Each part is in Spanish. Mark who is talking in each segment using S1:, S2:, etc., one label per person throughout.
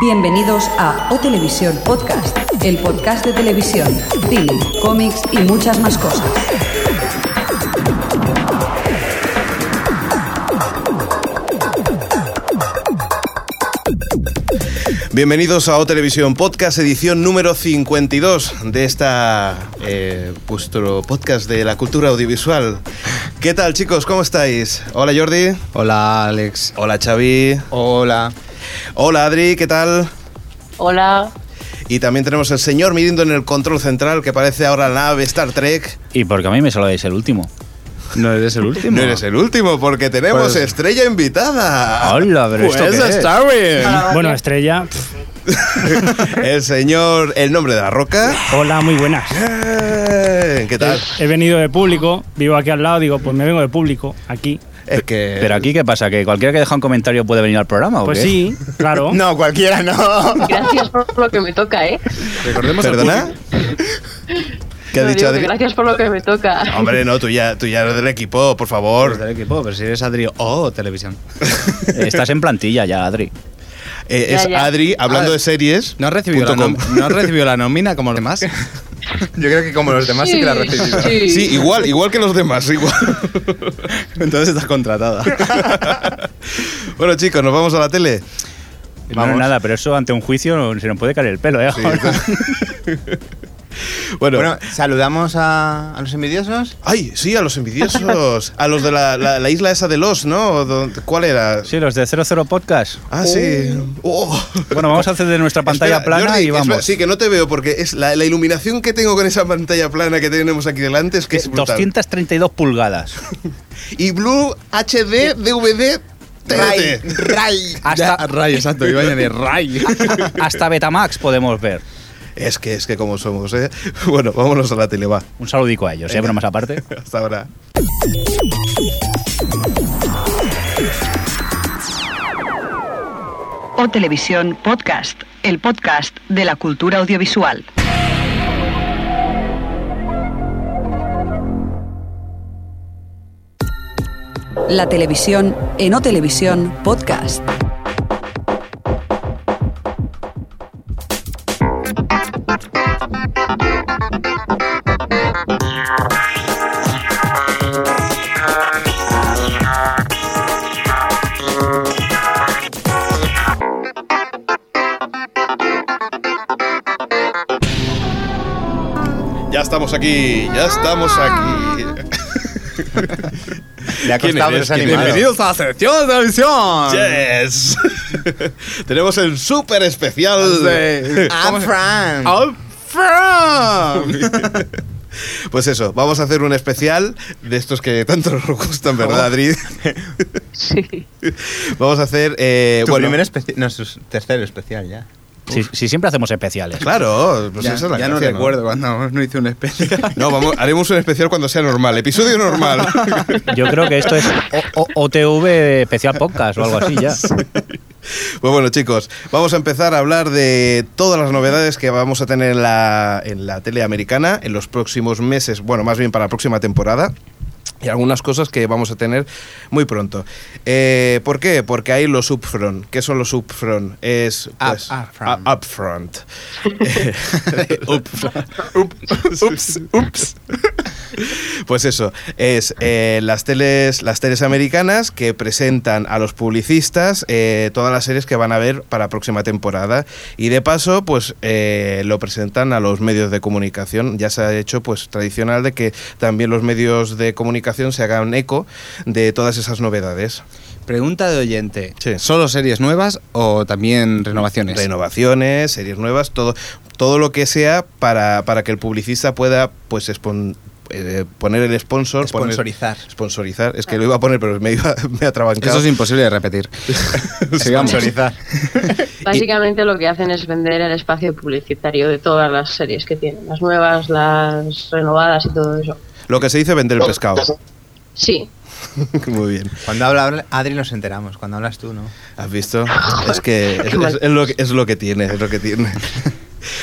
S1: Bienvenidos a O Televisión Podcast, el podcast de televisión, cine, cómics y muchas más cosas.
S2: Bienvenidos a O Televisión Podcast, edición número 52 de esta eh, vuestro podcast de la cultura audiovisual. ¿Qué tal chicos? ¿Cómo estáis? Hola Jordi.
S3: Hola Alex.
S2: Hola Xavi.
S3: Hola.
S2: Hola Adri, ¿qué tal?
S4: Hola.
S2: Y también tenemos el señor midiendo en el control central que parece ahora la nave Star Trek.
S5: Y porque a mí me saludáis el último.
S3: No eres el último.
S2: No eres el último porque tenemos
S3: Pues-
S2: estrella invitada.
S5: Hola, pero esto
S3: Pues
S5: qué es?
S3: está bien.
S6: Bueno, estrella.
S3: Eh.
S6: pf,
S2: El señor, el nombre de la roca.
S6: Hola, muy buenas.
S2: Eh, ¿Qué tal?
S6: He venido de público, vivo aquí al lado, digo, pues me vengo de público, aquí.
S2: Es que
S5: Pero aquí qué pasa, que cualquiera que deja un comentario puede venir al programa. ¿o
S6: Pues
S5: qué?
S6: sí, claro.
S3: No, cualquiera no.
S4: Gracias por lo que me toca, ¿eh?
S3: Recordemos al
S2: ¿Perdona? ¿Qué ha
S4: No,
S2: dicho
S4: digo
S2: Adri?
S4: que Gracias por lo que me toca.
S2: Hombre, no, tú ya, tú ya eres del equipo, por
S3: público
S2: favor.
S3: del equipo, pero si eres Adri o televisión.
S5: Estás en plantilla ya, Adri.
S2: Eh,
S4: Ya,
S2: es
S4: ya.
S2: Adri hablando de series.
S3: Ah, ¿No has, recibido la
S2: punto com.
S3: nom- ¿No has recibido la nómina como los demás?
S7: Yo creo que como los demás sí, que la recibimos.
S4: sí.
S2: Sí, igual, igual que los demás, igual.
S3: Entonces estás contratada.
S2: bueno, chicos, nos vamos a la tele.
S5: No
S3: Vamos.
S5: es nada, pero eso ante un juicio se nos puede caer el pelo, ¿eh?
S2: Bueno,
S7: Bueno, saludamos a, a los envidiosos.
S2: ay, sí, a los envidiosos, a los de la, la- la isla esa de los, ¿no? Do- ¿Cuál era?
S5: sí, los de 00 Podcast. Uh.
S2: Ah, sí. Oh.
S5: Bueno, vamos a hacer de nuestra pantalla
S2: Espera,
S5: plana
S2: Jordi,
S5: y vamos.
S2: espera, sí, que no te veo porque es la, la iluminación que tengo con esa pantalla plana que tenemos aquí delante es que
S5: Eh,
S2: es brutal.
S5: 232 pulgadas.
S2: Y Blue HD DVD
S7: Ray,
S2: TDT.
S7: Ray.
S3: Hasta
S5: Hasta,
S3: Ray, exacto. Iba a añadir Ray.
S5: hasta Betamax podemos ver.
S2: Es que es que como somos, ¿eh? Bueno, vámonos a la tele, va.
S5: Un saludico a ellos, ¿eh? Bromas aparte.
S2: Hasta ahora.
S1: O Televisión Podcast, el podcast de la cultura audiovisual. La televisión en O Televisión Podcast.
S2: Ya estamos aquí, ya estamos aquí.
S7: Le ha
S2: ¿Quién
S7: costado
S2: eres?
S7: los animales.
S3: Bienvenidos a la sección de televisión.
S2: Yes. Tenemos el súper especial.
S3: Sí.
S7: eh,
S5: Ah,
S7: I'm Fran.
S3: All Oh, from.
S2: Pues eso, vamos a hacer un especial de estos que tanto nos gustan, ¿verdad, Adri?
S4: Sí.
S2: Vamos a hacer. eh,
S7: Tu
S2: bueno,
S7: primer especial. No, su tercer especial ya.
S5: Si, si siempre hacemos especiales.
S2: Claro, pues
S3: ya
S2: esa es la
S3: ya no
S2: gracia,
S3: recuerdo cuando no hice un especial.
S2: No, vamos, haremos un especial cuando sea normal, episodio normal.
S5: Yo creo que esto es O- O- OTV especial podcast o algo así ya.
S2: Pues bueno, chicos, vamos a empezar a hablar de todas las novedades que vamos a tener en la, en la tele americana en los próximos meses, bueno, más bien para la próxima temporada. Y algunas cosas que vamos a tener muy pronto. Eh, ¿Por qué? Porque hay los upfront. ¿Qué son los upfront? Es pues,
S3: upfront.
S2: a- upfront.
S3: ups, ups.
S2: Pues eso, es eh, las, teles, las teles americanas que presentan a los publicistas eh, todas las series que van a ver para próxima temporada y de paso pues eh, lo presentan a los medios de comunicación. Ya se ha hecho pues tradicional de que también los medios de comunicación se hagan eco de todas esas novedades.
S3: Pregunta de oyente.
S2: Sí.
S3: ¿Solo series nuevas o también renovaciones?
S2: Renovaciones, series nuevas, todo, todo lo que sea para, para que el publicista pueda pues espon- eh, poner el sponsor, poner-
S7: Sponsorizar.
S2: Sponsorizar, es que lo iba a poner, pero me, iba, me ha
S3: Eso
S2: trabancado.
S3: es imposible de repetir. Sigamos.
S4: Básicamente lo que hacen es vender el espacio publicitario de todas las series que tienen, las nuevas, las renovadas y todo eso.
S2: Lo que se dice vender el pescado.
S4: Sí.
S2: Muy bien.
S7: Cuando habla habla- Adri nos enteramos, cuando hablas tú, ¿no?
S2: ¿Has visto? Es que es, es- es lo, que- es lo que tiene, es lo que tiene.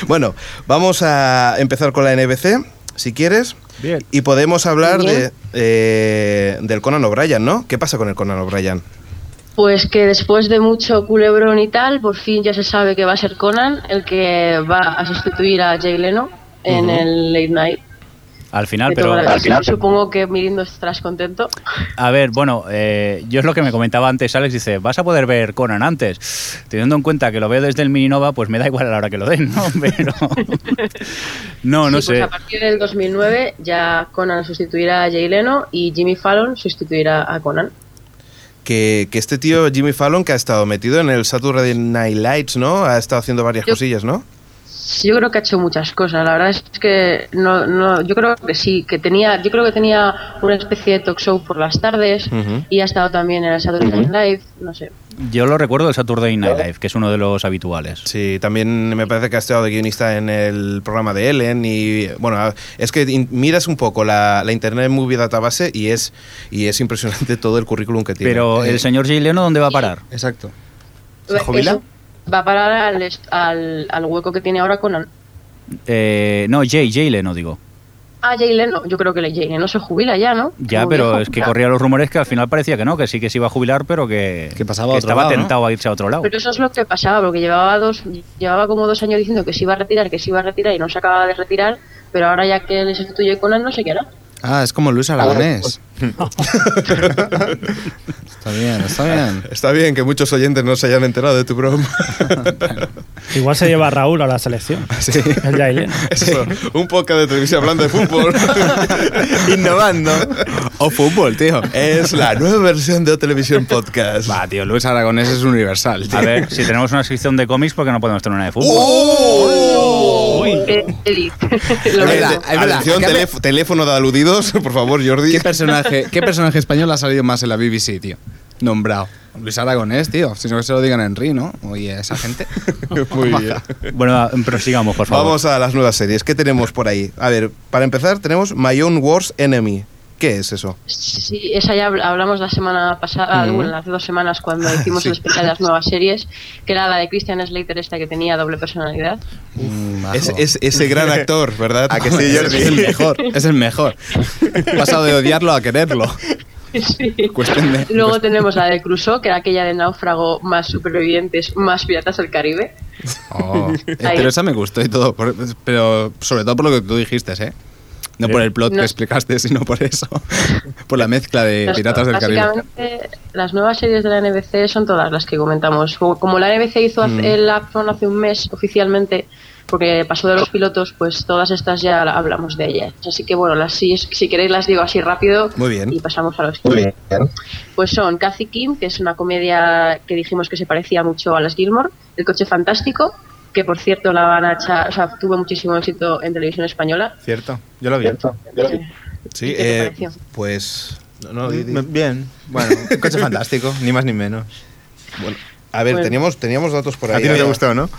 S2: Bueno, vamos a empezar con la NBC, si quieres.
S5: Bien.
S2: Y podemos hablar de,
S4: Bien.
S2: eh, del Conan O'Brien, ¿no? ¿Qué pasa con el Conan O'Brien?
S4: Pues que después de mucho culebrón y tal, por fin ya se sabe que va a ser Conan el que va a sustituir a Jay Leno en el Late Night.
S5: Al final,
S4: de
S5: pero...
S4: toda la- Supongo que Mirindo estarás contento.
S5: A ver, bueno, eh, yo es lo que me comentaba antes, Alex, dice, vas a poder ver Conan antes. Teniendo en cuenta que lo veo desde el Mininova, pues me da igual a la hora que lo den, ¿no? Pero... No, no
S4: Sí, pues
S5: sé.
S4: a partir del 2009 ya Conan sustituirá a Jay Leno y Jimmy Fallon sustituirá a Conan.
S2: Que, que este tío Jimmy Fallon, que ha estado metido en el Saturday Night Lights, ¿no? Ha estado haciendo varias
S4: Yo-
S2: cosillas, ¿no?
S4: Yo creo que ha hecho muchas cosas. La verdad es que no, no, yo creo que sí, que tenía, yo creo que tenía una especie de talk show por las tardes
S2: Ujú.
S4: y ha estado también en el Saturday Night Live, no sé.
S5: Yo lo recuerdo el Saturday Night Live, que es uno de los habituales.
S2: Sí, también me parece que ha estado de guionista en el programa de Ellen y bueno, es que in- miras un poco la, la Internet Movie Database y es y es impresionante todo el currículum que tiene. Eh,
S5: Pero
S3: Eh,
S5: el señor Gileno, ¿dónde va a parar?
S3: Exacto.
S7: ¿Se jubila?
S4: Eso Va a parar al, est- al, al hueco que tiene ahora Conan.
S5: Eh, no, Jay, Jay Leno, digo.
S4: Ah, Jay Leno, yo creo que le- Jay Leno se jubila ya, ¿no?
S5: Ya,
S4: Como
S5: pero
S4: viejo.
S5: es que corrían los rumores que al final parecía que no, que sí que se iba a jubilar, pero que,
S3: Que pasaba a otro
S5: estaba
S3: lado, ¿no?
S5: tentado a irse a otro lado.
S4: Pero eso es lo que pasaba, porque llevaba dos, llevaba como dos años diciendo que se iba a retirar, que se iba a retirar y no se acaba de retirar, pero ahora ya que le sustituye Conan no sé qué hará.
S3: Ah, es como Luis Aragonés.
S7: Ah, pues,
S3: está bien, está bien.
S2: Está bien que muchos oyentes no se hayan enterado de tu broma.
S6: Igual se lleva a Raúl a la selección.
S2: Sí.
S6: El Jailen.
S2: Eso, un podcast de televisión hablando de fútbol.
S3: Innovando. O fútbol, tío.
S2: es la nueva versión de O Televisión Podcast.
S3: Va, tío, Luis Aragonés es universal, tío.
S5: A ver, si tenemos una sección de cómics, porque no podemos tener una de fútbol?
S2: ¡Oh!
S4: Qué feliz. Lo
S3: Es
S4: mismo.
S3: verdad, es verdad.
S2: Atención,
S3: Acá me-
S2: teléf- teléfono de aludidos, por favor, Jordi.
S3: ¿Qué personaje, ¿Qué personaje español ha salido más en la BBC, tío? Nombrado. Luis Aragonés, tío. Si no que se lo digan a Henry, ¿no? Oye, esa gente.
S2: Muy bien.
S5: Bueno, va, prosigamos, por favor.
S2: Vamos a las nuevas series. ¿Qué tenemos por ahí? A ver, para empezar tenemos My Own Worst Enemy. ¿Qué es eso?
S4: Sí, esa ya habl- hablamos la semana pasada, bueno, hace dos semanas cuando hicimos el especial de las nuevas series, que era la de Christian Slater, esta que tenía doble personalidad.
S3: Mm, majo.
S2: Es, es- ese gran actor, ¿verdad?
S7: ¿A que sí, Jordi?
S3: Es el mejor, es el mejor. He pasado de odiarlo a quererlo.
S4: Sí.
S3: Cuestión de-
S4: Luego tenemos la de Crusoe, que era aquella de náufrago más supervivientes, más piratas del Caribe.
S3: Oh, eh, pero esa me gustó y todo, por- pero sobre todo por lo que tú dijiste, ¿eh? No por el plot
S4: No.
S3: que explicaste, sino por eso. Por la mezcla de
S4: Las-
S3: Piratas del Caribe.
S4: Básicamente, las nuevas series de la NBC son todas las que comentamos. Como como la NBC hizo
S3: Mm.
S4: hace- el Upfront hace un mes oficialmente, porque pasó de los pilotos, pues todas estas ya la- hablamos de ellas. Así que bueno, las si, si queréis las digo así rápido
S2: Muy bien.
S4: y pasamos a los Pues son Cathy Kim, que es una comedia que dijimos que se parecía mucho a las Gilmore, El coche fantástico, que por cierto la van a echar, o sea, tuvo muchísimo éxito en televisión española.
S7: Cierto, yo lo vi.
S2: Sí,
S4: ¿Y qué te
S2: eh,
S4: pareció?
S2: pues... no, no, di- di-
S7: Mm, Bien, bueno, un coche fantástico, ni más ni menos.
S2: bueno, a ver,
S4: Bueno.
S2: teníamos, teníamos datos por ahí.
S7: A ti no te gustó, ¿no?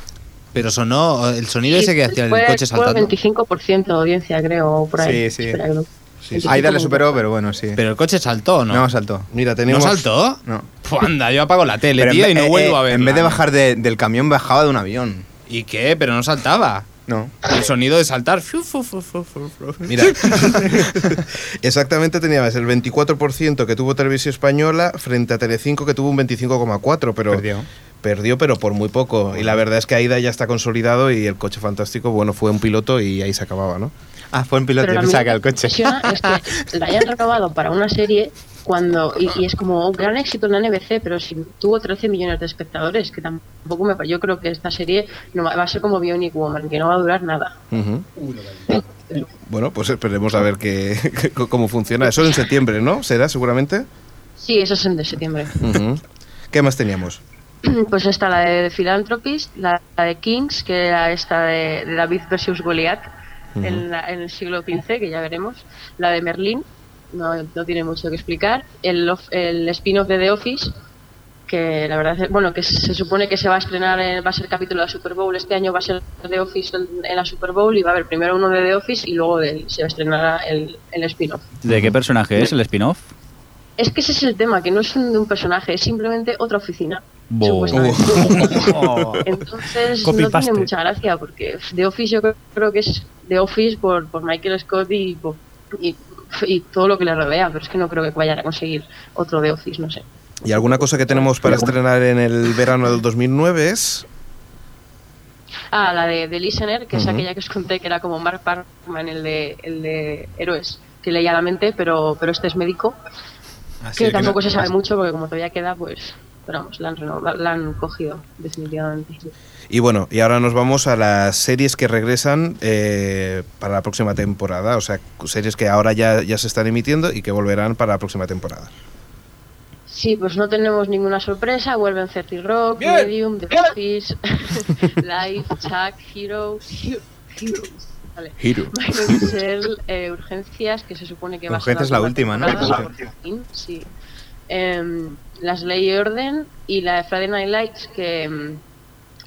S3: Pero sonó el sonido
S4: Sí, fue- fue 25% de audiencia, creo, o por ahí.
S7: Sí, sí.
S4: Espera, creo.
S2: Sí, sí.
S7: Aida le superó, pero bueno, sí.
S3: Pero el coche saltó,
S7: No, saltó.
S2: Mira, tenemos...
S3: saltó?
S7: No.
S3: Pues anda, yo apago la tele,
S7: Pero en
S3: tío,
S7: ve-
S3: y no
S7: eh,
S3: vuelvo a
S7: eh,
S3: ver.
S7: En vez de bajar de- del camión, bajaba de un avión.
S3: ¿Y qué? Pero no saltaba.
S7: No.
S3: El sonido de saltar.
S2: Mira, exactamente teníamos el 24% que tuvo Televisión Española frente a Telecinco que tuvo un 25,4, pero
S7: Perdió.
S2: perdió, pero por muy poco. Y la verdad es que Aida ya está consolidado y el coche fantástico, bueno, fue un piloto y ahí se acababa, ¿no?
S7: Ah, fue un piloto, yo
S4: lo
S7: pensaba que
S4: mismo
S7: era el coche.
S4: me impresiona es que la hayan renovado para una serie cuando y, y es como un gran éxito en la NBC, pero si tuvo 13 millones de espectadores, que tampoco me yo creo que esta serie no va va a ser como Bionic Woman, que no va a durar nada.
S2: Ujú. Bueno, pues esperemos a ver qué, c- cómo funciona. Eso en septiembre, ¿no? ¿Será seguramente?
S4: Sí, eso es en de septiembre.
S2: Ujú. ¿Qué más teníamos?
S4: Pues está la de, Philanthropist, la, la de Kings, que era esta de, de David versus Goliath en, la- en el siglo XV, que ya veremos. La de Merlín, no, no tiene mucho que explicar. El, of- el spin-off de The Office, que la verdad es, bueno, que se supone que se va a estrenar, en- va a ser capítulo de la Super Bowl. Este año va a ser The Office en, en la Super Bowl y va a haber primero uno de The Office y luego de- se estrenará el, el spin-off.
S5: ¿De qué personaje es el spin-off?
S4: Es que ese es el tema, que no es un, de un personaje, es simplemente otra oficina.
S5: Bo.
S4: supuestamente.
S5: Oh.
S4: Entonces
S6: Copy
S4: no
S6: paste.
S4: tiene mucha gracia porque The Office yo creo que es The Office por, por Michael Scott y, por- y, y todo lo que le rodea, pero es que no creo que vayan a conseguir otro The Office, no sé.
S2: Y alguna cosa que tenemos para estrenar en el verano del 2009 es...
S4: Ah, la de, de Listener, que es
S2: Ujú.
S4: aquella que os conté que era como Mark Parkman, el de, el de Héroes, que leía la mente, pero, pero este es médico.
S7: Así
S3: Ah,
S4: que
S7: que no-
S4: tampoco se sabe
S7: así-
S4: mucho porque como todavía queda, pues... Pero vamos, la han, renova- la han cogido definitivamente.
S2: Y bueno, y ahora nos vamos a las series que regresan eh, para la próxima temporada, o sea, series que ahora ya, ya se están emitiendo y que volverán para la próxima temporada.
S4: Sí, pues no tenemos ninguna sorpresa. Vuelven 30 Rock, Medium, The Office, Life, Chuck, Hero, Hero- Heroes. Vale. My Name is Earl, eh, Urgencias, que se supone que va a ser.
S7: Urgencias la última, ¿no?
S4: temporada, por fin, Sí. Em, las Ley y Orden y la de Friday Night Lights, que, em,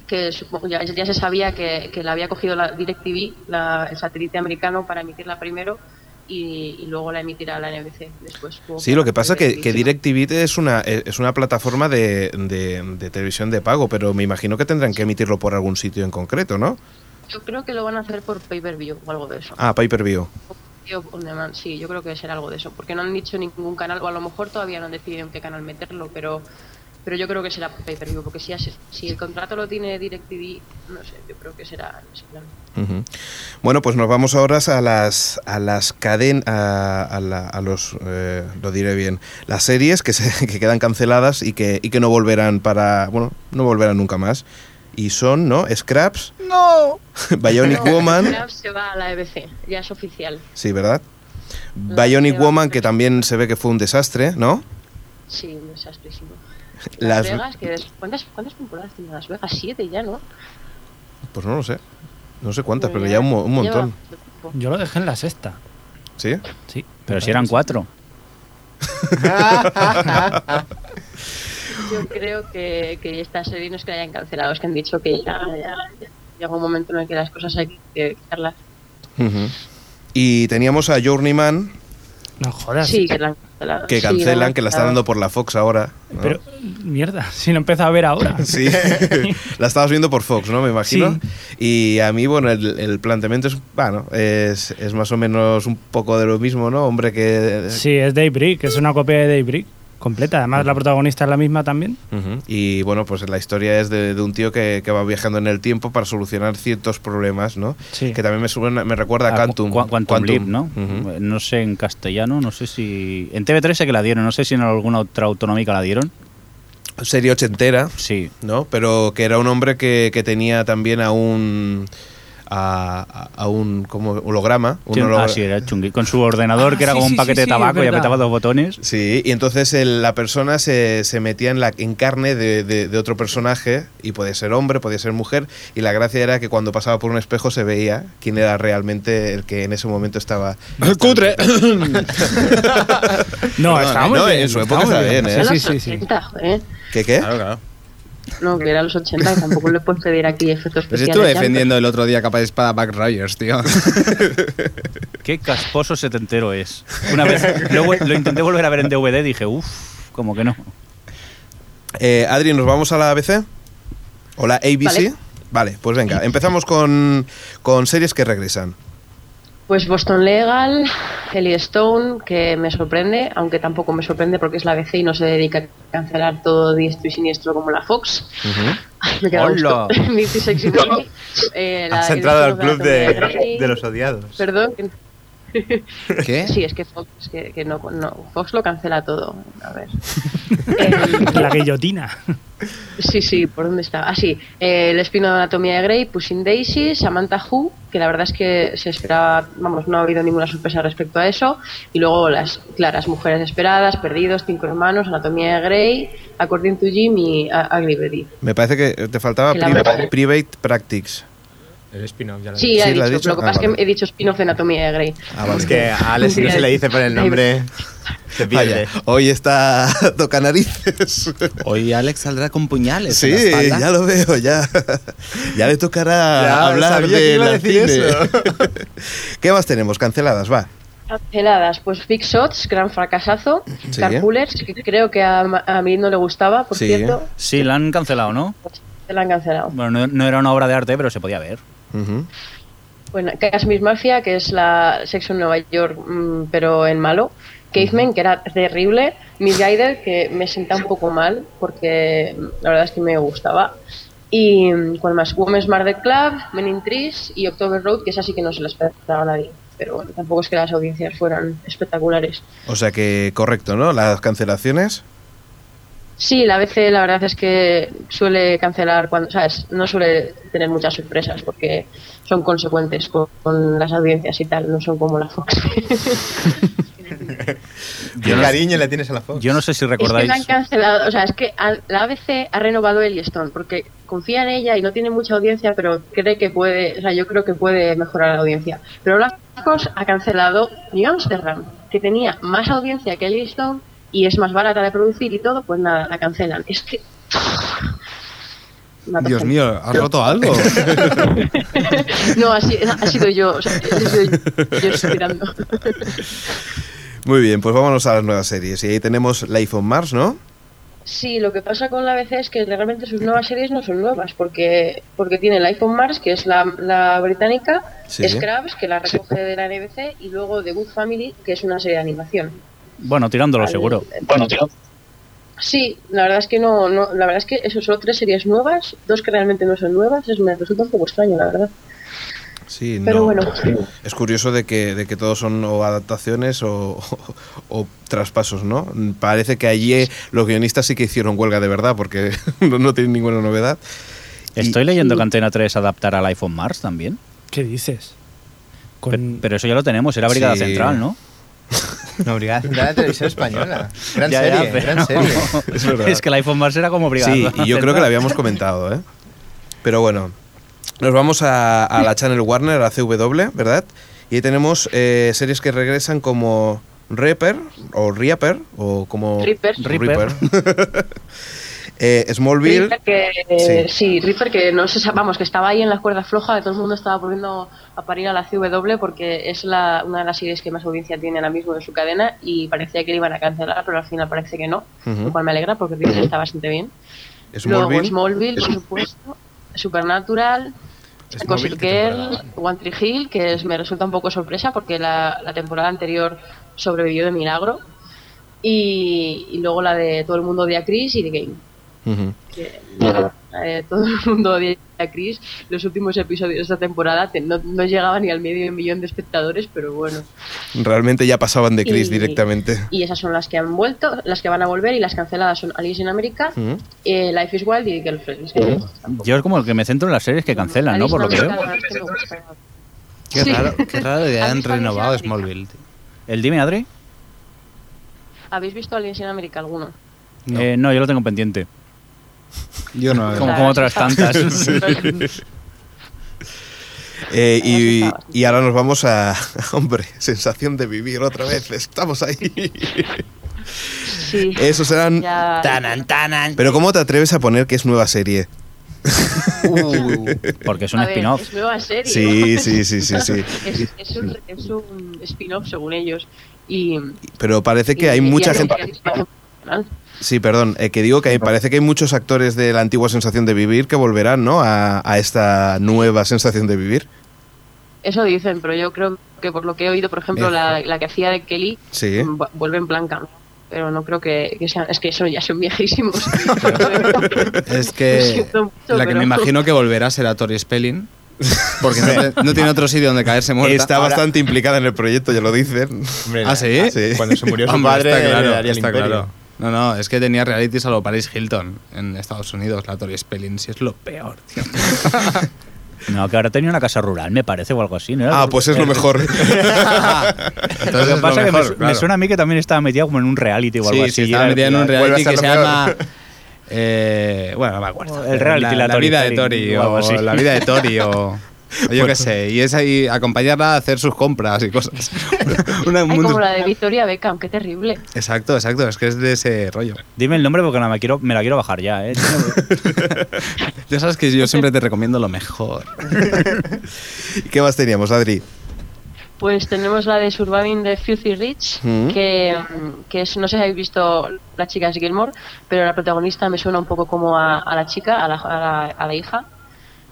S4: que supongo- ya, ya se sabía que, que la había cogido la DirecTV, la, el satélite americano, para emitirla primero. Y, y luego la emitirá la NBC después. supongo
S2: Sí, lo que pasa es que,
S4: DirecTV,
S2: que
S4: ¿no?
S2: DirecTV es una, eh, es una plataforma de, de- de televisión de pago, pero me imagino que tendrán que emitirlo por algún sitio en concreto, ¿no?
S4: Yo creo que lo van a hacer por pay-per-view o algo de eso.
S2: Ah, pay per view.
S4: Yo, on demand, sí, yo creo que será algo de eso, porque no han dicho ningún canal, o a lo mejor todavía no han decidido en qué canal meterlo, pero pero yo creo que será pay-per-view, porque si, hace- si el contrato lo tiene DirecTV, no sé, yo creo que será en ese plan.
S2: Ujú. Bueno, pues nos vamos ahora a las a las cadenas a, a la- a los eh, lo diré bien las series que se que quedan canceladas y que y que no volverán para bueno no volverán nunca más y son no Scraps no Bionic
S4: No,
S2: Woman
S4: Scraps se va a la EBC, ya es oficial.
S2: sí verdad
S4: No,
S2: Bionic
S4: se va.
S2: Woman que también se ve que fue un desastre no
S4: Sí, un desastrísimo. Las,
S2: Las-
S4: Vegas, que es- ¿cuántas, ¿cuántas temporadas tiene Las Vegas? Siete ya, ¿no? Pues
S2: pues no lo sé no sé cuántas pero ya un, mo- un
S4: lleva
S2: montón
S4: bastante tiempo.
S6: Yo lo dejé en la sexta.
S2: sí
S6: Sí.
S5: Pero si eran cuatro.
S4: Yo creo que, que esta serie no es que la hayan cancelado, es que han dicho que ya, ya, ya llega un momento en el que las cosas hay que quitarlas.
S2: Ujú. y teníamos a Journeyman
S6: No jodas.
S4: Sí, que la han cancelado.
S2: que
S4: Sí,
S2: cancelan que la están
S4: han
S2: dando por la Fox ahora ¿no?
S6: Pero, mierda, si no empieza a ver ahora.
S2: Sí, la estabas viendo por Fox, ¿no? Me imagino. Y a mí, bueno, el, el planteamiento es, bueno, es, es más o menos un poco de lo mismo, ¿no? Hombre que...
S6: Sí, es Daybreak, es una copia de Daybreak completa. Además, la protagonista es la misma también.
S2: Ujú. Y bueno, pues la historia es de, de un tío que, que va viajando en el tiempo para solucionar ciertos problemas, ¿no?
S6: Sí.
S2: Que también me, suena- me recuerda a
S5: Ah,
S2: Quantum.
S5: Qua- Quantum Leap, ¿no?
S2: Ujú.
S5: Eh, No sé en castellano, no sé si. En TV3 sé que la dieron, no sé si en alguna otra autonómica la dieron.
S2: Serie ochentera,
S5: Sí.
S2: ¿no? Pero que era un hombre que, que tenía también a un... A, a- a un como holograma. un
S5: Sí,
S2: hologra-
S5: ah, sí, era chungui. Con su ordenador,
S6: Ah,
S5: que era
S6: sí,
S5: como un
S6: sí,
S5: paquete
S6: sí,
S5: de
S6: sí,
S5: tabaco
S6: es
S5: y
S6: verdad.
S5: apretaba dos botones.
S2: Sí, y entonces el- la persona se, se metía en, la, en carne de, de- de otro personaje, y podía ser hombre, podía ser mujer, y la gracia era que cuando pasaba por un espejo se veía quién era realmente el que en ese momento estaba...
S3: ¡Cutre!
S6: No,
S2: Perdón,
S6: estaba
S2: ¿eh?
S6: muy
S2: No,
S6: bien.
S2: en su
S6: estaba
S2: época
S6: muy
S2: estaba bien, ¿eh?
S6: Sí,
S4: Sí,
S6: sí, sí.
S2: ¿Qué qué?
S7: Claro, claro.
S4: No, que era los 80, que tampoco le puedes pedir aquí efectos
S3: Pues
S4: especiales.
S3: estuve
S4: ya,
S3: defendiendo el otro día capa de espada Back Rogers, tío.
S5: Qué casposo setentero es. Una vez lo, vu- lo intenté volver a ver en DVD dije, uff, como que no.
S2: Eh, Adri, ¿nos vamos a la ABC? ¿O la ABC? Vale,
S4: Vale.
S2: pues venga, empezamos con, con series que regresan.
S4: Pues Boston Legal, Ellie Stone, que me sorprende, aunque tampoco me sorprende porque es la BC y no se dedica a cancelar todo diestro y siniestro como la Fox. Me queda
S5: Hola.
S4: gusto. Nifty Sexy Baby. Eh, la-
S7: Has
S4: el
S7: entrado al
S4: destino
S7: club
S4: de la
S7: de,
S4: Tomb Raider.
S7: de los odiados.
S4: Perdón, que-
S2: ¿Eh?
S3: ¿Qué?
S4: sí, es que Fox, es que, que no, no, Fox lo cancela todo. A ver. Em,
S6: La guillotina.
S4: Sí, sí, ¿por dónde está? Ah, sí, eh, El espino de Anatomía de Grey, Pushing Daisy, Samantha Who, que la verdad es que se esperaba, vamos, no ha habido ninguna sorpresa respecto a eso. Y luego las claras Mujeres Esperadas, Perdidos, Cinco Hermanos, Anatomía de Grey, According to Jim y A- Ugly Betty.
S2: Me parece que te faltaba
S4: Que la
S2: pri-
S4: verdad-
S2: Private Practice.
S7: El spin-off ya lo
S4: Sí, ha
S2: Sí, ¿la
S4: dicho,
S2: ha dicho?
S4: lo que
S2: Ah,
S4: pasa es
S2: vale.
S4: que he dicho spin-off de Anatomía de Grey.
S2: Ah, vale.
S7: Es que a Alex si no se le dice por el nombre, se pierde.
S2: Vaya, hoy está toca narices.
S8: Hoy Alex saldrá con puñales.
S2: Sí, ya lo veo, ya. Ya le tocará
S7: Ya,
S2: hablar
S7: sabía que
S2: de
S7: iba a
S2: la
S7: decir
S2: cine.
S7: eso.
S2: ¿Qué más tenemos? Canceladas, va.
S4: Canceladas, pues Big Shots, gran fracasazo,
S2: Sí.
S4: Carpoolers, que creo que a, Ma- a mí no le gustaba, por
S2: Sí.
S4: cierto,
S5: Sí, la han cancelado, ¿no?
S4: pues, se la han cancelado.
S5: Bueno, no, no era una obra de arte, pero se podía ver.
S2: Ujú.
S4: Bueno, Cash Miss Mafia, que es la Sexo en Nueva York, mm, pero en malo. Caveman, que era terrible, Midrider, que me sentaba un poco mal, porque la verdad es que me gustaba. Y mm, cuál más, Women's Market Club, Men in Trees y October Road, que esa sí que no se la esperaba nadie. Pero bueno, tampoco es que las audiencias fueran espectaculares.
S2: O sea que correcto, ¿no? Las cancelaciones.
S4: Sí, la BC la verdad es que suele cancelar cuando, ¿sabes? No suele tener muchas sorpresas porque son consecuentes con, con las audiencias y tal, no son como la Fox.
S7: Qué cariño le tienes a la Fox.
S5: Yo no sé si
S4: es que
S5: recordáis.
S4: la han cancelado, o sea, es que a- la ABC ha renovado el listón porque confía en ella y no tiene mucha audiencia, pero cree que puede, o sea, yo creo que puede mejorar la audiencia. Pero la Fox ha cancelado New Amsterdam, que tenía más audiencia que el listón y es más barata de producir y todo, pues nada, la cancelan. Es que. Me ha
S3: Dios
S4: tocado.
S3: mío, ¿has roto algo?
S4: No, ha sido, ha sido yo, o sea, he sido yo, yo estoy tirando.
S2: Muy bien, pues vámonos a las nuevas series. Y ahí tenemos Life on Mars, ¿no?
S4: Sí, lo que pasa con la ABC es que realmente sus nuevas series no son nuevas, porque porque tiene el iPhone Mars, que es la, la británica,
S2: Sí.
S4: Scraps, que la recoge de la NBC, y luego The Good Family, que es una serie de animación.
S5: Bueno, tirándolo seguro.
S4: Bueno, Sí, la verdad es que no, no la verdad es que eso son tres series nuevas, dos que realmente no son nuevas, es, me resulta un poco extraño, la verdad.
S2: Sí,
S4: Pero
S2: no.
S4: bueno,
S2: Es curioso de que, de que todos son o adaptaciones o, o- o traspasos, ¿no? Parece que allí los guionistas sí que hicieron huelga de verdad porque no, no tienen ninguna novedad.
S5: Estoy leyendo que Antena 3 adaptará al iPhone Mars también.
S6: ¿Qué dices?
S5: Pe-
S6: Con-
S5: Pero eso ya lo tenemos, era Brigada
S2: Sí.
S5: Central, ¿no?
S7: No, Brigada Central de Televisión Española. Gran
S5: Ya, ya,
S7: serie,
S5: pero-
S7: gran serie.
S5: Es, que el iPhone Mars era como Brigada
S2: Sí, y yo creo que
S5: Central.
S2: la habíamos comentado, ¿eh? Pero bueno, nos vamos a, a la Channel Warner, a CW, ¿verdad? Y ahí tenemos eh, series que regresan como Reaper o Reaper o como
S4: Reaper.
S2: Reaper. Eh, Smallville.
S4: Reaper que, eh,
S2: Sí.
S4: sí. Reaper que no se sa- vamos, que estaba ahí en las cuerdas flojas, todo el mundo estaba volviendo a parir a la CW porque es la, una de las series que más audiencia tiene ahora mismo de su cadena y parecía que le iban a cancelar, pero al final parece que no,
S2: Ujú.
S4: lo cual me alegra porque Reaper está bastante bien. Luego
S2: ¿Mm? Smallville.
S4: Smallville, por supuesto, Supernatural,
S7: Smallville,
S4: Gossip
S7: ¿qué
S4: Girl,
S7: temporada?
S4: One Tree Hill, que es- me resulta un poco sorpresa porque la, la temporada anterior sobrevivió de milagro. Y, y luego la de Todo el mundo odia a Chris y The Game.
S2: Ujú.
S4: que, eh, todo el mundo odia a Chris. Los últimos episodios de esta temporada te- no, no llegaba ni al medio millón de espectadores, pero bueno.
S2: Realmente ya pasaban de Chris
S4: Y-
S2: directamente.
S4: Y esas son las que han vuelto, las que van a volver y las canceladas son Alice in America,
S5: Mm.
S2: Ujú.
S4: eh, Life is Wild y Girlfriends.
S5: Yo es como el que me centro en las series que cancelan, ¿no? Por lo que veo.
S8: Qué
S4: Sí.
S8: raro, qué raro que hayan
S4: Alice in
S8: renovado
S4: America.
S8: Smallville. tío.
S5: ¿El Dime Adri?
S4: ¿Habéis visto Alice in America alguno?
S5: No, Eh, no yo lo tengo pendiente.
S3: Yo no.
S5: Como-
S4: Claro,
S5: como otras
S4: está-
S5: tantas.
S2: Eh, y,
S4: Eso estaba.
S2: y ahora nos vamos a. Hombre, sensación de vivir otra vez. Estamos ahí.
S4: Sí.
S2: Esos serán.
S4: ya-
S8: Tanan, tanan.
S2: Pero ¿cómo te atreves a poner que es nueva serie?
S8: Uh,
S5: Porque es un
S4: A ver,
S5: spin-off.
S4: Es nueva serie.
S2: Sí, sí, sí, sí, sí.
S4: es, es un, es un spin-off según ellos. Y,
S2: Pero parece que
S4: y-
S2: hay
S4: y
S2: mucha
S4: hacen
S2: gente.
S4: series para-
S2: Sí, perdón, eh, que digo que hay- parece que hay muchos actores de la antigua sensación de vivir que volverán, ¿no? A, a esta nueva sensación de vivir.
S4: Eso dicen, pero yo creo que por lo que he oído, por ejemplo, la, la que hacía de Kelly mm,
S2: Sí.
S4: vu- vuelve en plan cambio. Pero no creo que, que sean. Es que son, ya son viejísimos.
S3: Es
S4: Lo
S3: que
S4: siento mucho,
S3: la que
S4: pero-
S3: me imagino que volverá será Tori Spelling. Porque no, te- no tiene otro sitio donde caerse muerta.
S2: Está bastante implicada en el proyecto, ya lo dicen.
S7: Hombre,
S3: ¿Ah, sí?
S2: Sí.
S7: Cuando se murió su
S3: Hombre,
S7: padre,
S3: está
S7: le
S3: claro,
S7: daría el
S3: está
S7: imperio.
S3: claro. No, no, es que tenía realities a lo Paris Hilton en Estados Unidos, la Tori Spelling, si es lo peor, tío.
S5: No, que ahora tenía una casa rural, me parece, o algo así, ¿no?
S2: Ah, pues es lo mejor.
S3: Entonces
S5: lo
S3: es
S5: que pasa es que me,
S3: mejor,
S5: su- me
S3: claro.
S5: suena a mí que también estaba metida como en un reality o algo
S3: sí,
S5: así.
S3: sí, estaba
S5: era-
S3: metida en un
S7: final.
S3: reality
S7: Vuelve
S3: que
S7: a
S3: se
S7: ser lo
S3: llama. eh, bueno, no me acuerdo.
S5: El reality, la Tori
S3: vida de
S5: Spelling,
S3: Tori,
S5: o algo
S3: o
S5: así.
S3: la vida de Tori, o. o Yo qué sé, y es ahí acompañarla a hacer sus compras y cosas. Una- un
S4: Ay,
S3: mundo-
S4: como la de Victoria Beckham, qué terrible.
S3: Exacto, exacto, es que es de ese rollo.
S5: Dime el nombre porque no, me, quiero, me la quiero bajar ya, ¿eh?
S3: Ya sabes que yo siempre te recomiendo lo mejor.
S2: ¿Qué más teníamos, Adri?
S4: Pues tenemos la de Surviving the Filthy Rich,
S2: Mm.
S4: que, que es, no sé si habéis visto las chicas Gilmore, pero la protagonista me suena un poco como a, a la chica, a la, a la- a la hija,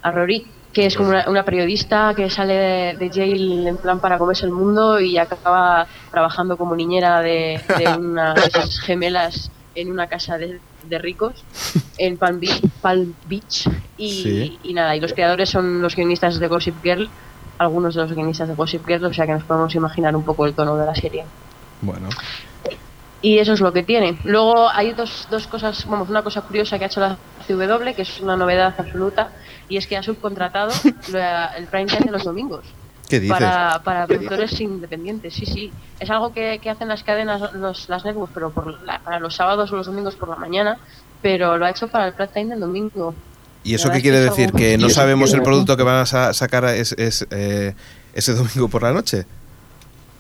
S4: a Rory. que es como una, una periodista que sale de, de jail en plan para comerse el mundo y acaba trabajando como niñera de, de una de esas gemelas en una casa de, de ricos en Palm Beach, Palm Beach. y,
S2: Sí.
S4: y nada, y los creadores son los guionistas de Gossip Girl, algunos de los guionistas de Gossip Girl, o sea que nos podemos imaginar un poco el tono de la serie.
S2: Bueno.
S4: Y eso es lo que tiene. Luego hay dos, dos cosas, vamos, una cosa curiosa que ha hecho la CW, que es una novedad absoluta, y es que ha subcontratado la- el prime time de los domingos.
S2: ¿Qué dices?
S4: Para, para productores independientes, sí, sí. Es algo que, que hacen las cadenas, los, las networks, pero por la- para los sábados o los domingos por la mañana, pero lo ha hecho para el prime time del domingo.
S2: ¿Y eso
S4: La
S2: qué
S4: verdad
S2: quiere
S4: es que es
S2: decir?
S4: algo-
S2: ¿Que no
S4: Y eso
S2: sabemos
S4: quiere
S2: el
S4: decir-
S2: producto que van a sa- sacar es, es, eh, ese domingo por la noche?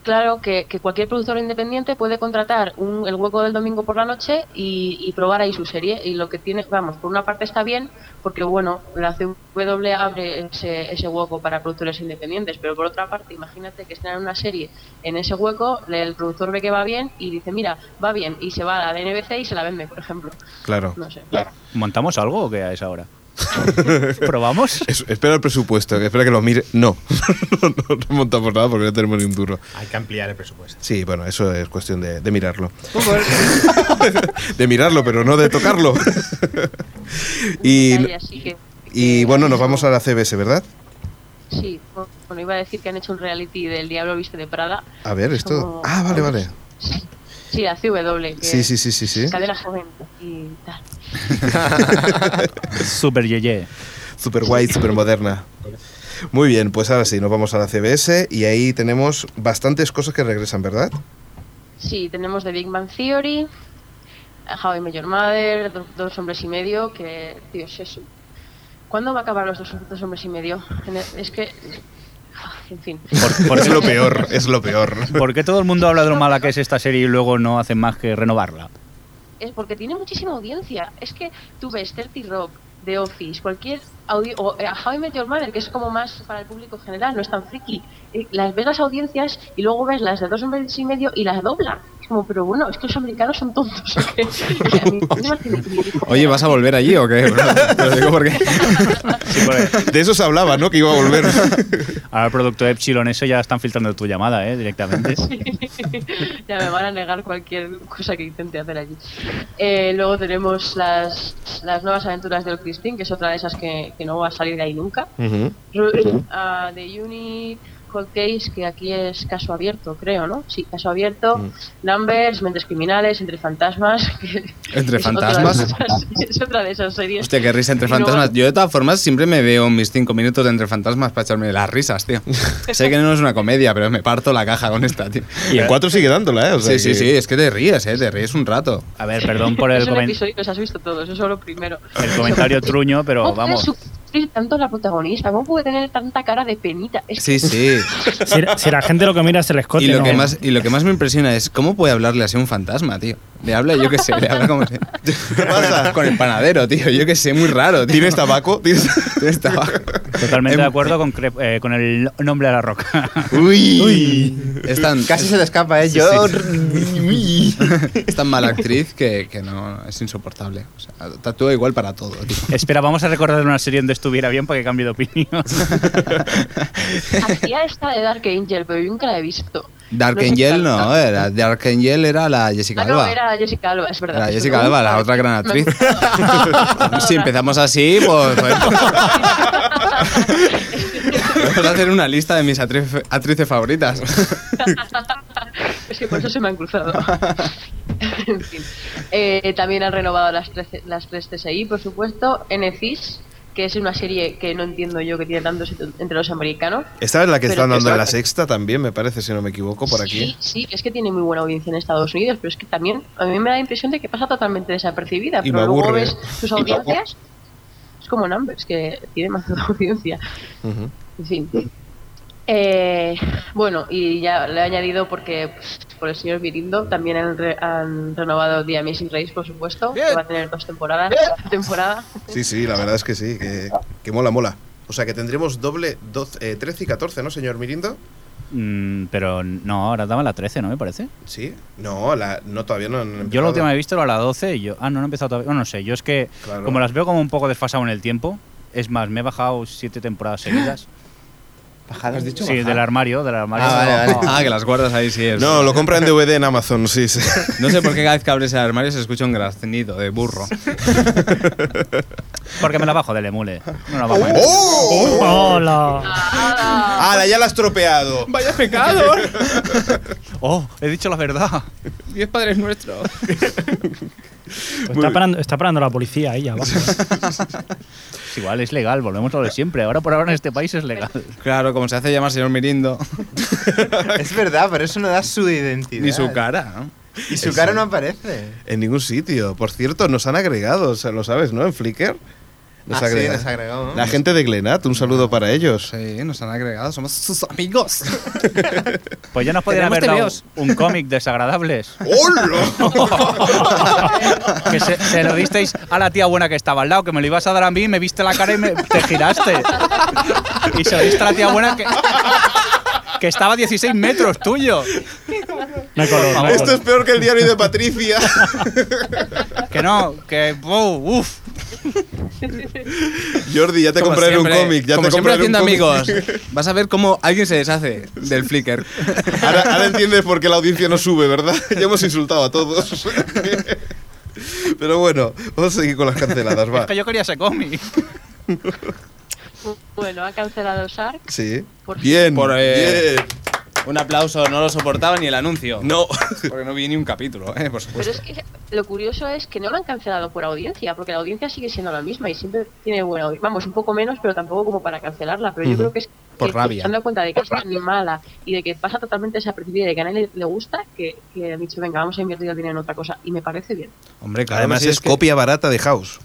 S4: Claro que, que cualquier productor independiente puede contratar un- el hueco del domingo por la noche y, y probar ahí su serie. Y lo que tiene, vamos, por una parte está bien, porque bueno, la CW abre ese, ese hueco para productores independientes, pero por otra parte, imagínate que estrenan una serie en ese hueco, el productor ve que va bien y dice, mira, va bien, y se va a la NBC y se la vende, por ejemplo.
S2: Claro.
S4: No sé.
S5: ¿Montamos algo o qué a esa hora? ¿Probamos?
S2: Es- espera el presupuesto, que espera que lo mire. No. no, no, no montamos nada porque no tenemos ni un duro.
S7: Hay que ampliar el presupuesto.
S2: Sí, bueno, eso es cuestión de, de mirarlo. de mirarlo, pero no de tocarlo. y,
S4: Ahí, así que-
S2: y bueno, nos vamos a la CBS, ¿verdad?
S4: Sí, bueno, iba a decir que han hecho un reality del Diablo Viste de Prada.
S2: A ver, esto. Ah, vale, vale.
S4: Sí, la CW. que-
S2: Sí, sí, sí, sí, sí.
S4: Cadena joven y tal.
S5: Super yeye.
S2: Super guay, super moderna. Muy bien, pues ahora sí, nos vamos a la CBS y ahí tenemos bastantes cosas que regresan, ¿verdad?
S4: Sí, tenemos The Big Bang Theory, How I Met Your Mother, Do- Dos Hombres y Medio, que, Dios, eso. ¿Cuándo va a acabar los dos, Dos Hombres y Medio? En el- Es que... En fin.
S5: ¿Por, por
S2: es
S5: qué,
S2: lo peor, es lo peor.
S5: por qué todo el mundo habla de lo mala que es esta serie y luego no hacen más que renovarla?
S4: Es porque tiene muchísima audiencia. Es que tú ves 30 Rock, The Office, cualquier audio... O eh, How I Met Your Mother, que es como más para el público en general, no es tan friki. eh, Las ves las audiencias y luego ves las de Dos Hombres y Medio y las doblan. Es como, pero bueno, es que los americanos son tontos. ¿o qué? O sea, a mí no me tiene que ir.
S3: Oye, ¿vas a volver allí o qué? bro? Te lo digo porque...
S2: De eso se hablaba, ¿no? Que iba a volver.
S5: Ahora el producto Epsilon, eso ya están filtrando tu llamada, ¿eh? Directamente.
S4: ya me van a negar cualquier cosa que intente hacer allí. Eh, luego tenemos las, las nuevas aventuras del Christine, que es otra de esas que, que no va a salir de ahí nunca.
S2: Ujú.
S4: Ru- ah, The Unit, Cold Case, que aquí es caso abierto, creo, ¿no? Sí, caso abierto. Numbers, Mentes Criminales, Entre Fantasmas. que
S3: ¿Entre
S4: es otra de
S3: fantasmas?
S4: esas- es otra de esas series.
S3: Hostia, qué risa entre
S4: Y luego-
S3: fantasmas. Yo de todas formas siempre me veo mis cinco minutos de entre fantasmas para echarme las risas, tío. sé que no es una comedia, pero me parto la caja con esta, tío.
S2: Y en cuatro sigue dándola, ¿eh? O sea
S3: Sí, sí,
S2: que-
S3: sí, es que te ríes, eh, te ríes un rato.
S5: A ver, perdón por el,
S4: es un
S5: comen-
S4: episodio que os has visto todos, eso es lo primero.
S5: el comentario truño, pero
S4: ¿Cómo
S5: vamos.
S4: puede sufrir tanto la protagonista? ¿Cómo puede tener tanta cara de penita? Es
S3: Sí, sí.
S6: Si, si la gente lo que mira es el escote,
S3: Y lo,
S6: ¿no?
S3: que más, y lo que más me impresiona es cómo puede hablarle así a un fantasma, tío. Le habla, yo qué sé, le habla como... ¿Qué
S2: pasa?
S3: Con el panadero, tío, yo qué sé, muy raro, tío.
S2: ¿Tienes tabaco? ¿Tienes-
S3: Tienes tabaco.
S5: Totalmente
S3: Em-
S5: de acuerdo con, Crep- eh, con el nombre de la roca.
S7: Uy.
S3: Es tan,
S7: Casi se te escapa, ¿eh? Yo. Uy.
S3: es tan mala actriz que, que no, es insoportable. O sea, tatúa igual para todo, tío.
S5: Espera, vamos a recordar una serie donde estuviera bien para que cambie de opinión.
S4: Hacía esta de Dark Angel, pero yo nunca la he visto.
S3: Dark
S4: sé
S3: Angel
S4: qué tal.
S3: no, era, Dark Angel era la Jessica
S4: Ah, no,
S3: Alba.
S4: era Jessica Alba, es verdad.
S3: Era
S4: Es
S3: Jessica
S4: verdad.
S3: Alba, la otra gran actriz.
S4: Perdona.
S3: Si empezamos así, pues. joder. Vamos a hacer una lista de mis actriz- actrices favoritas.
S4: Es que por eso se me han cruzado. En fin. Eh, también han renovado las, 13 las tres TSI, por supuesto. NCIS, que es una serie que no entiendo yo que tiene tantos entre los americanos.
S2: Esta es la que
S4: Pero
S2: están
S4: que
S2: dando en
S4: está-
S2: la sexta también, me parece, si no me equivoco, por aquí.
S4: Sí, sí, es que tiene muy buena audiencia en Estados Unidos, pero es que también a mí me da la impresión de que pasa totalmente desapercibida.
S2: Y me
S4: pero luego
S2: aburre.
S4: ves sus audiencias, es como Numbers, que tiene más audiencia.
S2: Ujú.
S4: En fin. Eh, bueno, y ya le he añadido porque pues, por el señor Virindo también han, re- han renovado The Amazing Race, por supuesto, que va a tener dos temporadas. la temporada.
S2: Sí, sí, la verdad es que sí, que, que mola, mola. O sea que tendremos doble 12, eh, 13 y 14, ¿no, señor Mirindo?
S5: Mm, pero no, ahora daban la 13, ¿no me parece?
S2: Sí. No, la, no todavía no han
S5: Yo
S2: empezado.
S5: la última que he visto era la 12 y yo... Ah, no, no he empezado todavía. No, no sé, yo es que
S2: Claro.
S5: como las veo como un poco desfasado en el tiempo, Es más, me he bajado siete temporadas seguidas.
S7: ¿Bajado?
S3: ¿Has dicho
S5: Sí,
S3: bajar?
S5: del armario, del armario.
S7: Ah, vale, vale.
S3: Ah, que las guardas ahí sí es.
S2: No, lo compra en DVD en Amazon, sí. sí.
S3: No sé por qué cada vez que abres el armario se escucha un graznido de burro.
S5: Porque me la bajo del emule. No la bajo.
S2: ¡Oh!
S6: ¡Hola!
S2: ¡Hala, ya la has tropeado!
S3: ¡Vaya pecado!
S5: Oh, he dicho la verdad.
S3: Dios Padre Nuestro.
S6: Está parando, está parando la policía ahí abajo.
S5: Es igual, es legal, volvemos a lo de siempre. Ahora por ahora en este país es legal.
S3: Claro, como se hace llamar señor Mirindo.
S7: Es verdad, pero eso no da su identidad.
S3: Ni su cara, ¿no?
S7: eh. Y su cara no aparece.
S2: En ningún sitio. Por cierto, nos han agregado, o sea, lo sabes, ¿no? En Flickr.
S7: Ah, sí,
S2: agrega-
S7: nos agregó, ¿no?
S2: La gente de Glenat, un saludo para ellos.
S3: Sí, nos han agregado, somos sus amigos.
S5: Pues ya nos podrían
S3: Tenemos
S5: haber dado
S3: TVOs.
S5: un cómic desagradables.
S2: ¡Hola!
S5: Que se, se lo disteis a la tía buena que estaba al lado, que me lo ibas a dar a mí, me viste la cara y me, te giraste. Y se lo diste a la tía buena que, que estaba a 16 metros tuyo.
S6: No hay color, no hay
S2: Esto
S6: color.
S2: es peor que el diario de Patricia.
S5: Que no, que. wow, ¡Uf!
S2: Jordi, ya te
S3: Como
S2: compraré un
S3: siempre,
S2: cómic. Ya
S3: como
S2: te
S3: siempre
S2: compraré un
S3: haciendo
S2: cómic.
S3: amigos. Vas a ver cómo alguien se deshace del Flickr.
S2: Ahora, ahora entiendes por qué la audiencia no sube, ¿verdad? Ya hemos insultado a todos. Pero bueno, vamos a seguir con las canceladas,
S5: Es
S2: va.
S5: que yo quería ese cómic.
S4: Bueno, ha cancelado Shark.
S2: Sí.
S4: Por-
S2: Bien.
S3: Por, eh,
S2: bien.
S3: Un aplauso, no lo soportaba ni el anuncio.
S2: No.
S3: Porque no vi ni un capítulo, ¿eh?
S4: Pero
S3: por supuesto.
S4: es que lo curioso es que no lo han cancelado por audiencia, porque la audiencia sigue siendo la misma y siempre tiene buena audiencia. Vamos, un poco menos, pero tampoco como para cancelarla. Pero yo creo que es
S3: Por
S4: que
S3: rabia.
S4: Se han dado cuenta de que es tan mala y de que pasa totalmente desapercibida y de que a nadie le gusta, que, que han dicho, venga, vamos a invertir el dinero en otra cosa. Y me parece bien,
S3: Hombre,
S2: Además
S3: sí,
S2: es
S3: que-
S2: copia barata de House.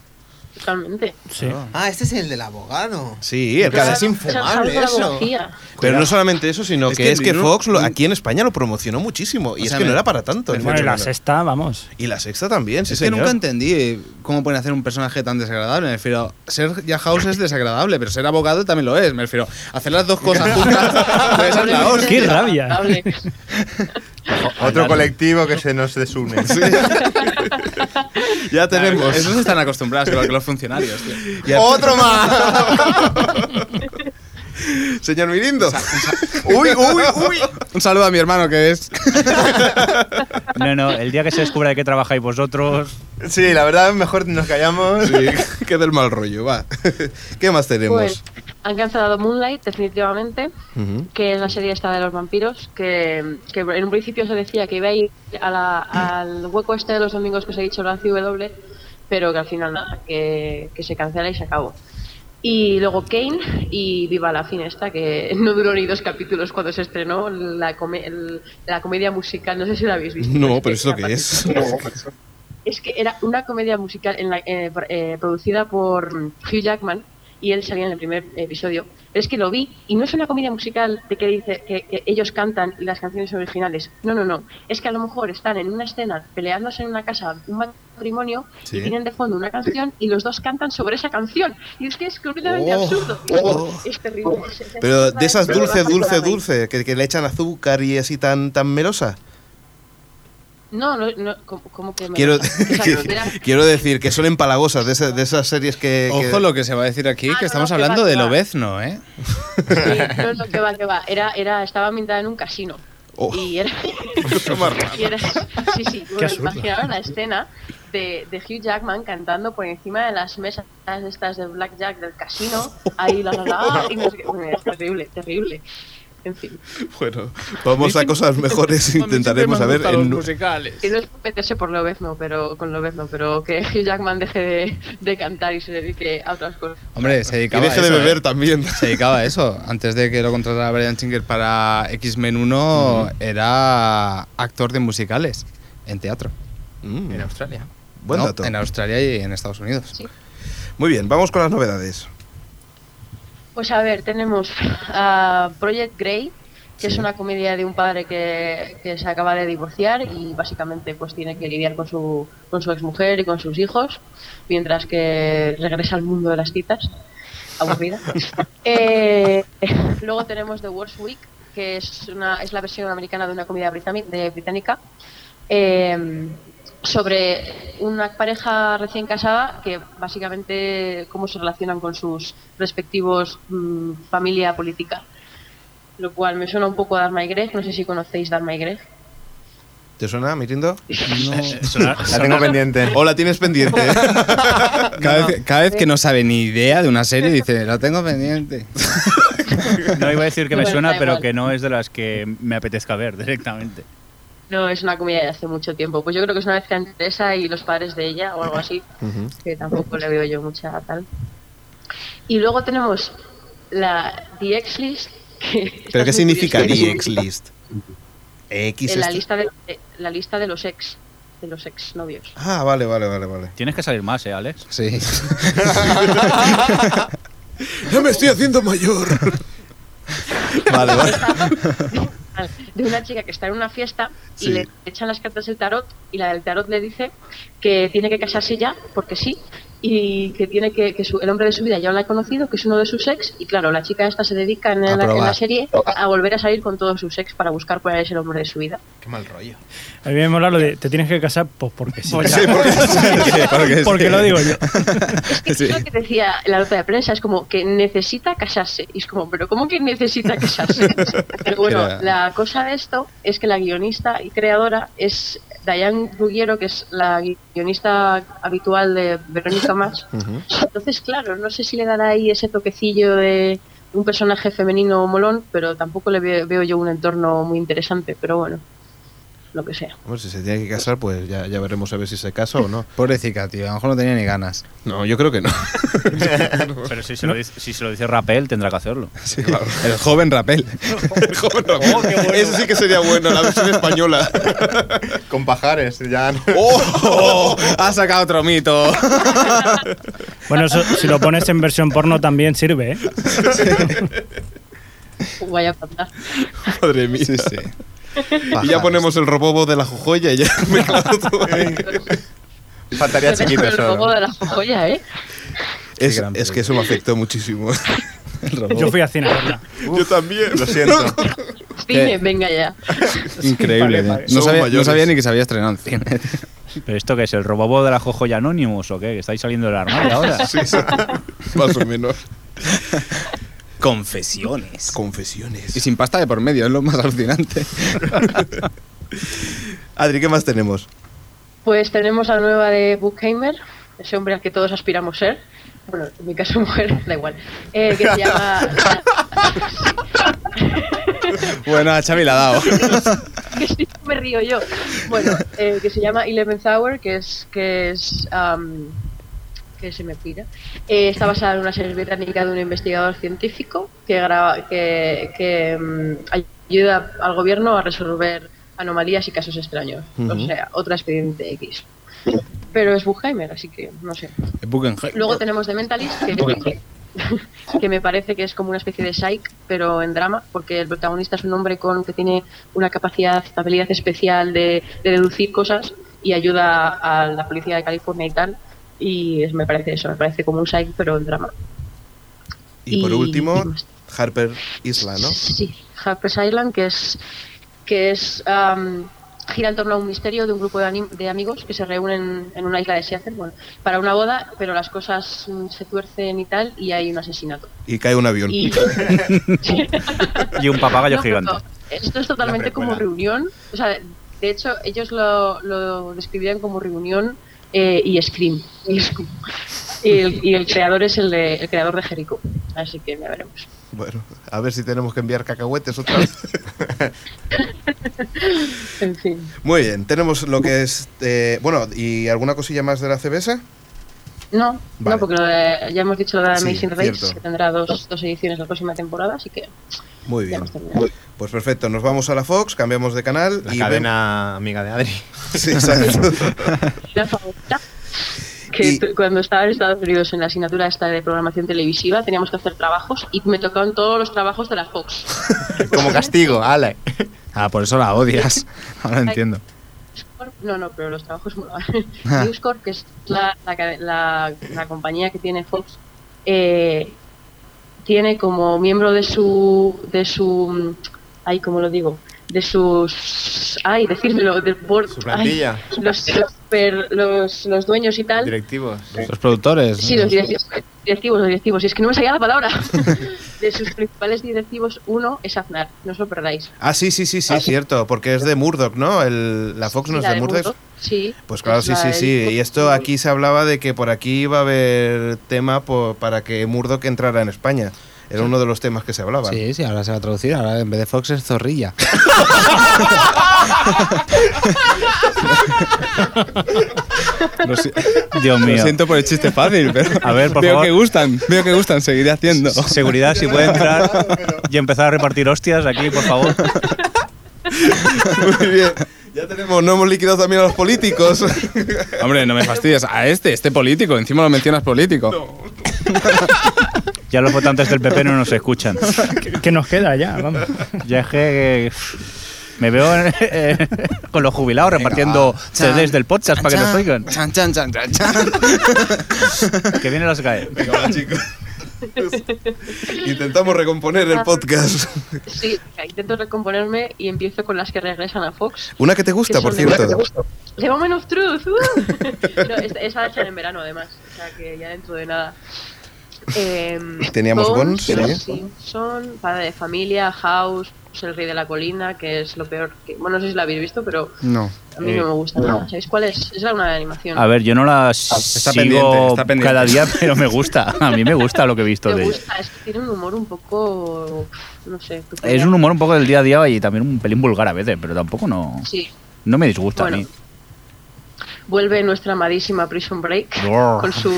S4: totalmente.
S6: Sí.
S8: Ah, este es el del abogado.
S2: Sí, el
S7: Claro,
S2: que-
S7: es infumable
S4: Se han salvado la
S7: eso.
S4: biología.
S2: Pero no solamente eso, sino
S3: Es
S2: que,
S3: que
S2: es que
S3: no-
S2: Fox lo- aquí en España lo promocionó muchísimo. Y
S3: O
S2: es
S3: sea,
S2: que no
S3: me-
S2: era para tanto. ni
S6: Bueno, y
S2: mucho
S6: la
S2: menos.
S6: sexta, vamos.
S2: Y la sexta también, sí,
S3: Es que
S2: señor.
S3: nunca entendí cómo pueden hacer un personaje tan desagradable. Me refiero, ser ya House es desagradable, pero ser abogado también lo es. Me refiero, hacer las dos cosas juntas puede ser la hostia.
S6: ¡Qué rabia!
S4: Hable.
S7: Otro colectivo que se nos desune.
S2: ya
S3: Claro,
S2: tenemos.
S3: Esos están acostumbrados, igual que los funcionarios, tío.
S2: Ya-
S7: ¡Otro más!
S2: Señor Mirindo.
S3: ¡Uy, uy, uy! Un saludo a mi hermano que es.
S5: No, no, el día que se descubra de qué trabajáis vosotros.
S7: Sí, la verdad, mejor nos callamos.
S2: Sí, que del mal rollo, va. ¿Qué más tenemos?
S4: Pues, han cancelado Moonlight, definitivamente.
S2: Ujú.
S4: que es la serie esta de los vampiros, que, que en un principio se decía que iba a ir a la- al hueco este de los domingos que os he dicho, la CW, pero que al final nada, que, que se cancela y se acabó. Y luego Kane y Viva la Finesta, que no duró ni dos capítulos cuando se estrenó la, come- el- la comedia musical, no sé si la habéis visto.
S2: No,
S4: Es
S2: pero ¿esto
S4: era
S2: qué es?
S4: particular. Es que era una comedia musical en la- eh, por- eh, producida por mm, Hugh Jackman y él salía en el primer episodio. Pero es que lo vi y no es una comedia musical de que dice que, que ellos cantan y las canciones originales. No, no, no. Es que a lo mejor están en una escena peleándose en una casa, un matrimonio,
S2: Sí.
S4: y tienen de fondo una canción y los dos cantan sobre esa canción. Y es que es completamente absurdo. Es terrible. Es- es-
S2: Oh. Pero
S4: es-
S2: de esas
S4: pero
S2: dulce,
S4: baja
S2: dulce,
S4: para reír.
S2: dulce, que, que le echan azúcar y así tan, tan melosa.
S4: No, no, no. ¿Cómo, cómo que me
S2: Quiero,
S4: O sea, que hubiera-
S2: quiero decir que son empalagosas de, esa- de esas series que. que-
S3: Ojo lo que se va a decir aquí,
S4: Ah, no,
S3: que estamos
S4: no, que
S3: hablando
S4: va, que
S3: del
S4: va.
S3: obezno, ¿eh?
S4: Sí, no, no, que va, que va. Era, era, estaba ambientada en un casino.
S2: Oh.
S4: Y era.
S2: Mucho más raro.
S4: y era- sí, sí. Bueno,
S6: absurdo.
S4: imaginaros la escena de, de Hugh Jackman cantando por encima de las mesas estas de Blackjack del casino. Ahí, la, la, la. Y no sé qué. Bueno, era terrible, terrible. En fin.
S2: Bueno, vamos a cosas mejores, intentaremos a ver. en-
S4: Y no es por meterse por Lobezno, pero con Lobezno, pero que Hugh Jackman deje de, de cantar y se dedique a otras cosas.
S3: Hombre, se
S2: que
S3: dedicaba
S2: deje
S3: a
S2: de
S3: eso, ¿eh?
S2: beber también.
S3: Se dedicaba a eso. Antes de que lo contratara Brian Singer para X-Men 1, era actor de musicales en teatro.
S2: Mm,
S7: Australia.
S2: buen
S3: ¿no?
S2: dato.
S3: En Australia y en Estados Unidos.
S4: Sí.
S2: Muy bien, vamos con las novedades.
S4: Pues a ver, tenemos a Project Grey, que es una comedia de un padre que, que se acaba de divorciar y básicamente pues tiene que lidiar con su, con su exmujer y con sus hijos, mientras que regresa al mundo de las citas. Aburrida. Eh, luego tenemos The Worst Week, que es, una, es la versión americana de una comedia británica, de británica eh, sobre una pareja recién casada que básicamente cómo se relacionan con sus respectivos mm, familia política. Lo cual me suena un poco a Dharma y Greg, no sé si conocéis Dharma y Greg.
S2: ¿Te suena, Mirindo?
S5: Sonar-
S7: La tengo
S5: sonar-
S7: pendiente.
S2: O la tienes pendiente.
S3: Cada, vez, cada vez que no sabe ni idea de una serie, dice, la tengo pendiente.
S5: No iba a decir que me
S4: Bueno,
S5: suena,
S4: da
S5: pero
S4: igual.
S5: que no es de las que me apetezca ver directamente.
S4: No, es una comedia de hace mucho tiempo. Pues yo creo que es una mezcla entre esa y los padres de ella o algo así,
S2: Ujú.
S4: que tampoco le veo yo mucha tal. Y luego tenemos la The X-List. que esta
S2: ¿Pero qué
S4: es muy
S2: significa
S4: curiosa.
S2: DXList? X
S4: Eh, La
S2: esto.
S4: lista, de, eh, la lista de los ex, de los ex novios.
S2: Ah, vale, vale, vale, vale.
S5: Tienes que salir más, ¿eh, Alex?
S3: Sí.
S2: Ya me estoy haciendo mayor.
S7: Vale, vale.
S4: de una chica que está en una fiesta
S2: Sí.
S4: y le echan las cartas del tarot y la del tarot le dice que tiene que casarse ya porque sí y que tiene que, que su- el hombre de su vida ya lo ha conocido que es uno de sus ex y claro la chica esta se dedica en, la, en
S3: probar.
S4: la serie a volver a salir con todos sus ex para buscar cuál es el hombre de su vida
S8: Qué mal rollo.
S6: A mí me mola lo de te tienes que casar, pues porque sí.
S7: porque, porque-
S6: porque lo digo yo.
S4: es que es lo que decía en la nota de prensa es como que necesita casarse y es como pero cómo que necesita casarse pero bueno
S3: Era-
S4: la cosa de esto es que la guionista y creadora es Diane Ruggiero que es la guionista habitual de Verónica Mars entonces claro no sé si le dará ahí ese toquecillo de un personaje femenino molón pero tampoco le ve- veo yo un entorno muy interesante pero bueno lo que sea
S2: Hombre, si se tiene que casar, pues ya, ya veremos a ver si se casa o no.
S3: Pobrecita, tío, a lo mejor no tenía ni ganas.
S2: No, yo creo que no.
S5: Pero si se lo dice, si se lo dice Rapel, tendrá que hacerlo.
S3: El joven Rapel. Oh,
S2: El joven Ramón. Eso sí que sería bueno, la versión española.
S7: Con pajares, ya. no-
S3: ¡Oh! Ha sacado otro mito.
S6: Bueno, eso, si lo pones en versión porno también sirve, ¿eh?
S4: vaya fatal
S2: Madre mía.
S3: Sí, sí.
S2: Y ya ponemos el robobo de la jojoya y ya me clavo todo ahí.
S7: Faltaría chiquito
S4: el juego
S7: solo.
S4: de la joya eh
S2: Es,
S3: gran
S2: es que eso me afectó muchísimo.
S6: Yo fui a cine a verla.
S2: Yo también.
S7: Lo siento.
S4: Cine, venga ya.
S3: Increíble.
S6: Vale,
S3: ¿eh? tío.
S6: vale.
S3: No
S2: Somos
S3: sabía, no
S2: mayores.
S3: sabía ni que se había estrenado en cine.
S5: ¿Pero esto qué es? ¿El robobo de la jojoya Anonymous o qué? ¿Que estáis saliendo del armario ahora?
S2: Sí, sí. Más o menos.
S3: Confesiones. Y
S2: Confesiones.
S3: sin pasta de por medio, es lo más alucinante.
S2: Adri, ¿qué más tenemos?
S4: Pues tenemos la nueva de Bookheimer, ese hombre al que todos aspiramos ser. Bueno, en mi caso mujer, da igual. Eh, que se llama.
S3: Bueno, a Xavi la ha dado.
S4: que sí, me río yo. Bueno, eh, que se llama Eleventh Hour, que es. que es. am, que se me pira. Eh, está basada en una serie británica de un investigador científico que, graba, que, que, mm, ayuda al gobierno a resolver anomalías y casos extraños. O sea, otra expediente X. Pero es Buchheimer, así que no sé. Luego tenemos The Mentalist, que, que me parece que es como una especie de psych, pero en drama, porque el protagonista es un hombre con que tiene una capacidad, una habilidad especial de, de deducir cosas y ayuda a la policía de California y tal. Y es- me parece eso, me parece como un psych, pero en drama.
S2: Y por
S4: Y-
S2: último,
S4: ¿qué más?
S2: Harper Isla, ¿no?
S4: Sí, Harper's Island, que es que es am, gira en torno a un misterio de un grupo de, anim- de amigos que se reúnen en una isla de Seattle bueno, para una boda, pero las cosas mm, se tuercen y tal y hay un asesinato.
S2: Y cae un avión.
S4: Y
S5: Y un papagayo
S4: No,
S5: gigante.
S4: pero Esto es totalmente
S7: La
S4: como
S7: precuela.
S4: reunión, o sea, de hecho ellos lo, lo describían como reunión eh, y scream. Y, es como- y el, y el creador es el, de- el creador de Jericho, así que ya veremos.
S2: Bueno, a ver si tenemos que enviar cacahuetes otra vez.
S4: En fin.
S2: Muy bien, tenemos lo que es... eh, bueno, ¿y alguna cosilla más de la CBS?
S4: No,
S2: Vale.
S4: no, porque lo de- ya hemos dicho lo de
S2: Sí,
S4: Amazing Race,
S2: cierto.
S4: que tendrá dos, dos ediciones la próxima temporada, así que
S2: Muy
S4: ya
S2: bien.
S4: hemos terminado.
S2: Pues perfecto, nos vamos a la Fox, cambiamos de canal
S7: La
S2: y...
S7: cadena amiga de Adri.
S2: ven- Sí, exacto.
S4: La favorita, que
S2: Y-
S4: tú- cuando estaba en Estados Unidos en la asignatura esta de programación televisiva, teníamos que hacer trabajos y me tocaban todos los trabajos de la Fox.
S7: Como castigo, Ale.
S3: Ah, por eso la odias. Ahora entiendo.
S4: No, no, pero los trabajos molaban. News Corp, que es la, la cade- la- la compañía que tiene Fox, eh, tiene como miembro de su. de su. mm, Ay, ¿cómo lo digo? de sus ay decírmelo del board
S7: Su plantilla.
S4: ay, los, los per- los- los dueños y tal
S7: Directivos.
S3: Los productores.
S4: Sí, los directivos, directivos, los directivos. Y es que no me salía la palabra. De sus principales directivos, uno es Aznar. No os lo perdáis.
S2: Ah, sí, sí, sí, sí, cierto, porque es de Murdoch, ¿no? El- la Fox no
S4: La
S2: es de Murdoch.
S4: Murdoch, Sí.
S2: Pues claro,
S4: es
S2: sí,
S4: la
S2: sí,
S4: del-
S2: sí. Y esto aquí se hablaba de que por aquí iba a haber tema po- para que Murdoch entrara en España. Era uno de los temas que se hablaba.
S3: Sí, sí, ahora se va a traducir. Ahora en vez de Fox es Zorrilla.
S5: Lo si- Pues Dios mío.
S3: por el chiste fácil, pero.
S5: A ver, por favor.
S3: gustan, veo que gustan, seguiré haciendo.
S5: Seguridad, si puede entrar y empezar a repartir hostias aquí, por favor.
S2: Muy bien. Ya tenemos, no hemos liquidado también a los políticos.
S3: Hombre, no me fastidies. A este, este político, encima lo mencionas político.
S5: Ya los votantes del PP no nos escuchan.
S6: ¿Qué nos queda ya? Vamos.
S5: Ya es que me veo eh, con los jubilados repartiendo
S3: Chan,
S5: CDs Este del podcast para que
S3: chan,
S5: nos oigan.
S3: Chan, chan, chan, chan, chan.
S5: Que vienen las GAE.
S2: Intentamos recomponer el podcast.
S4: Sí, intento recomponerme y empiezo con las que regresan a Fox.
S2: Una que te gusta,
S4: que
S2: por
S4: son de-
S2: cierto.
S4: The Moment of Truth. ¡uh! no, es- esa la echan en verano, además. O sea, que ya dentro de nada. Em,
S2: Teníamos Bones,
S4: Los
S2: sí.
S4: Simpson, Padre de Familia, House, Pues El Rey de la Colina, que es lo peor que... Bueno, no sé si la habéis visto, pero
S3: No.
S4: a mí
S5: Eh,
S4: no me gusta nada. ¿Sabéis cuál es? Es la una de animación.
S5: A ver, yo no la sigo
S3: pendiente, está pendiente.
S5: cada día, pero me gusta. A mí me gusta lo que he visto
S4: me
S5: de ella.
S4: gusta, es que tiene un humor un poco... No sé. peculiar.
S5: Es un humor un poco del día a día y también un pelín vulgar a veces, pero tampoco no,
S4: Sí.
S5: no me disgusta a
S4: Bueno.
S5: mí.
S4: Vuelve nuestra amadísima Prison Break
S5: Brr.
S4: con su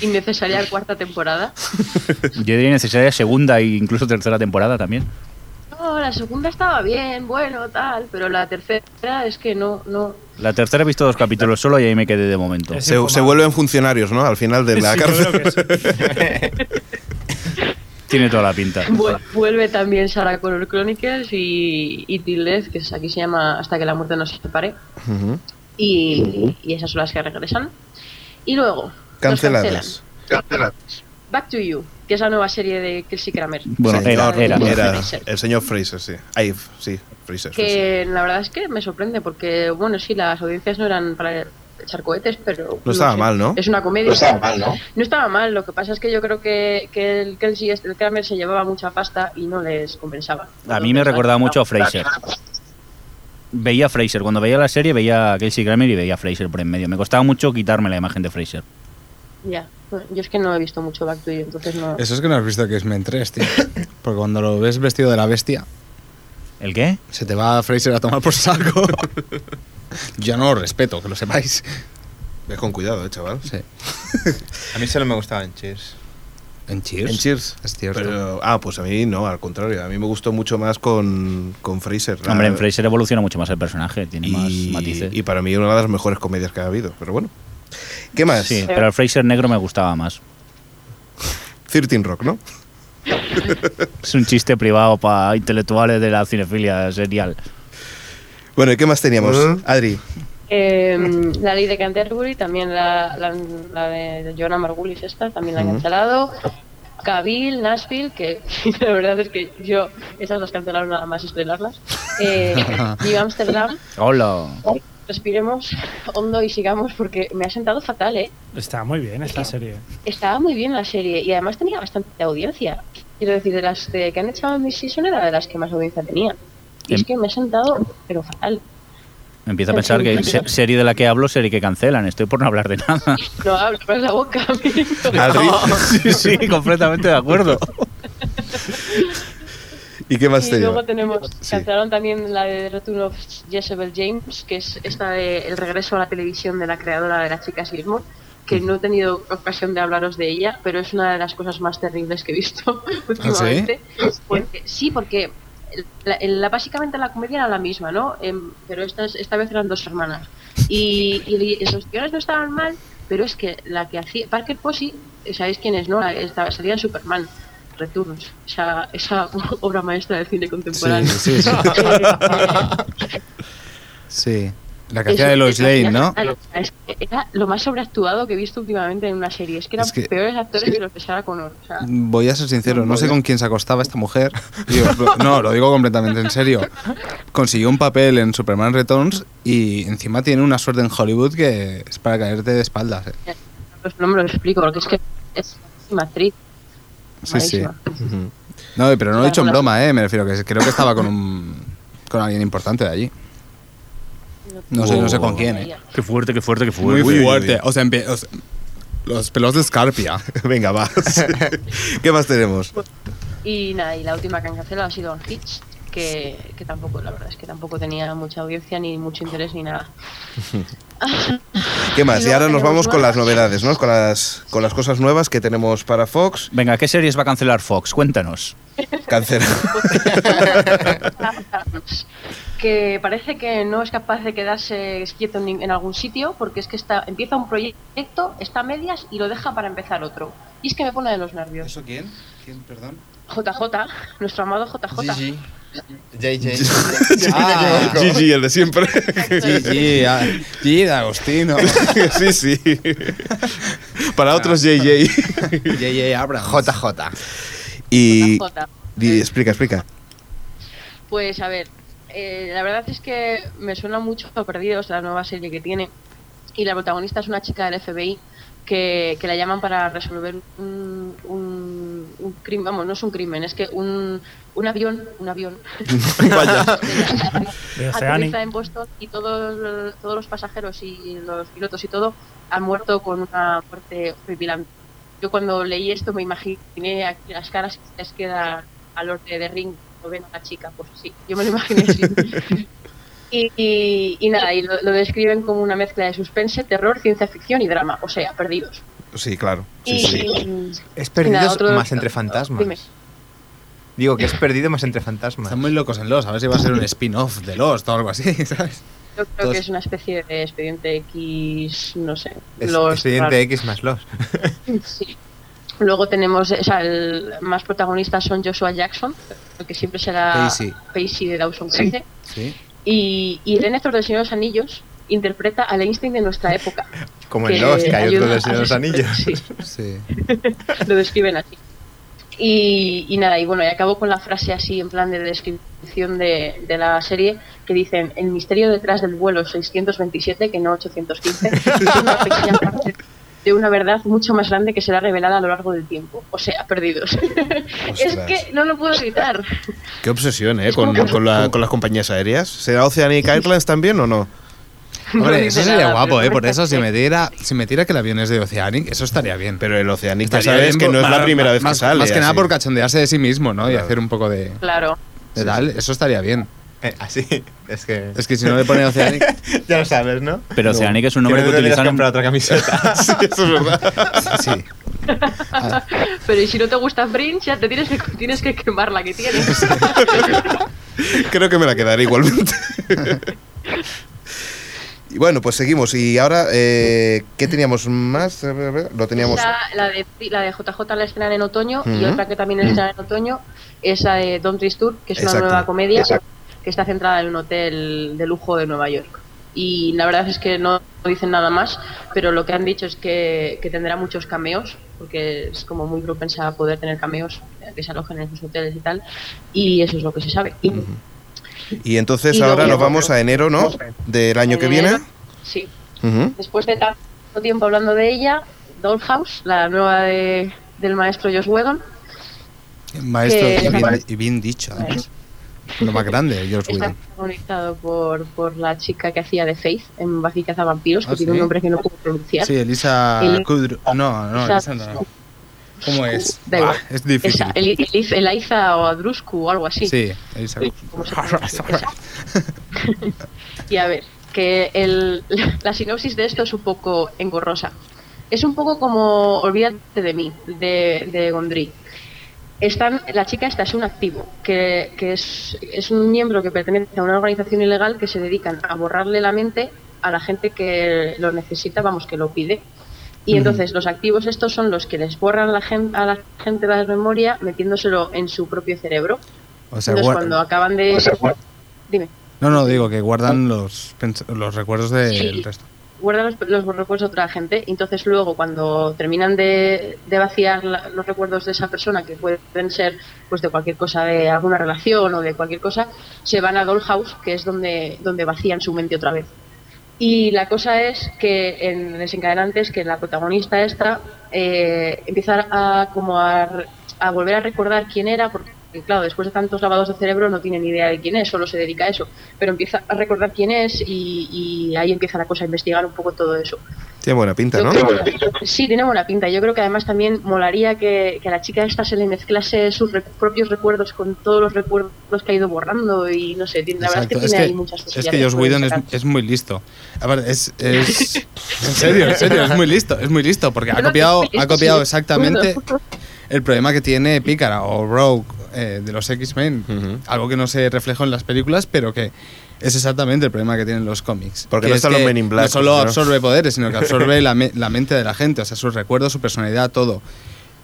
S4: innecesaria cuarta temporada.
S5: Yo diría necesaria segunda e incluso tercera temporada también.
S4: No, la segunda estaba bien, bueno, tal, pero la tercera es que no, no.
S5: La tercera he visto dos capítulos solo y ahí me quedé de momento.
S6: Es-
S2: Se, se vuelven funcionarios, ¿no? Al final de la
S6: Sí, yo
S2: cárcel.
S6: creo que sí.
S5: Tiene toda la pinta.
S4: Vu- Vuelve también Sarah Connor Chronicles y, y Till Death, que es- aquí se llama Hasta que la muerte nos separe.
S2: Ujú.
S4: Y, y esas son las que regresan. Y luego. nos
S2: Canceladas.
S4: cancelan Back to You, que es la nueva serie de Kelsey Kramer.
S5: Bueno,
S2: Sí.
S5: era, era.
S2: Era
S4: Fraser.
S2: el señor Fraser, sí. Ahí, sí, Fraser. Fraser.
S4: Que la verdad es que me sorprende, porque, bueno, sí, las audiencias no eran para echar cohetes, pero.
S2: No estaba
S4: sé,
S2: mal, ¿no?
S4: Es una comedia.
S9: No estaba mal, ¿no?
S4: No estaba mal, lo que pasa es que yo creo que, que el Kelsey este, el Kramer se llevaba mucha pasta y no les compensaba.
S5: A mí me recordaba mucho a Fraser. Veía a Fraser. Cuando veía la serie veía a Casey Kramer y veía a Fraser por en medio. Me costaba mucho quitarme la imagen de Fraser.
S4: Ya, bueno, yo es que no he visto mucho Back to You, entonces no.
S3: Eso es que no has visto que es Men 3, tío. Porque cuando lo ves vestido de la bestia,
S5: ¿El qué?
S3: se te va Fraser a tomar por saco. Yo no lo respeto, que lo sepáis.
S2: Ve con cuidado, eh, chaval.
S3: Sí.
S7: A mí solo me gustaba en Cheers.
S3: En Cheers.
S2: En Cheers.
S3: Es cierto.
S2: Pero, ah, pues a mí no, al contrario. A mí me gustó mucho más con, con Fraser. la-
S5: Hombre, en Fraser evoluciona mucho más el personaje, tiene más
S2: y,
S5: matices.
S2: y para mí una de las mejores comedias que ha habido. Pero bueno. ¿Qué más?
S5: Sí, pero el Fraser negro me gustaba más.
S2: 13 Rock, ¿no?
S5: Es un chiste privado para intelectuales de la cinefilia serial.
S2: Bueno, ¿y qué más teníamos? Adri.
S4: Eh, la ley de Canterbury, también la, la, la de Joanna Margulis, esta, también la han cancelado. Cabil, Nashville, que la verdad es que yo esas las cancelaron nada más estrenarlas. Eh, New Amsterdam,
S5: Hola.
S4: respiremos hondo y sigamos porque me ha sentado fatal, ¿eh?
S6: Está muy bien esta serie.
S4: Estaba muy bien la serie y además tenía bastante audiencia. Quiero decir, de las de que han echado en mi season era de las que más audiencia tenía. Y es
S5: Em-
S4: que me ha sentado, pero fatal.
S5: Empiezo a pensar que se- serie de la que hablo, serie que cancelan. Estoy por no hablar de nada.
S4: No hablo, abras la boca,
S3: Ah,
S4: amigo.
S2: Adri.
S5: Sí, sí, completamente de acuerdo.
S2: ¿Y qué más
S4: Y
S2: teníamos?
S4: luego tenemos,
S2: Sí.
S4: cancelaron también la de Return of Jezebel James, que es esta de El regreso a la televisión de la creadora de La chica Gilmore, que
S2: Mm.
S4: no he tenido ocasión de hablaros de ella, pero es una de las cosas más terribles que he visto últimamente.
S2: ¿Ah,
S4: Porque- sí, porque la, la- básicamente la comedia era la misma, ¿no? Em, pero esta, es- esta vez eran dos hermanas. Y, y los guiones no estaban mal, pero es que la que hacía Parker Posey, ¿sabéis quién es, no? La- Estaba, salía en Superman. Returns, o sea, esa obra maestra del cine
S3: Sí,
S4: contemporáneo.
S3: sí, sí.
S4: Eh,
S3: Sí. La que hacía de Lois Lane, ¿no?
S4: Era lo más sobreactuado que he visto últimamente en una serie. Es que eran
S3: Es que- Mm.
S4: peores actores que los de Sarah Connor. O sea,
S3: Voy a ser sincero, no sé con quién se acostaba esta mujer. Digo, no, lo digo completamente en serio. Consiguió un papel en Superman Returns y encima tiene una suerte en Hollywood que es para caerte de espaldas. eh.
S4: pues no me lo explico, porque es que es una actriz.
S3: Sí, sí.
S4: malísima.
S3: No, pero no lo he dicho en broma, eh. Me refiero que creo que estaba con un, con alguien importante de allí. No sé, no sé con quién, eh.
S5: Qué fuerte, qué fuerte, qué
S3: Muy
S5: fuerte.
S3: fuerte. O sea, empie- o sea, los pelos de escarpia.
S2: Venga, va. ¿Qué más tenemos?
S3: Pues
S4: Y nada, y la última que han cancelado ha sido On Hitch, que, que tampoco, la verdad es que tampoco tenía mucha audiencia ni mucho interés ni nada.
S2: ¿Qué más?
S4: Y
S2: Y ahora
S4: luego
S2: nos vamos
S4: tenemos
S2: con las
S4: nuevas.
S2: novedades, ¿no? Con las, con las cosas nuevas que tenemos para Fox.
S5: Venga, ¿qué series va a cancelar Fox? Cuéntanos.
S2: Cancela.
S4: que parece que no es capaz de quedarse quieto en, nin- en algún sitio porque es que está, empieza un proyecto, está a medias y lo deja para empezar otro. Y es que me pone de los nervios.
S3: ¿Eso quién? ¿Quién, perdón?
S4: JJ, nuestro amado JJ.
S7: GG. JJ.
S3: Ah,
S2: GG, el de siempre.
S3: GG, ah, GG de Agostino.
S2: sí, sí. Para otros, JJ.
S3: JJ Ah, Abrams. Eh.
S7: JJ.
S2: Y,
S4: JJ.
S2: y explica, explica.
S4: Pues a ver, eh, la verdad es que me suena mucho a Perdidos, la nueva serie que tiene. Y la protagonista es una chica del FBI que, que la llaman para resolver un, un- un crimen, vamos, no es un crimen, es que un, un avión, un avión,
S2: Vaya.
S6: De Oceani.
S4: aterriza en Boston y todos, todos los pasajeros y los pilotos y todo han muerto con una muerte horripilante. Yo cuando leí esto me imaginé aquí las caras que les queda al norte de Ring lo ven a la chica, pues sí, yo me lo imaginé así. Y, y- y nada, y lo, lo describen como una mezcla de suspense, terror, ciencia ficción y drama, o sea, perdidos.
S2: Sí, claro.
S4: y,
S2: Sí, sí.
S7: Es
S4: Nada,
S7: perdido
S4: otro-
S7: más entre fantasmas.
S4: Dime.
S7: Digo que es perdido más entre fantasmas.
S3: Están muy locos en Lost, a ver si va a ser un spin-off de Lost o algo así, ¿sabes?
S4: yo creo que
S7: Entonces-
S4: es una especie de expediente X, no sé.
S7: Es
S4: los raros.
S7: expediente X más los.
S4: Sí. Luego tenemos, o sea, el más protagonistas son Joshua Jackson, el que siempre será
S3: Pacey.
S4: Pacey de Dawson Creek.
S3: Sí.
S4: Y, y el Héctor del Señor de los Anillos interpreta al Einstein de nuestra época.
S7: Como en los, que hay otro
S4: ayuda
S7: del Señor de los
S4: a-
S7: Anillos.
S4: Sí,
S3: Sí.
S4: lo describen así. Y, y nada, y bueno, y acabo con la frase así en plan de descripción de, de la serie que dicen, el misterio detrás del vuelo 627, que no 815, es una pequeña parte de una verdad mucho más grande que será revelada a lo largo del tiempo. O sea, perdidos. es
S2: Ostras.
S4: que no lo puedo evitar.
S2: Qué obsesión, ¿eh?
S4: Es como
S2: Con,
S4: que-
S2: con la- con las compañías aéreas. ¿Será Oceanic Airlines también o no?
S3: Hombre, eso sería guapo, ¿eh? Por eso, si
S4: se
S3: me, diera, si me tira que el avión es de Oceanic, eso estaría bien.
S2: Pero el Oceanic, ya
S3: Estaría
S2: sabes
S3: bien
S2: que
S3: por-
S2: no es la
S3: más-
S2: primera vez que
S3: más-
S2: sale.
S3: Más que nada
S2: así.
S3: por cachondearse de sí mismo, ¿no? Y
S2: Claro.
S3: hacer un poco de,
S4: Claro.
S3: de tal, eso estaría bien.
S7: Eh, así. Es que.
S3: Es que si no le pone Oceanic,
S7: ya lo sabes, ¿no?
S5: Pero Oceanic es un nombre
S7: que, no
S5: que
S7: te tenías
S5: utilizaron-
S7: comprar otra camiseta. sí, eso es verdad.
S3: sí.
S4: Pero y si no te gusta Fringe, ya te tienes que, tienes que quemar la que tienes.
S2: Creo que me la quedaré igualmente. y bueno, pues seguimos. Y ahora, eh, ¿qué teníamos más? A ver, a ver, Lo teníamos.
S4: La, la de, la de JJ la estrenan en otoño y
S2: Ujú.
S4: otra que también estrenan en otoño es la de Don't Disturb, que es
S2: Exacto,
S4: una nueva comedia
S2: exacto.
S4: que está centrada en un hotel de lujo de Nueva York. Y la verdad es que no dicen nada más, pero lo que han dicho es que, que tendrá muchos cameos, porque es como muy propensa a poder tener cameos eh, que se alojen en sus hoteles y tal, y eso es lo que se sabe. Y
S2: Y entonces
S4: Y lo
S2: ahora nos
S4: mismo.
S2: vamos a enero, ¿no? Del año que
S4: en
S2: viene.
S4: enero- Sí,
S2: Ujú.
S4: Después de tanto tiempo hablando de ella, Dollhouse, la nueva de- del maestro Josh Whedon,
S3: Maestro,
S4: Que-
S3: y bien, y bien dicho, además. Lo más grande, George
S4: está
S3: Whedon.
S4: protagonizado por, por la chica que hacía de Faith en Buffy Cazavampiros, que
S3: Ah,
S4: tiene
S3: ¿sí?
S4: un nombre que no puedo pronunciar.
S3: Sí, Elisa
S4: El-
S3: Kudrow. No, no,
S4: Esa-
S3: Elisa no. ¿Cómo es?
S4: Da igual.
S3: Ah, es difícil.
S4: Esa, el, el- Eliza o Adruscu o algo así.
S3: Sí, Elisa
S4: como se pronuncia, esa. y a ver, que el, la sinopsis de esto es un poco engorrosa. Es un poco como Olvídate de mí, de, de Gondry. Están, la chica esta es un activo, que, que es, es un miembro que pertenece a una organización ilegal que se dedican a borrarle la mente a la gente que lo necesita, vamos, que lo pide. Y entonces los activos estos son los que les borran la gen- a la gente la memoria metiéndoselo en su propio cerebro.
S3: O sea,
S4: Entonces,
S3: guar-
S4: cuando acaban de. Dime.
S3: No, no, digo que guardan los, pens- los recuerdos del
S4: Sí.
S3: resto.
S4: guardan los, los recuerdos de otra gente. Entonces, luego, cuando terminan de, de vaciar la- los recuerdos de esa persona, que pueden ser pues de cualquier cosa, de alguna relación o de cualquier cosa, se van a Dollhouse, que es donde, donde vacían su mente otra vez. Y la cosa es que en Desencadenantes, que la protagonista esta eh, empieza a, como a, re- a volver a recordar quién era, porque claro, después de tantos lavados de cerebro no tiene ni idea de quién es, solo se dedica a eso, pero empieza a recordar quién es y, y ahí empieza la cosa a investigar un poco todo eso.
S2: Tiene buena pinta,
S4: Yo
S2: ¿no?
S4: creo que- sí, tiene buena pinta. Yo creo que además también molaría que, que a la chica esta se le mezclase sus re- propios recuerdos con todos los recuerdos que ha ido borrando y no sé, tiene- la verdad es que
S3: Exacto.
S4: tiene ahí muchas
S3: es
S4: cosillas
S3: que Josh
S4: pueden
S3: Whedon es,
S4: sacar.
S3: es muy listo. Aparte, es, es- en serio, en serio, es muy listo, es muy listo, porque ha
S4: Creo que
S3: copiado,
S4: sí,
S3: ha copiado
S4: sí.
S3: exactamente el problema que tiene Pícara o Rogue eh, de los X-Men,
S2: Ujú.
S3: algo que no se reflejó en las películas, pero que es exactamente el problema que tienen los cómics.
S2: Porque
S3: Que
S2: no
S3: es
S2: están los
S3: que
S2: Men in Black,
S3: No solo
S2: claro.
S3: absorbe poderes, sino que absorbe la, me- la mente de la gente, o sea, sus recuerdos, su personalidad, todo.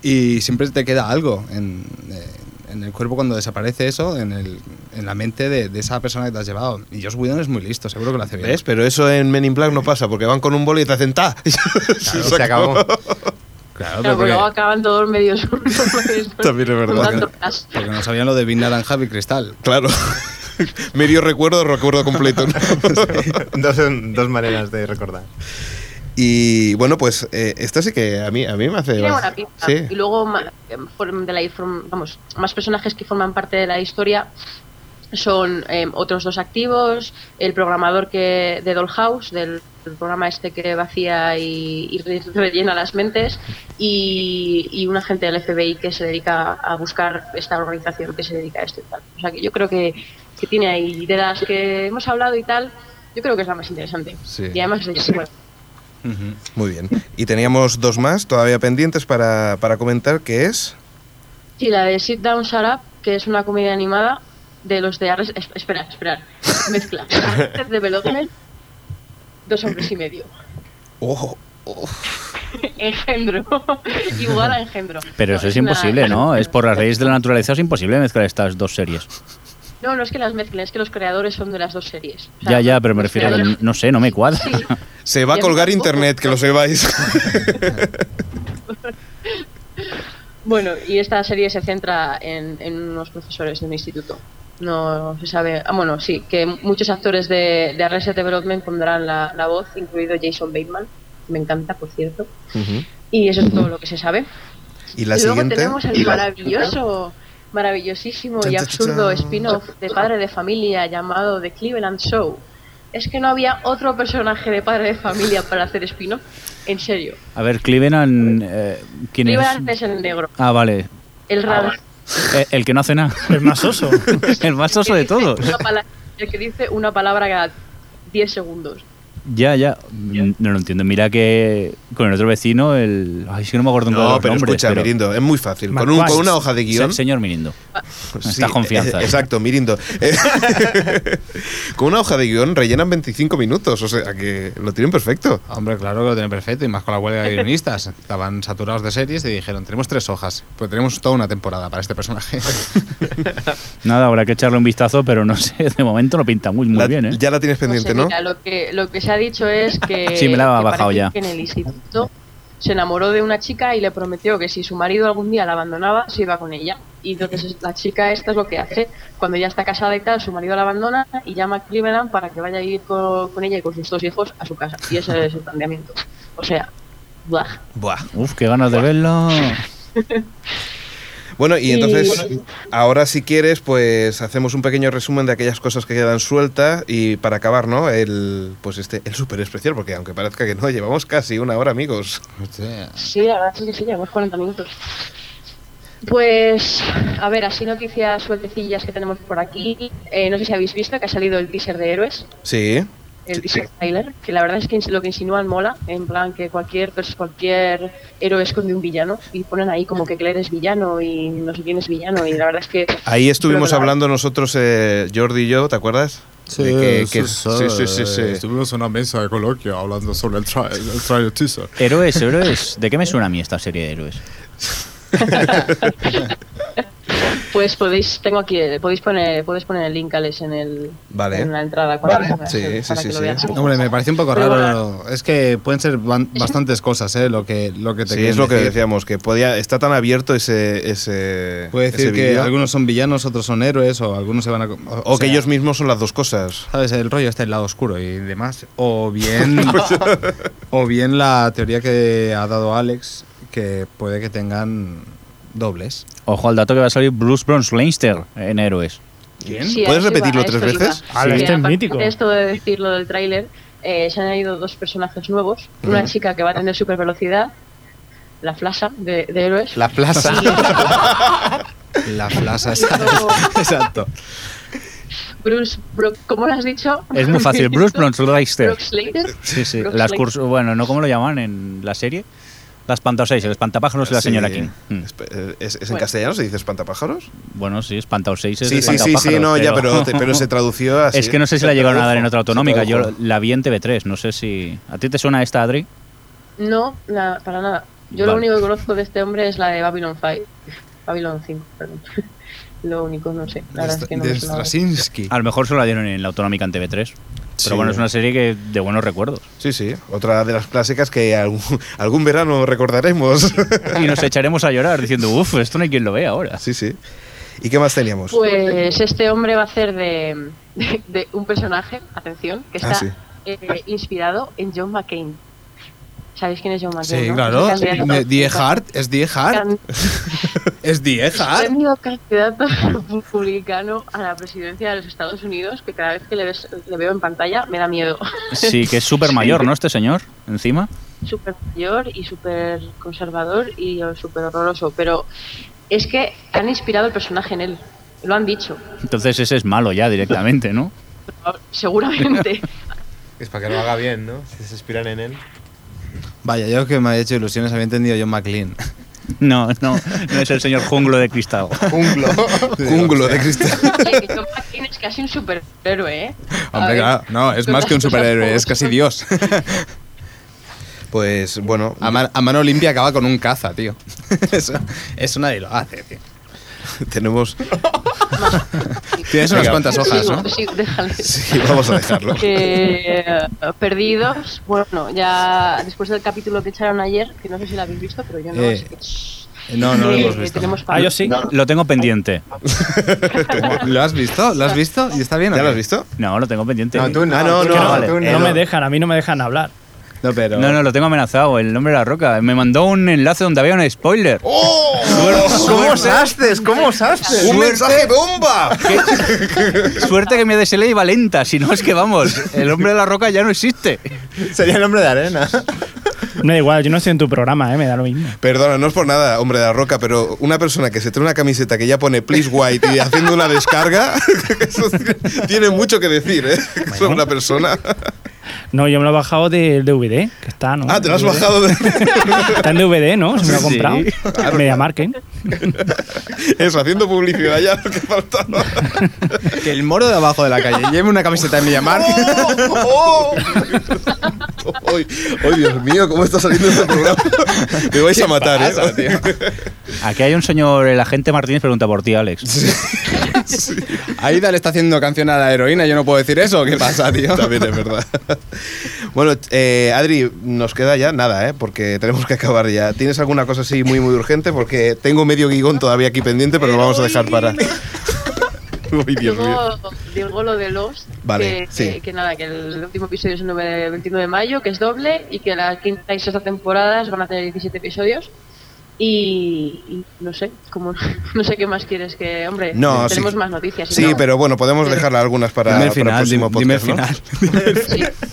S3: Y siempre te queda algo en, eh, en el cuerpo cuando desaparece eso, en, el, en la mente de, de esa persona que te has llevado. Y Josh Whedon es muy listo, seguro que lo hace bien.
S2: ¿Ves? Pero eso en Men in Black no pasa, porque van con un boli y te hacen ta.
S7: se acabó.
S3: Claro,
S4: Claro,
S3: pero
S4: pero luego
S3: porque,
S4: acaban todos medios. medios-
S2: También es verdad.
S4: dando
S3: porque-
S4: las-
S3: porque no sabían lo de Vin Naranja y Cristal.
S2: Claro. Medio recuerdo, recuerdo completo.
S7: dos, dos maneras de recordar.
S2: Y bueno, pues eh, esto sí que a mí, a mí me hace.
S4: Tiene
S2: bast-
S4: buena pinta.
S2: Sí.
S4: Y luego ma- em, form- de la, form- vamos, más personajes que forman parte de la historia son em, otros dos activos, el programador que de Dollhouse, del, del programa este que vacía y, y re- rellena las mentes, y, y un agente del FBI que se dedica a buscar esta organización que se dedica a esto y tal. O sea que yo creo que, que tiene ahí, de las que hemos hablado y tal, yo creo que es la más interesante.
S2: Sí.
S4: Y además, de- bueno,
S2: Muy bien. Y teníamos dos más todavía pendientes para, para comentar, que es.
S4: Sí, la de Sit Down, Shut Up, que es una comedia animada de los de Arres... es- Esperar, esperar. Mezcla. Arrested Development, dos hombres y medio.
S2: Ojo.
S4: Engendro. Igual a Engendro.
S5: Pero eso
S4: No,
S5: es imposible,
S4: una-
S5: ¿no? Es por las leyes de la naturaleza, es imposible mezclar estas dos series.
S4: No, no es que las mezclen, es que los creadores son de las dos series. O sea,
S5: Ya, ya, pero me
S4: los
S5: refiero a que
S4: creadores-
S5: no sé, no me cuadra.
S4: Sí,
S2: Se va a
S4: Ya
S2: colgar
S4: me tampoco.
S2: internet, que lo sepáis.
S4: Bueno, y esta serie se centra en, en unos profesores de un instituto. No se sabe. Ah, bueno, sí, que muchos actores de, de Arrested Development pondrán la, la voz, incluido Jason Bateman. Me encanta, por cierto.
S2: Ujú.
S4: Y eso es todo lo que se sabe.
S2: Y la
S4: y luego
S2: siguiente.
S4: tenemos el maravilloso, maravillosísimo y absurdo spin-off de padre de familia llamado The Cleveland Show. Es que no había otro personaje de padre de familia para hacer spin-off. En serio.
S5: A ver, Cleveland, eh, ¿quién es?
S4: Cleveland es el negro.
S5: Ah, vale.
S4: El raro.
S5: Eh, El que no hace nada.
S6: Es más oso.
S5: El más oso de
S4: dice
S5: todos.
S4: una pala- el que dice una palabra cada 10 segundos.
S5: Ya, ya. Mm, No lo entiendo. Mira que con el otro vecino, el. Ay, es que no me acuerdo
S2: No,
S5: nunca
S2: pero escucha, Mirindo, es muy fácil. Con, un- con una hoja de guión.
S5: Señor Mirindo.
S2: Sí,
S5: Esta confianza.
S2: eh, Exacto, Mirindo. Eh, Con una hoja de guión rellenan 25 minutos, o sea que lo tienen perfecto.
S3: Hombre, claro que lo tienen perfecto, y más con la huelga de guionistas. Estaban saturados de series y dijeron, tenemos tres hojas, pues tenemos toda una temporada para este personaje.
S5: Nada, habrá que echarle un vistazo, pero no sé. De momento lo pinta muy, muy
S2: La-
S5: bien, ¿eh?
S2: Ya la tienes pendiente,
S4: No
S2: ¿no?
S4: sé, mira, lo que, lo que se ha dicho es que.
S5: Sí, me la ha
S4: que
S5: bajado
S4: parece
S5: ya.
S4: Que en el instituto se enamoró de una chica y le prometió que si su marido algún día la abandonaba, se iba con ella. Y entonces es- la chica, esta es lo que hace. Cuando ya está casada y tal, su marido la abandona y llama a Cleveland para que vaya a vivir co- con, ella y con sus dos hijos a su casa. Y ese es el planteamiento. O sea, buah.
S2: Buah.
S5: Uf, qué ganas de verlo.
S2: Bueno, y
S4: Y-
S2: entonces, ahora si quieres, pues hacemos un pequeño resumen de aquellas cosas que quedan sueltas y para acabar, ¿no? El, pues este, el súper especial, porque aunque parezca que no, llevamos casi una hora, amigos.
S3: Hostia.
S4: Sí, la verdad es que sí, llevamos 40 minutos. Pues, a ver, así noticias sueltecillas que tenemos por aquí. Eh, no sé si habéis visto que ha salido el teaser de Héroes,
S2: Sí.
S4: el
S2: Sí.
S4: teaser trailer, que la verdad es que ins- lo que insinúan mola, en plan que cualquier, pers- cualquier héroe esconde un villano y ponen ahí como que Claire es villano y no sé quién es villano y la verdad es que...
S2: Ahí estuvimos
S4: Pero la-
S2: hablando nosotros, eh, Jordi y yo, ¿te acuerdas? De que- que- sí, sí, sí, sí.
S3: Estuvimos en una mesa de coloquio hablando sobre el trailer, teaser.
S5: Héroes, héroes. ¿De qué me suena a mí esta serie de héroes?
S4: Pues podéis, tengo aquí, eh, podéis poner, podéis poner el link, Alex, en, el,
S2: Vale.
S4: en la entrada. cuando- para-
S2: Sí,
S4: para
S2: sí,
S4: que
S2: sí,
S4: lo
S2: sí.
S4: veáis.
S3: Hombre, me parece un poco
S4: Pero
S3: raro.
S4: bueno.
S3: Es que pueden ser ban- bastantes cosas, ¿eh? Lo que, lo que te
S2: Sí,
S3: quieren
S2: es lo que
S3: decir.
S2: decíamos, que podía, está tan abierto ese. ese
S3: Puede
S2: ese
S3: decir que
S2: vídeo.
S3: algunos son villanos, otros son héroes, o algunos se van a. co- O,
S2: O,
S3: o
S2: que
S3: sea,
S2: ellos mismos son las dos cosas.
S3: ¿Sabes? El rollo está el lado oscuro y demás. O bien.
S2: Pues
S3: o bien la teoría que ha dado Alex, que puede que tengan dobles.
S5: Ojo al dato que va a salir Bruce Bronsleinster en Héroes.
S3: ¿Quién?
S4: Sí, a
S2: ¿Puedes
S4: eso
S2: repetirlo
S4: iba, a
S2: tres
S4: eso
S2: veces?
S4: iba.
S6: Ah,
S4: Sí,
S6: este es
S4: aparte de
S6: mítico.
S4: Esto de decir lo del tráiler, eh, se han añadido dos personajes nuevos. Una chica que va a tener super velocidad, la flasha de, de héroes.
S7: La plaza.
S3: La plaza está.
S4: Luego,
S3: Exacto.
S4: Bruce, Brock, ¿cómo lo has dicho?
S5: Es muy fácil, Bruce Bronsleinster.
S4: Brock Slater.
S5: Sí, sí.
S4: Brock
S5: Las
S4: Slater.
S5: cursos, bueno, ¿no cómo lo llaman en la serie? Las Pantaseis, el espantapájaros y la
S2: Sí.
S5: señora King. Mm.
S2: Espe- eh, ¿Es, es en
S4: Bueno.
S2: castellano se dice espantapájaros?
S5: Bueno, sí, Espantaseis es
S2: Sí,
S5: el
S2: sí, sí, sí,
S5: espantapájaros,
S2: no, ya, pero, te- pero se tradució así.
S5: Es que no sé si
S2: Se
S5: la llegaron a
S2: tradujo,
S5: dar en otra
S2: se
S5: autonómica. Yo
S2: tradujo.
S5: la vi en TV3, no sé si. ¿A ti te suena esta, Adri?
S4: No, nada, para nada. Yo lo
S5: Vale.
S4: único que conozco de este hombre es la de Babylon 5. Babylon 5, perdón. lo único, no sé. La verdad es que no
S3: de
S4: me suena.
S3: Straczynski.
S5: A lo mejor solo la dieron en la autonómica en TV3.
S2: Sí.
S5: Pero bueno, es una serie que de buenos recuerdos.
S2: Sí, sí, otra de las clásicas que algún, algún verano recordaremos.
S5: Y nos echaremos a llorar diciendo, uff, esto no hay quien lo vea ahora.
S2: sí, sí. ¿Y qué más teníamos?
S4: Pues este hombre va a hacer de, de- de un personaje, atención, que
S2: Ah,
S4: está
S2: sí.
S4: eh, inspirado en John McCain. ¿Sabéis quién es John McCain?
S3: Sí,
S4: no?
S3: claro. Eh,
S4: Es el candidato-
S3: Die Hard. Es Die Hard.
S4: can-
S3: Es Die Hard.
S4: Candidato candidato republicano a la presidencia de los Estados Unidos, que cada vez que le, ves- le veo en pantalla me da miedo.
S5: Sí, que es súper mayor, ¿no? Este señor, encima.
S4: súper mayor y súper conservador y súper horroroso, pero es que han inspirado el personaje en él, lo han dicho,
S5: Entonces ese es malo ya directamente, ¿no?
S4: seguramente.
S7: Es para que lo haga bien, ¿no? Si se inspiran en él.
S3: Vaya, yo que me ha hecho ilusiones había entendido John McLean.
S5: No, no, no es el señor junglo de cristal.
S7: Junglo.
S2: Junglo de cristal.
S4: Oye, que Tom McKean es casi un superhéroe, ¿eh? A
S3: Hombre,
S4: ver,
S3: claro, no, es más que un superhéroe, es casi Dios.
S2: Pues bueno,
S3: A, man- a mano limpia acaba con un caza, tío. Eso, eso nadie lo hace, tío.
S2: tenemos.
S3: Tienes unas
S2: Venga.
S3: cuantas hojas, ¿no?
S4: Sí, déjale.
S2: Sí, vamos a dejarlo.
S4: Que, eh, perdidos, bueno, ya después del capítulo que echaron ayer, que no sé si lo habéis visto, pero yo no.
S3: Eh,
S4: así que-
S3: no, no lo
S4: Eh,
S3: hemos visto.
S4: tenemos
S6: Ah, yo sí.
S5: Lo tengo pendiente.
S3: ¿Cómo? ¿Lo has visto? ¿Lo has visto? ¿Y está bien? o
S2: ¿Ya lo has
S3: qué?
S2: visto?
S5: No, lo tengo pendiente.
S7: No, tú no.
S2: Ah, no,
S7: tú
S2: no,
S6: no,
S5: vale.
S7: tú
S6: No me dejan, a mí no me dejan hablar.
S3: No, pero.
S5: No, no, lo tengo amenazado, el nombre de la roca. Me mandó un enlace donde había un spoiler.
S3: ¿Cómo osaste? ¿Cómo osaste?
S2: ¡Un mensaje bomba!
S5: Suerte que mi DSL iba lenta, si no es que vamos, el hombre de la roca ya no existe.
S7: Sería el hombre de arena.
S6: Me da igual, yo no estoy en tu programa, eh, me da lo mismo.
S2: Perdona, no es por nada, hombre de la roca, pero una persona que se trae una camiseta que ya pone Please White y haciendo una descarga, eso tiene- tiene mucho que decir, ¿eh? Sobre una persona.
S6: No, yo me lo he bajado del DVD, que está, ¿no?
S2: Ah, te lo has
S6: DVD.
S2: bajado de...
S6: Está en DVD, ¿no? Se me lo ha comprado. Media ¿eh? Market.
S2: Eso, haciendo publicidad ya, lo que faltaba.
S3: Que el moro de abajo de la calle lleve una camiseta en Villamar.
S2: ¡Oh! ¡Oh! ¡Ay, ay, Dios mío! ¿Cómo está saliendo este programa? Me vais a matar,
S3: pasa,
S2: ¿eh?
S5: Aquí hay un señor, el agente Martínez pregunta por ti, Alex.
S3: Aida le está haciendo canción a la heroína, yo no puedo decir eso. ¿Qué pasa, tío?
S2: También es verdad. Bueno, eh, Adri, nos queda ya nada, ¿eh? Porque tenemos que acabar ya. ¿Tienes alguna cosa así muy, muy urgente? Porque tengo medio guigón todavía aquí pendiente, pero lo vamos a dejar para... Uy, Dios mío.
S4: Digo, digo lo de Lost,
S2: Vale,
S4: que,
S2: sí.
S4: que- que nada, que el último episodio es el 9 de- 29 de mayo, que es doble, y que la quinta y sexta temporadas van a tener 17 episodios. Y, y no sé, como no sé qué más quieres que, hombre,
S2: No,
S4: tenemos
S2: sí.
S4: más noticias. si
S2: Sí,
S4: no-
S2: pero bueno, podemos dejarla algunas para,
S3: dime el
S2: para el próximo
S3: final, dime,
S2: podcast,
S3: dime el
S2: ¿no?
S3: final.
S4: sí.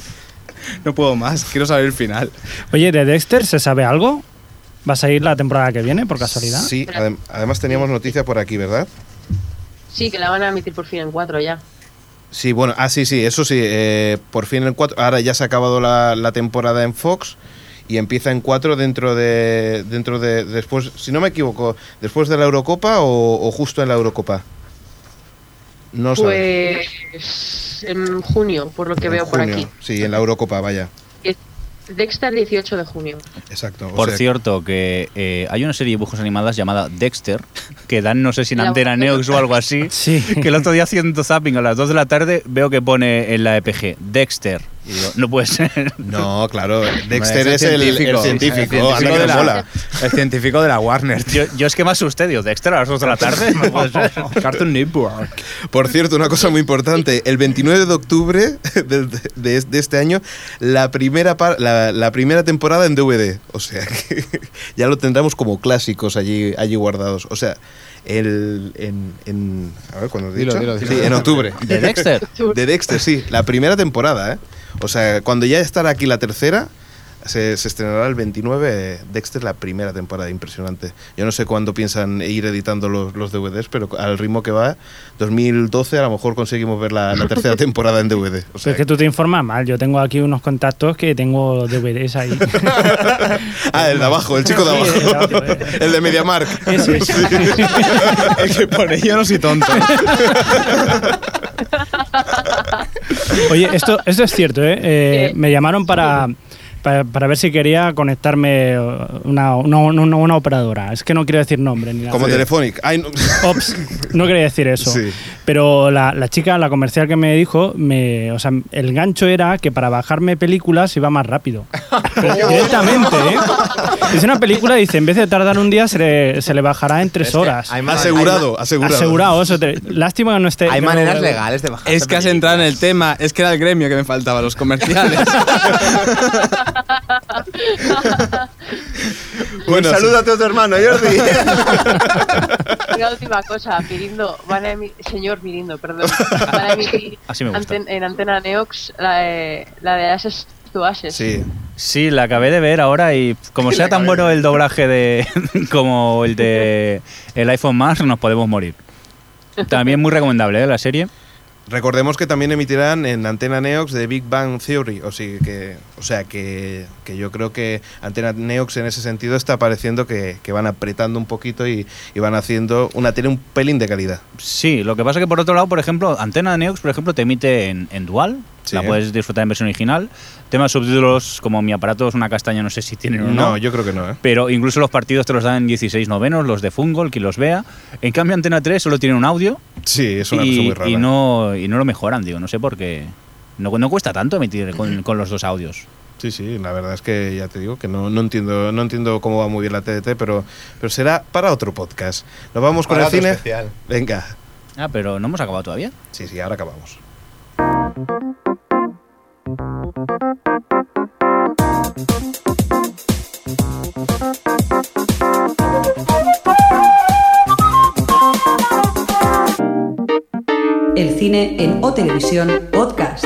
S3: No puedo más, quiero saber el final.
S6: Oye, ¿de Dexter se sabe algo? ¿Va a salir la temporada que viene, por casualidad?
S2: Sí, adem- además teníamos noticia por aquí, ¿verdad?
S4: Sí, que la van a emitir por fin en cuatro ya.
S2: Sí, bueno, ah, sí, sí, eso sí. eh, por fin en 4. Ahora ya se ha acabado la, la temporada en Fox y empieza en 4 dentro de. dentro de. después, si no me equivoco, después de la Eurocopa o, o justo en la Eurocopa. No sé.
S4: Pues en junio, por lo que veo por aquí.
S2: Sí, en la Eurocopa, vaya.
S4: Que Dexter 18 de junio.
S2: Exacto. o
S5: Por
S2: sea,
S5: cierto, que eh, hay una serie de dibujos animadas llamada Dexter, que dan, no sé si en
S4: La
S5: Antena
S4: boca.
S5: Neox o algo así,
S6: Sí.
S5: que el otro día haciendo zapping a las 2 de la tarde veo que pone en la EPG Dexter. Y digo, no puede ser.
S2: No, claro. Dexter
S3: Hombre,
S2: es el el científico. anda que no
S3: de la,
S2: mola.
S3: el científico de la Warner. tío.
S5: Yo, yo es que me asusté, digo, Dexter a las 2 de la tarde, no puede ser.
S3: Cartoon Network.
S2: Por cierto, una cosa muy importante. El 29 de octubre de, de- de este año, la primera, par- la, la primera temporada en DVD. O sea, que ya lo tendremos como clásicos allí, allí guardados. O sea, el, en, en- a ver, ¿cuándo lo he
S3: Dilo,
S2: dicho?
S3: dilo, dilo.
S2: Sí, en octubre.
S5: ¿De Dexter?
S2: De Dexter, sí. La primera temporada, ¿eh? O sea, cuando ya estará aquí la tercera, se, se estrenará el 29 Dexter, la primera temporada. Impresionante. Yo no sé cuándo piensan ir editando los, los DVDs, pero al ritmo que va, 2012 a lo mejor conseguimos ver la, la tercera temporada en DVD. O
S6: Pero
S2: sea,
S6: es que tú te informas mal. Yo tengo aquí unos contactos que tengo DVDs ahí.
S2: ah, el de abajo, el chico de
S6: Sí, el de
S2: abajo.
S6: abajo, eh.
S2: el de MediaMark.
S6: Ese es.
S3: el que pone yo no soy tonto.
S6: Oye, esto, esto es cierto, ¿eh? Eh,
S4: ¿Qué?
S6: me llamaron para, para, para ver si quería conectarme eh, una, una, una- una operadora. Es que no quiero decir nombre ni nada.
S2: Como Telefonic. Ay, no.
S6: Ops, no quería decir eso.
S2: Sí.
S6: Pero la, la chica, la comercial que me dijo, me, o sea, el gancho era que para bajarme películas iba más rápido. Pero directamente, ¿eh? Es una película, dice, en vez de tardar un día, se le, se le bajará en tres horas.
S7: hay ma-
S2: Asegurado, asegurado.
S6: Asegurado, eso. te- lástima que no esté.
S7: Hay
S6: que no-
S7: maneras legales de bajar.
S3: Es que has entrado en el tema. Es que era el gremio que me faltaba, los comerciales.
S6: ¿eh?
S2: Bueno,
S7: Un saludo a tu otro hermano, Jordi.
S4: Una última cosa, Mirindo, van a emi- señor Mirindo, perdón, van a emitir
S5: Así me gusta.
S4: anten- en antena Neox la de, la de Ases to Ases.
S2: Sí.
S5: Sí, la acabé de ver ahora y como sea tan bueno el doblaje de como el de el iPhone más, nos podemos morir. También muy recomendable ¿eh? la serie.
S2: Recordemos que también emitirán en Antena Neox de Big Bang Theory, o, sí que, o sea que, que yo creo que Antena Neox en ese sentido está pareciendo que, que van apretando un poquito y, y van haciendo una tele un pelín de calidad.
S5: Sí, lo que pasa que por otro lado, por ejemplo, Antena de Neox, por ejemplo, te emite en, en dual,
S2: Sí.
S5: la puedes disfrutar en versión original. Temas subtítulos como mi aparato es una castaña, no sé si tienen o no.
S2: No, yo creo que no, ¿eh?
S5: Pero incluso los partidos te los dan en 16 novenos, los de Fungol, quien los vea. En cambio, Antena 3 solo tiene un audio
S2: Sí, es una
S5: y,
S2: cosa muy rara.
S5: y no, y no lo mejoran, digo, no sé por qué. No, no cuesta tanto emitir con, con los dos audios.
S2: Sí, sí, la verdad es que ya te digo que no, no entiendo no entiendo cómo va muy bien la TDT, pero, pero será para otro podcast. Nos vamos con el
S7: Para otro
S2: cine.
S7: especial.
S2: Venga.
S5: Ah, pero no hemos acabado todavía.
S2: Sí, sí, ahora acabamos.
S1: El cine en O Televisión Podcast.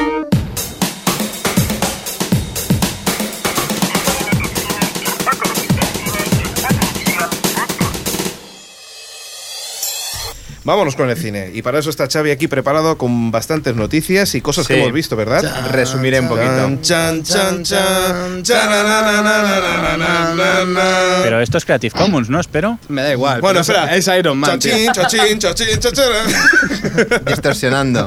S2: Vámonos con el cine. Y para eso está Xavi aquí preparado con bastantes noticias y cosas que
S7: Sí.
S2: hemos visto, ¿verdad?
S7: Resumiré un
S2: Chan,
S7: poquito.
S2: chan, chan, chan, chananananananananana.
S5: Pero esto es Creative Commons, ¿no? Espero.
S3: Me da igual.
S2: Bueno,
S3: pero
S2: espera.
S3: Es es Iron Man. tío.
S2: Chachín, chachín, chachín, chachara.
S7: Distorsionando.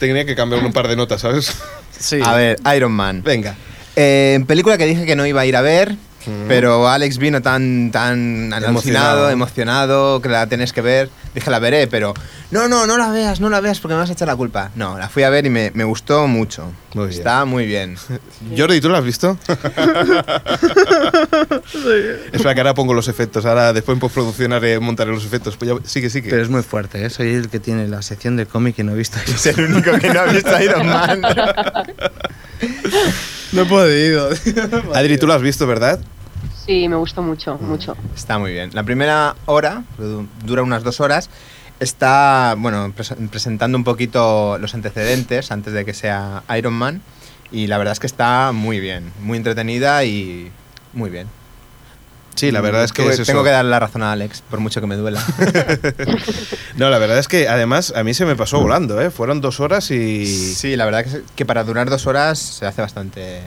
S2: Tenía que cambiar un par de notas, ¿sabes?
S5: Sí.
S7: A ver, Iron Man.
S2: Venga.
S7: Eh, película que dije que no iba a ir a ver, pero Alex vino tan, tan
S2: Emocionado.
S7: emocionado, emocionado, que la tenés que ver. Dije, la veré, pero no, no, no la veas, no la veas porque me vas a echar la culpa. No, la fui a ver y me, me gustó mucho.
S2: Muy bien.
S7: Está muy bien.
S2: Jordi, ¿tú lo has visto? Espera, que ahora pongo los efectos. Ahora después en postproducción haré montaré los efectos. Pues ya- sigue, sigue.
S9: Pero es muy fuerte, ¿eh? soy el que tiene la sección de cómic y no he visto
S7: Es el único que no ha visto Iron Man.
S9: No he podido.
S2: Adri, ¿tú lo has visto, verdad?
S4: Sí, me gustó mucho,
S2: Mm.
S4: mucho.
S7: Está muy bien. La primera hora, que du- dura unas dos horas, está bueno, pres- presentando un poquito los antecedentes antes de que sea Iron Man. Y la verdad es que está muy bien, muy entretenida y muy bien.
S2: Sí, la verdad es que
S7: Tuve-
S2: es eso.
S7: Tengo que darle la razón a Alex, por mucho que me duela.
S2: No, la verdad es que además a mí se me
S9: Mm.
S2: pasó volando, ¿eh? Fueron dos horas y...
S7: sí, la verdad que, se- que para durar dos horas se hace bastante...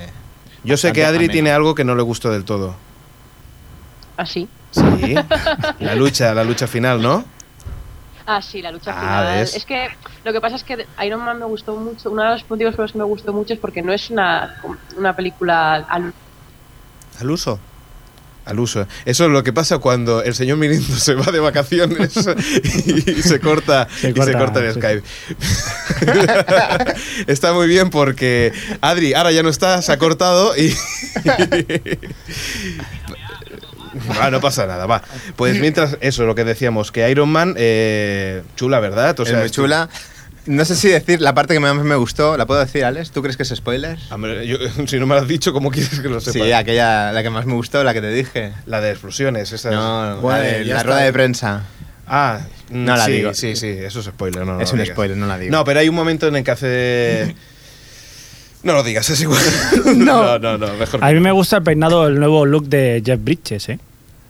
S2: Yo sé que
S7: bastante
S2: Adri
S7: ameno.
S2: tiene algo que no le gustó del todo.
S4: Así. ¿Ah,
S2: Sí. La lucha, la lucha final, ¿no?
S4: Ah, sí, la lucha
S2: Ah,
S4: final.
S2: ¿ves?
S4: Es que lo que pasa es que Iron Man me gustó mucho. Uno de los motivos por los que me gustó mucho es porque no es una, una película al
S2: Al uso. Al uso. Eso es lo que pasa cuando el señor Mirindo se va de vacaciones y, se corta,
S6: Se
S2: y se
S6: corta,
S2: corta el
S6: sí.
S2: Skype. está muy bien porque Adri ahora ya no está, se ha cortado y. Ah, no pasa nada, va. Pues mientras, eso, lo que decíamos, que Iron Man, eh, chula, ¿verdad? O
S7: es muy
S2: esto-
S7: chula. No sé si decir la parte que más me gustó. ¿La puedo decir, Alex? ¿Tú crees que es spoiler?
S2: Hombre, yo- si no me lo has dicho, ¿cómo quieres que lo sepa?
S7: Sí, aquella, la que más me gustó, la que te dije.
S2: La de explosiones, esa.
S7: No, la
S9: Bueno,
S7: de
S9: ya
S7: la
S9: está.
S7: rueda de prensa.
S2: Ah,
S7: No la
S2: sí,
S7: digo.
S2: Sí, sí, eso es spoiler. No, no
S7: es
S2: lo
S7: un
S2: digas.
S7: spoiler, no la digo.
S2: No, pero hay un momento en el que hace. No lo digas, es igual. no, no, no, mejor.
S6: A mí me gusta el peinado, el nuevo look de Jeff Bridges, ¿eh?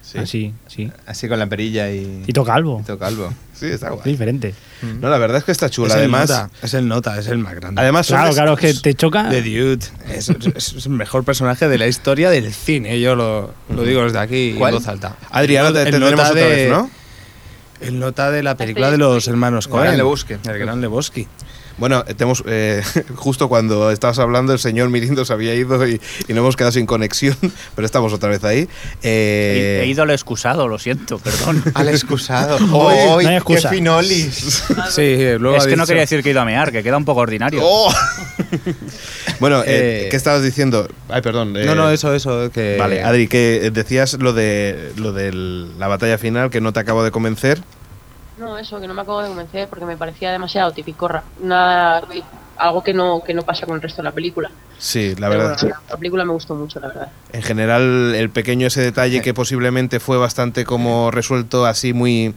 S2: Sí.
S6: Así, sí.
S7: Así con la perilla y.
S6: Tito Calvo.
S7: Tito Calvo.
S2: Sí, está
S6: Es
S2: guay.
S6: diferente.
S2: No, la verdad es que está chula.
S9: Es el
S2: además,
S9: nota, es el nota, es el más grande.
S2: además son
S6: Claro,
S2: es-
S6: claro, es que te choca.
S9: The Dude. Es, es- es el mejor personaje de la historia del cine. Yo lo, lo digo desde aquí
S7: ¿Cuál?
S9: en voz alta.
S2: Adriana, te,
S9: El
S2: te
S9: nota
S2: tendremos otra
S9: de-
S2: vez, ¿no?
S9: El nota de la película de los hermanos
S7: El
S9: Cohen.
S7: Gran Lebowski.
S9: El Gran Lebowski.
S2: Bueno, tenemos, eh, justo cuando estabas hablando, el señor Mirindo se había ido y, y nos hemos quedado sin conexión, pero estamos otra vez ahí. Eh,
S5: He, he ido al excusado, lo siento, perdón.
S7: Al excusado.
S6: Hoy
S7: Hoy,
S6: no hay
S7: ¡Qué
S6: excusa.
S7: finolis!
S9: Sí, luego
S5: es
S9: ha
S5: que no
S9: dicho-
S5: quería decir que he ido a mear, que queda un poco ordinario.
S2: ¡Oh! bueno, eh,
S9: Eh,
S2: ¿qué estabas diciendo? Ay, perdón. eh,
S9: No, no, eso, eso. Que...
S2: Vale, Adri, que decías lo de lo de la batalla final que no te acabo de convencer.
S4: No, eso, que no me acabo de convencer porque me parecía demasiado tipicorra. Una, algo que no, que no pasa con el resto de la película.
S2: Sí, la
S4: Pero
S2: verdad.
S4: bueno, la- la película me gustó mucho, la verdad.
S2: En general, el pequeño ese detalle que posiblemente fue bastante como resuelto así muy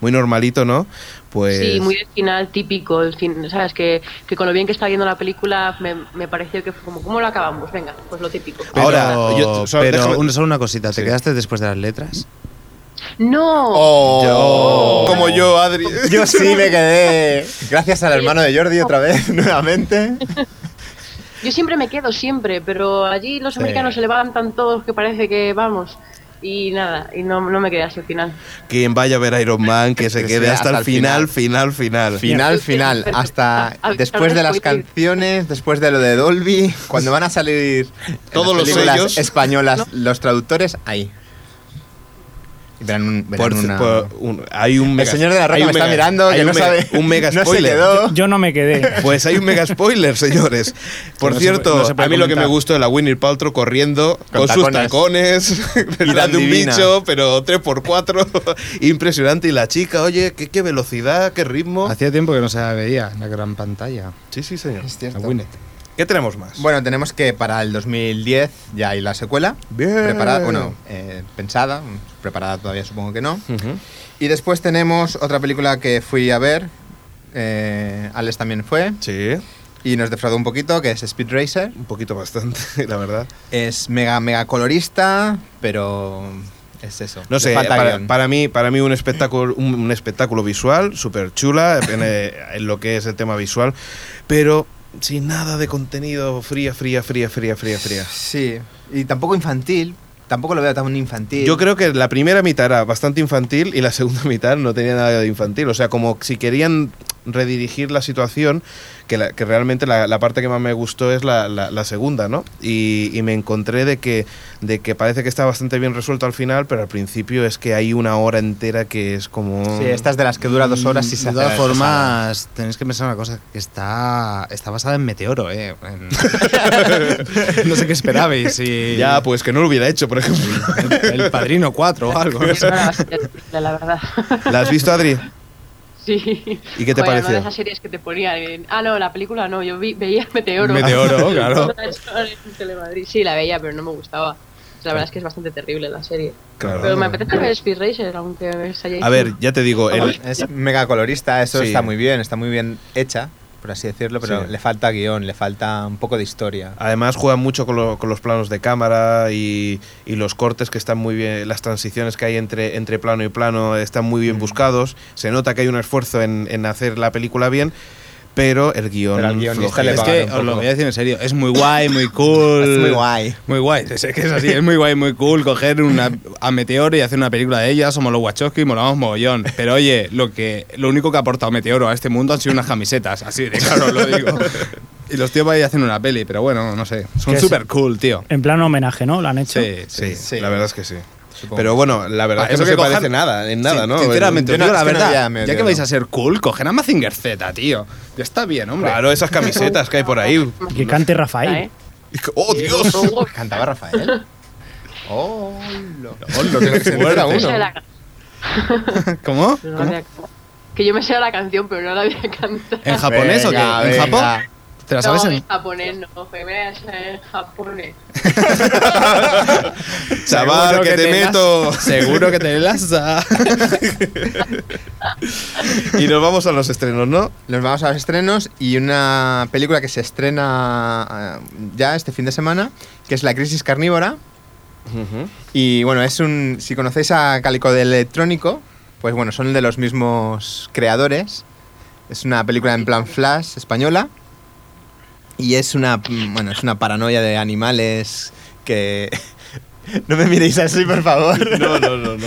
S2: muy normalito, ¿no? Pues
S4: Sí, muy el final típico, el fin, ¿sabes? Que, que con lo bien que está viendo la película me, me pareció que fue como, ¿cómo lo acabamos? Venga, pues lo típico.
S9: Pero-
S2: Ahora, yo- solo-
S9: pero
S2: déjame-
S9: un- solo una cosita, ¿te
S2: Sí.
S9: quedaste después de las letras?
S4: ¡No!
S2: Oh. Yo- como yo, Adri.
S7: Yo sí me quedé. Gracias al hermano de Jordi otra vez, nuevamente.
S4: Yo siempre me quedo, siempre, pero allí los
S9: Sí.
S4: americanos se levantan todos que parece que vamos. Y nada, y no, no me quedé hasta el final.
S2: Quien vaya a ver Iron Man, que se
S7: Que
S2: quede
S7: sea
S2: hasta, el
S7: hasta el
S2: final, final, final.
S7: Final, final. Hasta
S4: Ah,
S7: después de las canciones, después de lo de Dolby, cuando van a salir en
S2: Todos
S7: las
S2: los
S7: películas
S2: sellos.
S7: españolas, los traductores, ahí. Y Verán un, verán
S2: Por-
S7: una-
S2: por un- hay un
S7: El
S2: mega-
S7: señor de la
S2: hay
S7: roca
S2: un
S7: me está
S2: mega-
S7: mirando,
S2: hay
S7: que
S2: un
S7: no
S2: mega-
S7: sabe.
S2: Un mega
S7: no se
S2: spoiler.
S7: quedó.
S6: Yo no me quedé.
S2: Pues hay un mega spoiler, señores. Por
S9: no se
S2: cierto,
S9: puede- no se puede
S2: a mí lo que me
S9: comentar.
S2: gustó es la Winnie Paltrow corriendo con,
S7: Con
S2: sus tacones, detrás
S7: tan
S2: de un
S7: divina.
S2: bicho, pero 3x4. Impresionante. Y la chica, oye, qué, qué velocidad, qué ritmo.
S9: Hacía tiempo que no se la veía en la gran pantalla.
S2: Sí, sí, señor.
S7: Es cierto.
S9: La Winnet.
S2: ¿Qué tenemos más?
S7: Bueno, tenemos que para el 2010 ya hay la secuela.
S2: Bien.
S7: Preparada, bueno, eh, pensada. Preparada todavía supongo que no.
S2: Ujú.
S7: Y después tenemos otra película que fui a ver. eh, Alex también fue.
S2: Sí,
S7: Y nos defraudó un poquito, que es Speed Racer.
S2: un poquito bastante, la verdad.
S7: Es mega, mega colorista, pero es eso.
S2: No
S7: le
S2: sé,
S7: falta
S2: para,
S7: guión.
S2: para mí, para mí un espectáculo, un, un espectáculo visual súper chula en, eh, en lo que es el tema visual, pero sin nada de contenido fría, fría, fría, fría, fría, fría.
S7: Sí, y tampoco infantil. Tampoco lo veo tan infantil.
S2: Yo creo que la primera mitad era bastante infantil y la segunda mitad no tenía nada de infantil. O sea, como si querían redirigir la situación, que, la- que realmente la, la parte que más me gustó es la, la- la segunda, ¿no? Y, y me encontré de que, de que parece que está bastante bien resuelto al final, pero al principio es que hay una hora entera que es como...
S7: Sí, esta es de las que dura dos horas y se
S9: Mm, De
S7: hace
S9: todas
S7: la
S9: formas, tenéis que pensar una cosa, que está, está basada en Meteoro, ¿eh? En- no sé qué esperabais. y-
S2: Ya, pues que no lo hubiera hecho, por ejemplo.
S9: El Padrino 4 o algo.
S4: Yo no la bastante terrible, la verdad.
S2: ¿La has visto, Adri?
S4: Sí.
S2: ¿Y qué te
S4: Joder,
S2: pareció?
S4: Una de esas series que te ponían. en- Ah, no, la película no, yo vi- veía Meteoro.
S9: Meteoro, claro.
S4: Una de esas en Telemadrid. Sí, la veía, pero no me gustaba. La verdad es que es bastante terrible la serie.
S2: Claro.
S4: Pero me apetece ver Speed Racer, aunque se haya
S2: A ver, ya te digo, el-
S7: pasada. Es mega colorista, eso
S2: Sí.
S7: está muy bien, está muy bien hecha, por así decirlo, pero
S2: Sí.
S7: le falta guión, le falta un poco de historia.
S2: Además juegan mucho con, lo- con los planos de cámara y, y los cortes que están muy bien, las transiciones que hay entre, entre plano
S7: Mm.
S2: y plano están muy bien buscados. Se nota que hay un esfuerzo en, en hacer la película bien, pero el guión.
S7: Pero al guionista
S2: flojea.
S7: le
S3: Es
S7: va-
S3: que
S7: un
S3: os lo
S7: poco.
S3: voy a decir en serio, es muy guay, muy cool.
S7: Es muy guay.
S3: Muy guay, sé que es así, es muy guay, muy cool coger una, a Meteoro y hacer una película de ella, somos los Wachowski y molamos mogollón. Pero oye, lo, que, lo único que ha aportado Meteoro a este mundo han sido unas camisetas, así de claro os lo digo. Y los tíos van y hacen una peli, pero bueno, no sé,
S6: Que
S3: son
S6: es-
S3: súper cool, tío.
S6: En plan homenaje, ¿no? Lo han hecho.
S3: Sí,
S2: Sí,
S3: sí.
S7: Sí.
S2: la verdad es que sí.
S7: Supongo.
S2: Pero bueno, la verdad
S3: Ah,
S2: es que
S3: eso
S2: no se
S3: que cojan-
S2: parece nada, en nada,
S3: Sin-
S2: ¿no?
S3: Sinceramente,
S7: Yo
S3: os digo
S7: no-
S3: la
S7: es que no
S3: verdad,
S7: había medio,
S3: ya que vais
S7: ¿no?
S3: a ser cool, coger a Mazinger Z, tío. Ya está bien, hombre.
S2: Claro, esas camisetas que hay por ahí.
S6: Y Que cante Rafael.
S4: ¿eh?
S2: ¡Oh, Dios!
S4: Supongo que
S7: Cantaba Rafael. Oh, lo,
S3: lo que se muera
S4: yo me sé la
S7: uno.
S4: can-
S3: ¿Cómo?
S4: pero no la había- Que yo me sé la canción, pero no la había cantado.
S3: ¿En japonés
S7: Venga,
S3: o qué? ¿En
S7: venga.
S3: Japón? ¿Te la
S4: No,
S3: sabes en...?
S4: en japonés no, que me la sé en japonés.
S2: Chaval,
S3: Seguro
S2: que te
S3: las-
S2: meto.
S3: Seguro que te lanza.
S2: Y nos vamos a los estrenos, ¿no?
S7: Nos vamos a los estrenos y una película que se estrena eh, ya este fin de semana, que es La Crisis Carnívora. Y bueno, es un. Si conocéis a Calico de Electrónico, pues bueno, son de los mismos creadores. Es una película en plan flash española. Y es una. Bueno, es una paranoia de animales que. no me miréis así, por favor.
S2: No, no, no, no.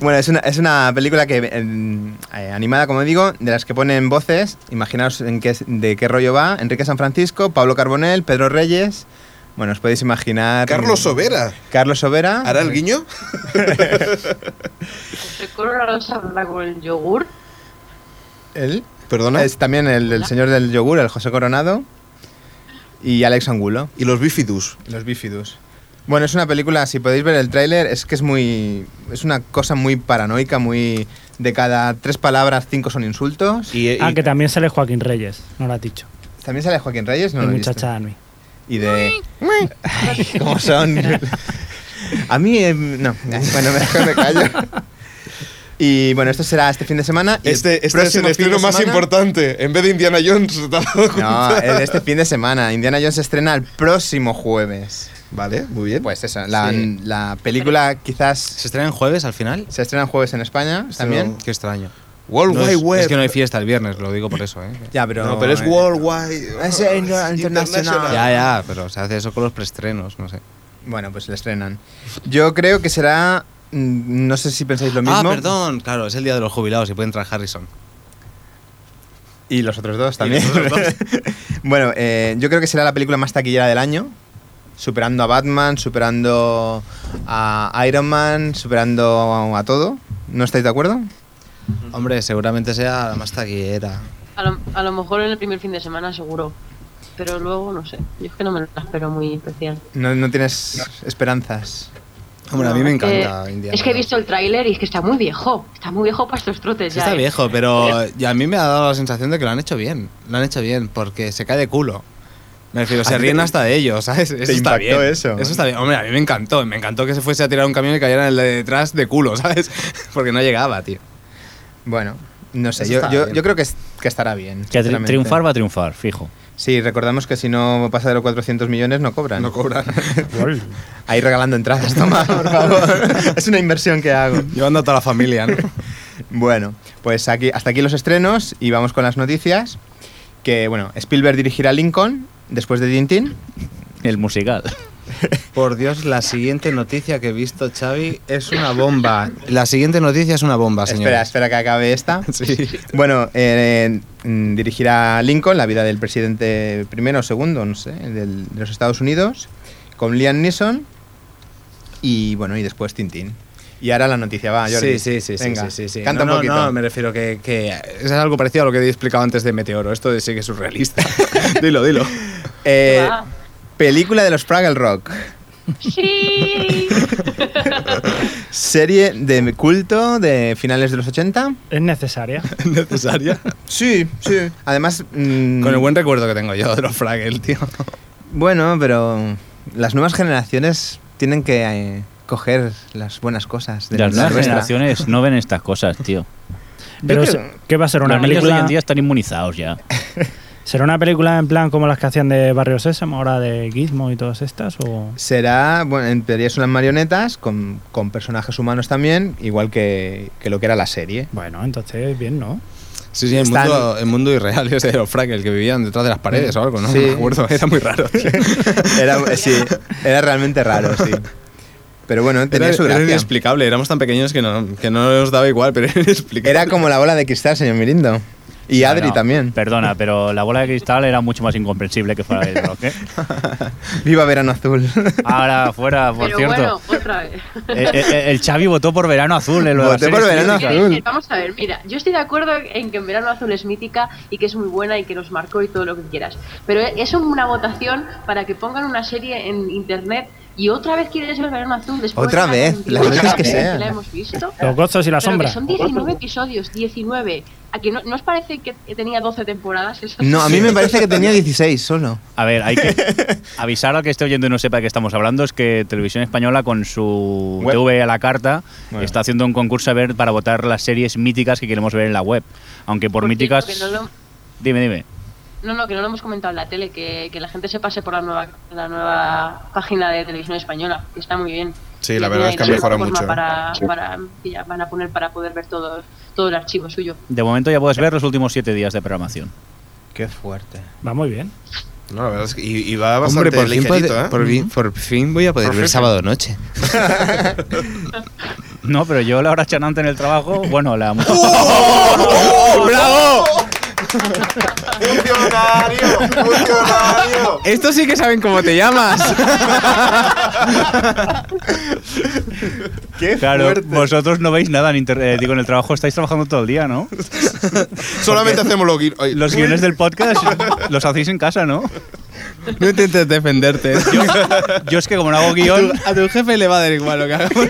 S7: Bueno, es una, es una película que em, eh, animada, como digo, de las que ponen voces. Imaginaos en qué, de qué rollo va. Enrique San Francisco, Pablo Carbonell, Pedro Reyes. Bueno, os podéis imaginar. mm,
S2: Carlos Sobera.
S7: Carlos Sobera.
S2: ¿Hará el guiño?
S4: ¿Se los habla con el yogur?
S7: Él.
S2: Perdona.
S7: Es también el, del señor del yogur, el José Coronado. Y Alex Angulo.
S2: Y los bifidus.
S7: Los bífidos. Bueno, es una película, si podéis ver el tráiler, es que es muy... Es una cosa muy paranoica, muy... De cada tres palabras, cinco son insultos.
S2: Y,
S6: Ah, que también sale Joaquín Reyes, no lo has dicho.
S7: También sale Joaquín Reyes, ¿no?
S6: el
S7: lo he visto.
S6: muchacha Anui.
S7: Y de... Ay, ¿Cómo son? A mí... em, no. Ay, Bueno, mejor me callo. Y bueno, esto será este fin de semana. y
S2: este este es el
S7: próximo fin de
S2: estreno más
S7: semana-
S2: importante. En vez de Indiana Jones. ¿te has dado
S7: No,
S2: cuenta?
S7: el de este fin de semana. Indiana Jones se estrena el próximo jueves.
S2: Vale, muy bien.
S7: Pues eso, la, la película quizás
S9: ¿Se estrena en jueves al final?
S7: se estrena el jueves en España también.
S9: Qué extraño.
S2: World
S9: No
S2: Wide
S9: es,
S2: Web.
S9: es que no hay fiesta el viernes, lo digo por eso, ¿eh?
S7: Ya, pero, eh,
S2: No, pero es worldwide.
S7: Es internacional.
S9: Ya, ya, pero se hace eso con los preestrenos, no sé.
S7: Bueno, pues le estrenan. Yo creo que será. mm, No sé si pensáis lo mismo.
S9: Ah, perdón, claro, es el día de los jubilados y puede entrar Harrison.
S7: Y los otros dos también.
S9: los otros
S7: bueno, eh, yo creo que será la película más taquillera del año. Superando a Batman, superando a Iron Man, superando a todo. ¿No estáis de acuerdo?
S9: Hombre, seguramente sea la más taquillera.
S4: A lo, a lo mejor en el primer fin de semana, seguro. Pero luego, no sé. Yo es que no me la espero muy especial.
S7: No, no tienes esperanzas.
S9: Hombre, a mí
S4: No,
S9: me
S4: es que-
S9: encanta Indiana.
S4: Eh, Es que he visto el tráiler y es que está muy viejo. Está muy viejo para estos trotes
S9: Sí,
S4: ya.
S9: está
S4: ¿eh?
S9: viejo, pero y a mí me ha dado la sensación de que lo han hecho bien. Lo han hecho bien, porque se cae de culo. Me refiero, se ríen hasta de ellos, ¿sabes? Eso está
S7: Ah, impactó
S9: bien.
S7: eso?
S9: está bien. Hombre, a mí me encantó. Me encantó que se fuese a tirar un camión y cayera en el de detrás de culo, ¿sabes? Porque no llegaba, tío.
S7: Bueno, no sé.
S9: Eso
S7: Yo,
S9: está
S7: yo,
S9: bien.
S7: yo creo que, es- que estará bien.
S5: Que tri-
S7: sinceramente.
S5: triunfar va a triunfar, fijo.
S7: Sí, recordamos que si no pasa de los 400 millones no cobran. No cobran. Ahí regalando entradas, toma, por favor. es una inversión que hago.
S9: Llevando a toda la familia, ¿no?
S7: Bueno, pues aquí, hasta aquí los estrenos y vamos con las noticias. Que bueno, Spielberg dirigirá Lincoln después de Tintín.
S5: El musical.
S9: Por Dios, la siguiente noticia que he visto, Xavi, es una bomba. La siguiente noticia es una bomba, señor.
S7: Espera, espera que acabe esta.
S9: Sí.
S7: Bueno, eh, mm, dirigirá Lincoln, la vida del presidente primero o segundo, no sé, del- de los Estados Unidos, con Liam Neeson y bueno, y después Tintín. Y ahora la noticia va, Jordi.
S9: Sí, sí, sí, sí,
S7: Venga,
S9: sí, sí, sí.
S7: Canta
S9: no,
S7: un poquito.
S9: No, no, me refiero que, que es algo parecido a lo que he explicado antes de Meteoro. Esto de sí que es surrealista. dilo, dilo.
S7: Eh,
S4: Ah,
S7: película de los Fraggle Rock.
S4: Sí.
S7: Serie de culto de finales de los 80.
S6: Es necesaria.
S9: Necesaria.
S7: Sí, sí. Además, mm,
S9: Con el buen recuerdo que tengo yo de los Fraggle, tío.
S7: bueno, pero las nuevas generaciones tienen que eh, coger las buenas cosas de
S5: Las
S7: la
S5: nuevas
S7: nuestra.
S5: generaciones no ven estas cosas, tío.
S6: Pero
S7: creo-
S6: se- ¿qué va a ser? ¿Una
S5: Los niños de hoy
S6: película?
S5: en día están inmunizados ya.
S6: ¿Será una película en plan como las que hacían de Barrio Sésamo, ahora de Gizmo y todas estas? O...
S7: Será, bueno, en teoría son las marionetas con, con personajes humanos también, igual que, que lo que era la serie.
S6: Bueno, entonces bien, ¿no?
S3: Sí, sí, el
S7: Están-
S3: mundo, el mundo irreal ese de los frackers que vivían detrás de las paredes o algo, ¿no?
S7: Sí.
S3: Me acuerdo, era muy raro. tío.
S7: Era, eh, sí, era realmente raro, sí. Pero bueno, tenía
S3: Era,
S7: su
S3: era
S7: gracia.
S3: inexplicable, éramos tan pequeños que no, que no nos daba igual, pero era inexplicable.
S7: Era como la bola de cristal, señor Mirindo. Y Adri
S5: Bueno,
S7: también.
S5: Perdona, pero la bola de cristal era mucho más incomprensible que fuera de rock. ¿eh?
S7: Viva Verano Azul.
S5: Ahora, fuera, por
S4: Pero
S5: cierto.
S4: bueno, otra vez.
S5: eh, eh, eh, el Xavi votó por verano azul. en lo de las
S7: Voté por
S5: series
S7: Verano
S5: míticas.
S4: Quiero decir,
S7: Azul.
S4: Vamos a ver, mira, yo estoy de acuerdo en que en verano azul es mítica y que es muy buena y que nos marcó y todo lo que quieras. Pero es una votación para que pongan una serie en internet y otra vez quieres ver verano azul después de
S7: Otra
S4: la
S7: vez,
S4: cantidad
S7: las
S4: de
S7: veces que
S4: veces
S7: sea.
S4: La hemos visto.
S6: Los gozos y la
S4: Pero que
S6: sombra.
S4: son 19 episodios, 19. ¿A que no, ¿No os parece que tenía 12 temporadas? esa
S7: No, a mí
S4: serie?
S7: me parece que tenía 16 solo.
S5: A ver, hay que avisar al que esté oyendo y no sepa de qué estamos hablando, es que Televisión Española con su
S7: Web.
S5: TV a la carta
S7: Bueno.
S5: está haciendo un concurso a ver para votar las series míticas que queremos ver en la web. Aunque por,
S4: Por
S5: míticas...
S4: cierto, que Pues no lo-
S5: Dime, dime.
S4: No, no, que no lo hemos comentado en la tele, que, que la gente se pase por la nueva, la nueva página de televisión española, que está muy bien.
S2: Sí, la
S4: Y
S2: verdad
S4: ahí
S2: es que ha
S4: tienen
S2: mejorado
S4: una
S2: mucho, ¿eh?
S4: Para, para- que ya van a poner para poder ver todo, todo el archivo suyo.
S5: De momento ya puedes ver los últimos siete días de programación.
S7: Qué fuerte.
S6: Va muy bien.
S2: No, la verdad es que y, y va bastante
S3: Hombre, por fin,
S2: ligerito,
S3: puede-
S2: ¿eh?
S3: por fin- por fin voy a poder
S2: Por
S3: ver
S2: fin.
S3: sábado noche.
S5: No, pero yo la hora chanante en el trabajo, bueno, la...
S7: ¡Oh!
S3: ¡Bravo!
S9: ¡Funcionario! ¡Funcionario!
S3: Estos sí que saben cómo te llamas.
S7: Qué
S5: Claro, vosotros no veis nada en internet. Digo, en el trabajo estáis trabajando todo el día, ¿no?
S2: Solamente hacemos los guiones.
S5: Los guiones del podcast los hacéis en casa, ¿no?
S3: No intentes defenderte.
S5: Yo, yo es que como no hago guión...
S3: A tu jefe le va a dar igual lo que hagamos.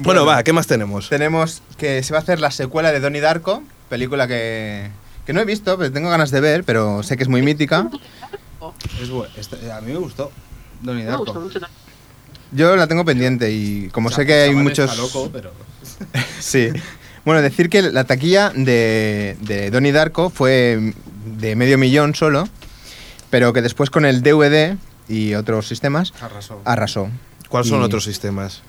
S2: Bueno, va, ¿qué más tenemos?
S7: Tenemos que se va a hacer la secuela de Donnie Darko, película que, que no he visto, pero tengo ganas de ver, pero sé que es muy mítica.
S3: este, a mí me gustó. Donnie
S4: Me gustó mucho también.
S7: Yo la tengo pendiente y como sé que hay muchos...
S3: pero...
S7: Sí. Bueno, decir que la taquilla de, de Donnie Darko fue de medio millón solo, pero que después con el DVD y otros sistemas
S3: Arrasó.
S7: arrasó.
S2: ¿Cuáles son
S7: Y-
S2: otros sistemas?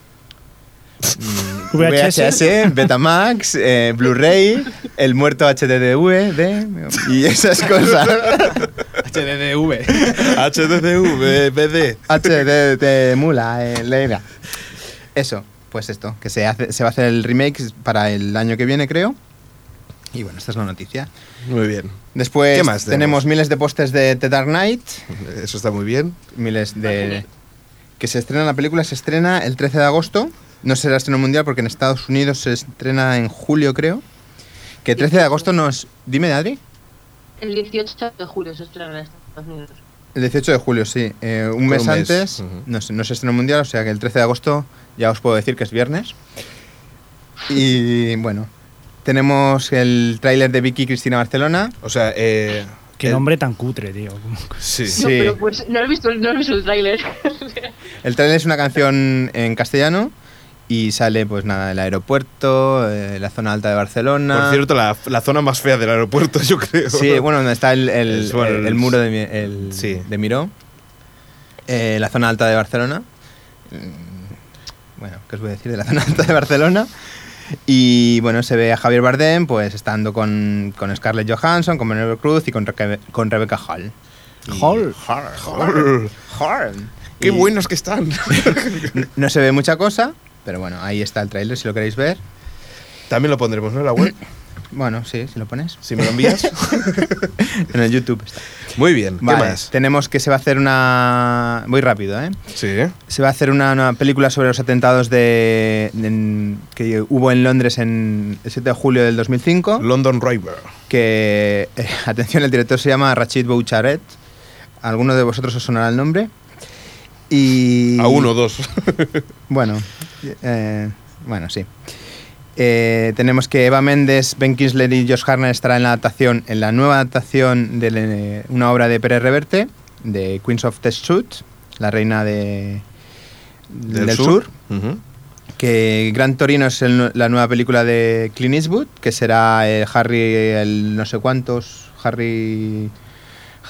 S7: Mm,
S6: VHS.
S7: VHS, Betamax, eh, Blu-ray, el muerto HDDV de- y esas cosas.
S3: HDDV.
S2: HDCV, BD.
S7: HD de mula, eh, leila. Eso, pues esto, que se, hace, se va a hacer el remake para el año que viene, creo. Y bueno, esta es la noticia.
S2: Muy bien.
S7: Después
S2: ¿Qué más tenemos?
S7: tenemos miles de postes de The Dark Knight,
S2: Eso está muy bien.
S7: miles
S4: Vale.
S7: de... Que se estrena, la película se estrena el 13 de agosto, no será estreno mundial porque en Estados Unidos se estrena en julio, creo. Que 13 de agosto nos... Dime, Adri.
S4: El 18 de julio se estrena en Estados Unidos.
S7: El 18 de julio, sí. Eh, un mes
S2: mes,
S7: antes,
S2: ujú.
S7: no, se- no se estrenó mundial, o sea que el 13 de agosto ya os puedo decir que es viernes. Y bueno, tenemos el tráiler de Vicky y Cristina Barcelona.
S2: O sea, eh.
S6: Qué
S2: el-
S6: nombre tan cutre, tío.
S2: Sí.
S4: No,
S7: Sí.
S4: pero pues no he visto, no he visto el tráiler.
S7: El tráiler es una canción en castellano y sale, pues nada, el aeropuerto, eh, la zona alta de Barcelona.
S2: Por cierto, la, la zona más fea del aeropuerto, yo creo.
S7: Sí, bueno, donde está el, el-
S2: Es bueno,
S7: el- el muro de, mi- el-
S2: sí.
S7: de Miró, eh, la zona alta de Barcelona. Mm, Bueno, ¿qué os voy a decir de la zona alta de Barcelona? Y bueno, se ve a Javier Bardem pues estando con, con Scarlett Johansson, con Manuel Cruz y con, Rebe- con Rebecca Hall. Y-
S5: Hall.
S2: Joder,
S7: Hall.
S2: ¡Qué
S7: Y
S2: buenos que están!
S7: No se ve mucha cosa, pero bueno, ahí está el tráiler si lo queréis ver.
S2: También lo pondremos, ¿no? En la web,
S7: Bueno, sí, si lo pones.
S2: si me lo envías.
S7: En el YouTube está.
S2: Muy bien, ¿qué
S7: Vale,
S2: más?
S7: tenemos que se va a hacer una... Voy rápido, ¿eh?
S2: Sí.
S7: Se va a hacer una, una película sobre los atentados de, en- que hubo en Londres en el 7 de julio del 2005.
S2: London River.
S7: Que, eh, atención, el director se llama Rachid Boucharet. ¿Alguno de vosotros os sonará el nombre? Y,
S2: A uno o dos.
S7: Bueno, eh, bueno, sí. Eh, tenemos que Eva Méndez, Ben Kingsley y Josh Hartnett estarán en la adaptación, en la nueva adaptación de le- una obra de Pérez Reverte, de Queens of the Shoot, la reina de, del, sur
S2: Ujú.
S7: que Gran Torino es el nu- la nueva película de Clint Eastwood, que será eh, Harry el no sé cuántos, Harry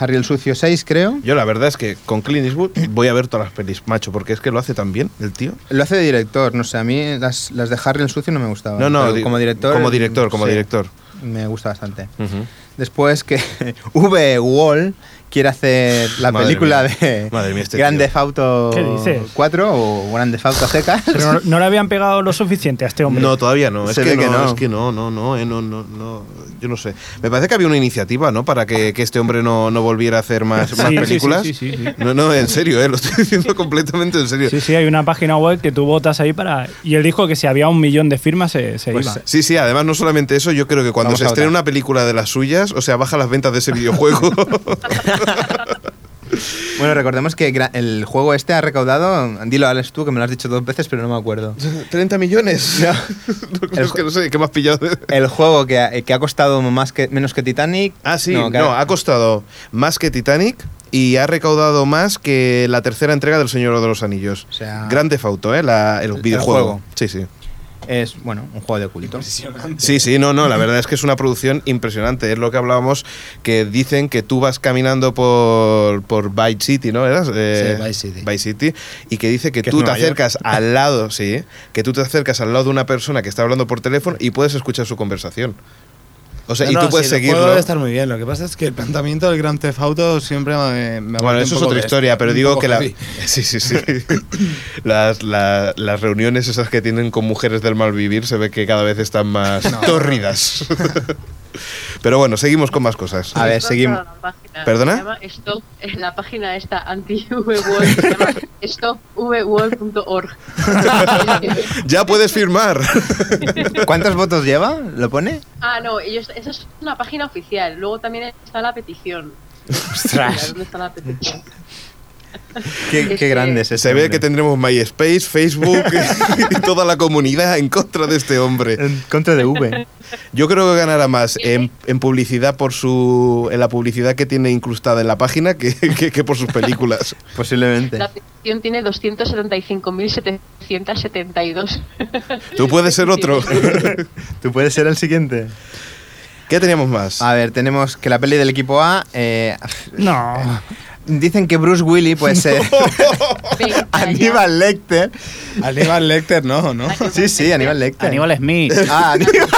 S7: Harry el Sucio 6, creo.
S2: Yo la verdad es que con Clint Eastwood voy a ver todas las pelis, macho, porque es que lo hace tan bien el tío.
S7: Lo hace de director, no sé, a mí las, las de Harry el Sucio no me gustaban.
S2: No, no,
S7: Ah, pero
S2: di-
S7: como director.
S2: Como director, como
S7: sí,
S2: director.
S7: Me gusta bastante.
S2: Ujú.
S7: Después que V. Wall quiere hacer la
S2: Madre
S7: película
S2: mía.
S7: de
S2: Madre mía, este
S7: Grande
S2: tío.
S7: Fauto
S6: ¿Qué dices?
S7: 4 o Grande Fauto Secas.
S6: Pero no, no le habían pegado lo suficiente a este hombre.
S2: No, todavía no. Es
S7: Se
S2: que
S7: ve
S2: no,
S7: que no.
S2: es que no, no, no, eh, no, no, no, yo no sé. Me parece que había una iniciativa, ¿no? Para que, que este hombre no, no volviera a hacer más, más
S6: sí,
S2: películas.
S5: sí, sí, sí, sí.
S2: No, no, en serio, eh, lo estoy diciendo completamente en serio.
S6: Sí, sí, hay una página web que tú votas ahí para. Y él dijo que si había un millón de firmas se, se
S7: Pues,
S6: iba.
S2: Sí, sí, además no solamente eso, yo creo que cuando
S7: Vamos
S2: se
S7: a
S2: estrene
S7: votar.
S2: una película de las suyas, o sea, baja las ventas de ese videojuego.
S7: Bueno, recordemos que gra- el juego este ha recaudado, dilo Alex tú, que me lo has dicho dos veces, pero no me acuerdo.
S2: 30 millones.
S7: El
S2: es que no sé, ¿qué más pillado?
S7: El juego que ha, que ha costado más que, menos que Titanic.
S2: Ah, sí, no,
S7: que
S2: ha costado más que Titanic y ha recaudado más que la tercera entrega del Señor de los Anillos.
S7: O sea,
S2: Grande Fauto, ¿eh? La- el
S7: el
S2: videojuego.
S7: juego.
S2: sí, sí.
S7: es, bueno, un juego de culto.
S2: Sí, sí, no, no, la verdad es que es una producción impresionante. Es lo que hablábamos, que dicen que tú vas caminando por, por Vice City, ¿no? ¿Eras? Eh,
S9: Sí, Vice City.
S2: City, y que dice que,
S7: Que es
S2: tú te
S7: Nueva York.
S2: acercas al lado, sí, que tú te acercas al lado de una persona que está hablando por teléfono y puedes escuchar su conversación. O sea,
S9: No,
S2: y tú
S9: no,
S2: puedes
S9: sí, el juego
S2: seguirlo.
S9: debe estar muy bien. Lo que pasa es que el planteamiento del Grand Theft Auto siempre me,
S2: Bueno,
S9: me parece
S2: eso
S9: un
S2: es
S9: poco
S2: otra
S9: best-
S2: historia, pero
S9: un
S2: digo
S9: poco
S2: que la,
S9: heavy.
S2: sí, sí, sí. las, la- las reuniones esas que tienen con mujeres del mal vivir se ve que cada vez están más tórridas. pero bueno, seguimos con más cosas.
S7: A ver,
S4: Stop
S7: seguimos.
S4: la página.
S2: Eh, ¿Perdona?
S4: Se llama Stop, en la página esta anti-VWall se llama stopvwall.org.
S2: ya puedes firmar.
S7: ¿Cuántos votos lleva? ¿Lo pone?
S4: ah, no, ellos, esa es una página oficial. Luego también está la petición. ¿Dónde está la petición?
S7: Qué,
S4: que-
S7: qué grande es ese.
S2: se ve
S7: hombre.
S2: que tendremos MySpace, Facebook y toda la comunidad en contra de este hombre.
S7: En contra de V.
S2: Yo creo que ganará más en, en publicidad por su en la publicidad que tiene incrustada en la página que, que- que por sus películas.
S7: Posiblemente.
S4: La petición tiene 275.772.
S2: Tú puedes ser otro.
S7: ¿Tú puedes ser el siguiente?
S2: ¿Qué teníamos más?
S7: A ver, tenemos que la peli del equipo A. eh,
S6: No.
S7: dicen que Bruce Willy puede ser
S4: Venga, ya.
S7: Aníbal Lecter.
S9: Aníbal Lecter no, ¿no?
S7: Sí, sí, Aníbal Lecter.
S5: Aníbal Smith.
S7: Ah, Aníbal.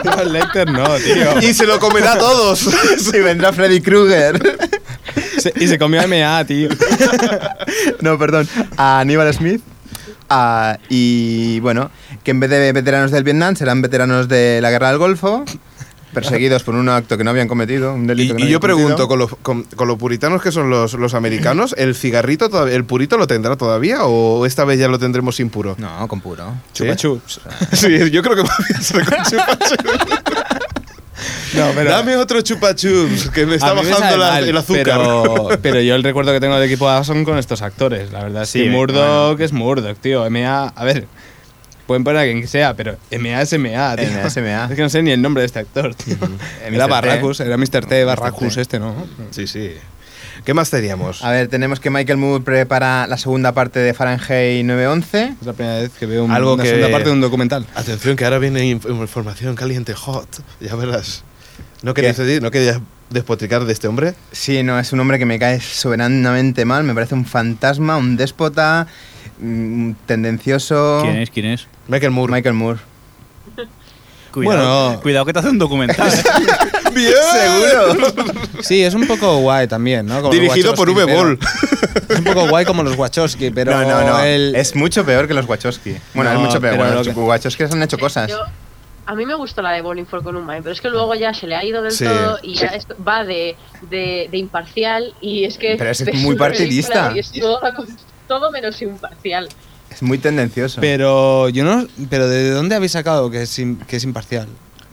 S9: Aníbal Lecter no, tío.
S2: Y se lo comerá a todos.
S7: Sí, vendrá Freddy Krueger.
S9: Se- y se comió a MA, tío.
S7: No, perdón. A Aníbal Smith. Ah, y bueno, que en vez de veteranos del Vietnam serán veteranos de la guerra del Golfo, perseguidos por un acto que no habían cometido, un delito. que
S2: Y,
S7: no
S2: y yo
S7: habían cometido.
S2: pregunto, con los, con, con los puritanos que son los, los americanos, ¿el cigarrito, todav- el purito lo tendrá todavía o esta vez ya lo tendremos impuro?
S7: No, con puro.
S2: ¿Sí?
S9: Chupa chups.
S2: Sí, yo creo que más bien será con chupa chups.
S9: No, pero.
S2: Dame otro chupa chups, que me
S9: a
S2: está
S9: mí me
S2: bajando
S9: sabe
S2: la-
S9: mal,
S2: el azúcar.
S9: Pero, pero yo el recuerdo que tengo del equipo A son con estos actores, la verdad. Sí,
S7: Sí,
S9: Murdoch es Murdoch, tío. MA, a ver. Pueden poner a quien sea, pero MA es MA, tío.
S7: MA es MA.
S9: Es que no sé ni el nombre de este actor, tío. Era
S7: Mr. T.
S9: Barracus, era Mr. T, Barracus
S7: T.
S9: este, ¿no?
S2: Sí, sí. ¿Qué más teníamos?
S7: A ver, tenemos que Michael Moore prepara la segunda parte de Fahrenheit 911.
S9: Es la primera vez que veo un-
S2: Algo
S9: una
S2: que-
S9: segunda parte de un documental.
S2: Atención, que ahora viene inf- información caliente, hot. Ya verás. ¿No
S7: ¿Qué?
S2: querías, decir- ¿No querías despotricar de este hombre?
S7: Sí, no, es un hombre que me cae soberanamente mal. Me parece un fantasma, un déspota, mm, tendencioso.
S5: ¿Quién es? ¿Quién es?
S2: Michael Moore.
S7: Michael Moore.
S5: Cuidado,
S9: Bueno.
S5: cuidado que te hace un documental. ¿eh?
S2: ¡Bien!
S7: ¡Seguro!
S9: Sí, es un poco guay también, ¿no? Como los
S2: Dirigido por
S9: Wachowski,
S2: V-Ball.
S9: pero- Es un poco guay como los Wachowski, pero.
S7: no, no, no.
S9: el-
S7: Es mucho peor que los Wachowski. Bueno,
S9: No,
S7: es mucho peor.
S9: pero
S7: Bueno,
S9: lo
S7: los
S9: que-
S7: Wachowski han hecho cosas.
S4: Yo- a mí me gustó la de Bowling for Columbine, pero es que luego ya se le ha ido del
S2: Sí.
S4: todo y ya esto va de, de, de imparcial y es que...
S7: Pero es
S4: ves
S7: muy
S4: una
S7: partidista.
S4: película y es todo, la cosa- todo menos imparcial.
S7: Es muy tendencioso.
S9: Pero yo no. Pero ¿de dónde habéis sacado que es, im- que es imparcial?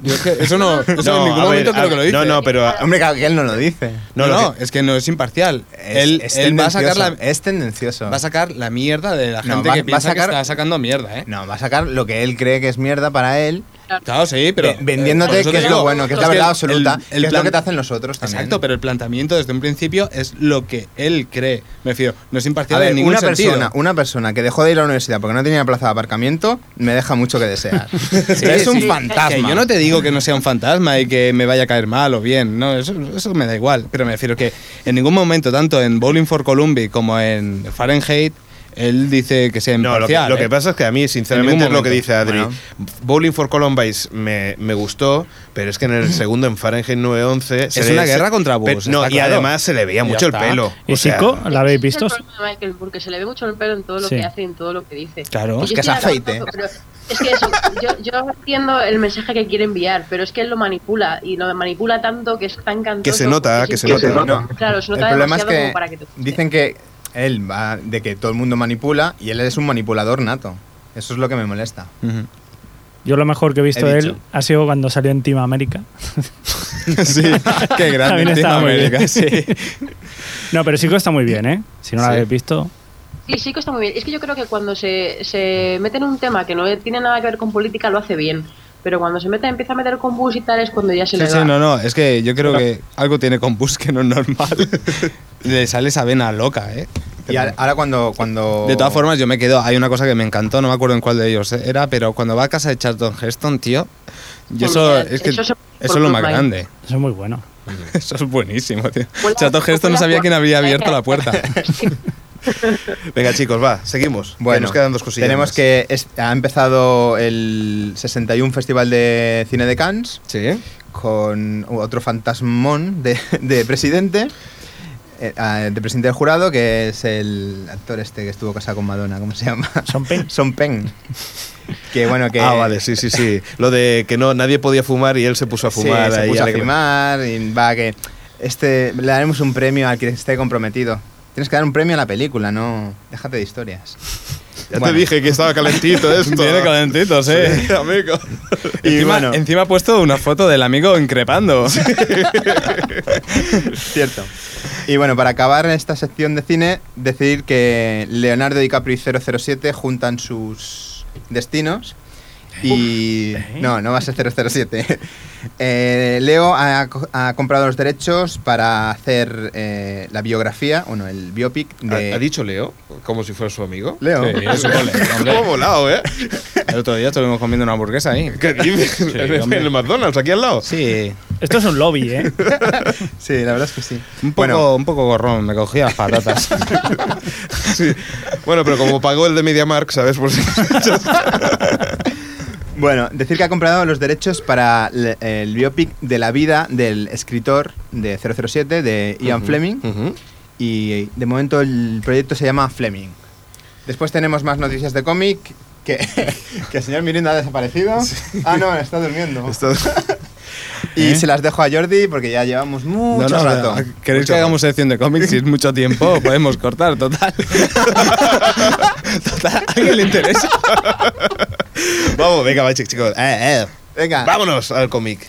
S9: Yo es que eso no.
S2: No,
S9: eso en ningún
S2: a ver,
S9: momento
S2: a
S9: creo que
S2: ver,
S9: lo dice.
S2: No, no, pero. ah, a-
S7: Hombre, claro que él no lo dice.
S2: No,
S9: No,
S2: lo
S9: no, es que no es imparcial.
S7: Es-
S9: él
S7: es
S9: él va a sacar
S7: tendencioso,
S9: la.
S7: Es tendencioso.
S9: Va a sacar la mierda de la
S7: No,
S9: gente
S7: va-
S9: que
S7: va a
S9: piensa
S7: sacar-
S9: que está sacando mierda, ¿eh?
S7: No, va a sacar lo que él cree que es mierda para él
S3: Claro, sí, pero.
S7: Ve- vendiéndote
S3: eh, por eso
S7: que
S3: te
S7: es lo bueno, que es la
S3: el-
S7: verdad absoluta, que es lo
S3: plan-
S7: que te hacen los otros también.
S3: Exacto, pero el planteamiento desde un principio es lo que él cree. Me refiero, no es
S7: A
S3: imparcial
S7: ver,
S3: en ningún
S7: una
S3: sentido.
S7: persona, una persona que dejó de ir a la universidad porque no tenía plaza de aparcamiento, me deja mucho que desear.
S3: Sí,
S7: es un
S3: sí,
S7: fantasma.
S3: que yo no te digo que no sea un fantasma y que me vaya a caer mal o bien, no, eso, eso me da igual. Pero me refiero que en ningún momento, tanto en Bowling for Columbia como en Fahrenheit, él dice que sea
S2: No, lo que,
S3: imparcial.
S2: lo que
S3: ¿eh?
S2: pasa es que a mí,
S3: En
S2: sinceramente,
S3: ningún
S2: es lo que
S3: momento.
S2: dice Adri.
S3: Bueno.
S2: Bowling for Columbine me, me gustó, pero es que en el segundo, en Fahrenheit 911... se
S3: Es
S2: le-
S3: una
S2: se-
S3: guerra contra
S2: pe-
S3: Bush,
S2: No,
S3: está
S2: y
S3: claro.
S2: además se le veía
S3: Ya
S2: mucho el
S3: está.
S2: pelo.
S6: ¿Y
S2: o sea,
S6: Psico? ¿La habéis
S4: Ese
S6: visto?
S4: Es el problema de Michael, porque se le ve mucho el pelo en todo lo
S6: Sí.
S4: que hace y en todo lo que dice.
S3: Claro.
S4: Y
S3: Pues
S4: yo
S7: que es
S4: estoy de
S7: aceite.
S4: acuerdo, pero es que eso, yo, yo entiendo el mensaje que quiere enviar, pero es que él lo manipula y lo manipula tanto que es tan cantoso.
S2: Que se nota,
S4: porque es
S2: que se
S4: imposible.
S2: nota.
S7: No.
S4: Claro, se nota
S7: el problema es
S4: demasiado
S7: que
S4: como para que te guste.
S7: dicen que él va de que todo el mundo manipula y él es un manipulador nato. Eso es lo que me molesta.
S3: Ujú.
S6: Yo lo mejor que he visto
S7: He
S6: de él
S7: dicho.
S6: ha sido cuando salió en Team América.
S3: sí, qué
S6: También
S3: grande Team
S6: estaba muy
S3: América,
S6: bien.
S3: sí.
S6: No, pero Sico está muy bien, ¿eh? Si no la
S3: Sí.
S6: habéis visto.
S4: Sí, sí que está muy bien. Es que yo creo que cuando se, se mete en un tema que no tiene nada que ver con política, lo hace bien. Pero cuando se mete, empieza a meter con bus y tal, es cuando ya se
S3: Sí,
S4: le
S3: sí,
S4: va.
S3: no, no, es que yo creo que algo tiene con Bush que no es normal. le sale esa vena loca, ¿eh?
S7: Y al- ahora cuando, cuando
S3: De todas formas, yo me quedo. Hay una cosa que me encantó, no me acuerdo en cuál de ellos era, pero cuando va a casa de Charlton Heston, tío, yo eso
S4: Porque
S3: es que
S4: eso
S3: eso
S4: es-
S3: es lo más
S4: Fortnite.
S3: grande.
S6: Eso es muy bueno.
S3: Eso es buenísimo, tío.
S4: Hola,
S3: Charlton Heston
S4: hola,
S3: no sabía quién había
S4: Juan.
S3: abierto la puerta.
S2: Venga, chicos, va, seguimos. que
S7: Bueno,
S2: nos quedan dos cosillas
S7: Tenemos
S2: más.
S7: que es- ha empezado el 61 Festival de Cine de Cannes
S2: Sí.
S7: con otro fantasmón de, de presidente. eh, ah, de presidente del jurado, que es el actor este que estuvo casado con Madonna, ¿cómo se llama?
S6: Son pen.
S7: Son Pen. Que bueno, que.
S2: Ah, vale, sí, sí, sí. Lo de que no nadie podía fumar y él se puso a
S7: Sí,
S2: fumar.
S7: se
S2: ahí
S7: puso a
S2: alegre.
S7: fumar y va que. Este, le daremos un premio al que esté comprometido. Tienes que dar un premio a la película, no. Déjate de historias.
S2: Ya
S7: Bueno.
S2: te dije que estaba calentito esto.
S3: Tiene calentitos, eh.
S2: Sí, amigo.
S3: Y encima,
S7: bueno.
S3: encima ha puesto una foto del amigo increpando.
S7: Cierto. Y bueno, para acabar esta sección de cine, decir que Leonardo DiCaprio y 007 juntan sus destinos. Y. No, no va a ser 007. Eh, Leo ha, co- ha comprado los derechos para hacer eh, la biografía, bueno, el biopic de.
S2: ¿Ha, ha dicho Leo? Como si fuera su amigo.
S7: Leo.
S3: Sí, es un gole, hombre.
S2: ¿Cómo ha volado, eh?
S3: El otro día estuvimos comiendo una hamburguesa ahí.
S2: ¿Qué dices? en, el-
S3: hombre.
S2: en el McDonald's, aquí al lado.
S3: Sí,
S6: Esto es un lobby, ¿eh?
S7: Sí, la verdad es que sí.
S3: un poco,
S7: Bueno,
S3: un poco gorrón, me cogía las patatas.
S2: Sí. Bueno, pero como pagó el de MediaMark, ¿sabes? Por si-
S7: Bueno, decir que ha comprado los derechos para le- el biopic de la vida del escritor de 007, de Ian Fleming,
S2: Ujú.
S7: y de momento el proyecto se llama Fleming. Después tenemos más noticias de cómic, que, que el señor Mirinda ha desaparecido. Ah, no, está durmiendo.
S2: Esto-
S7: Y se las dejo a Jordi porque ya llevamos mucho
S3: No, no,
S7: rato.
S3: pero, ¿Queréis que hagamos sección de cómics? Si es mucho tiempo, podemos cortar, total. total, ¿a alguien le interesa?
S2: Vamos, venga, va, chi- chicos. Eh, eh.
S7: Venga,
S2: Vámonos al cómic.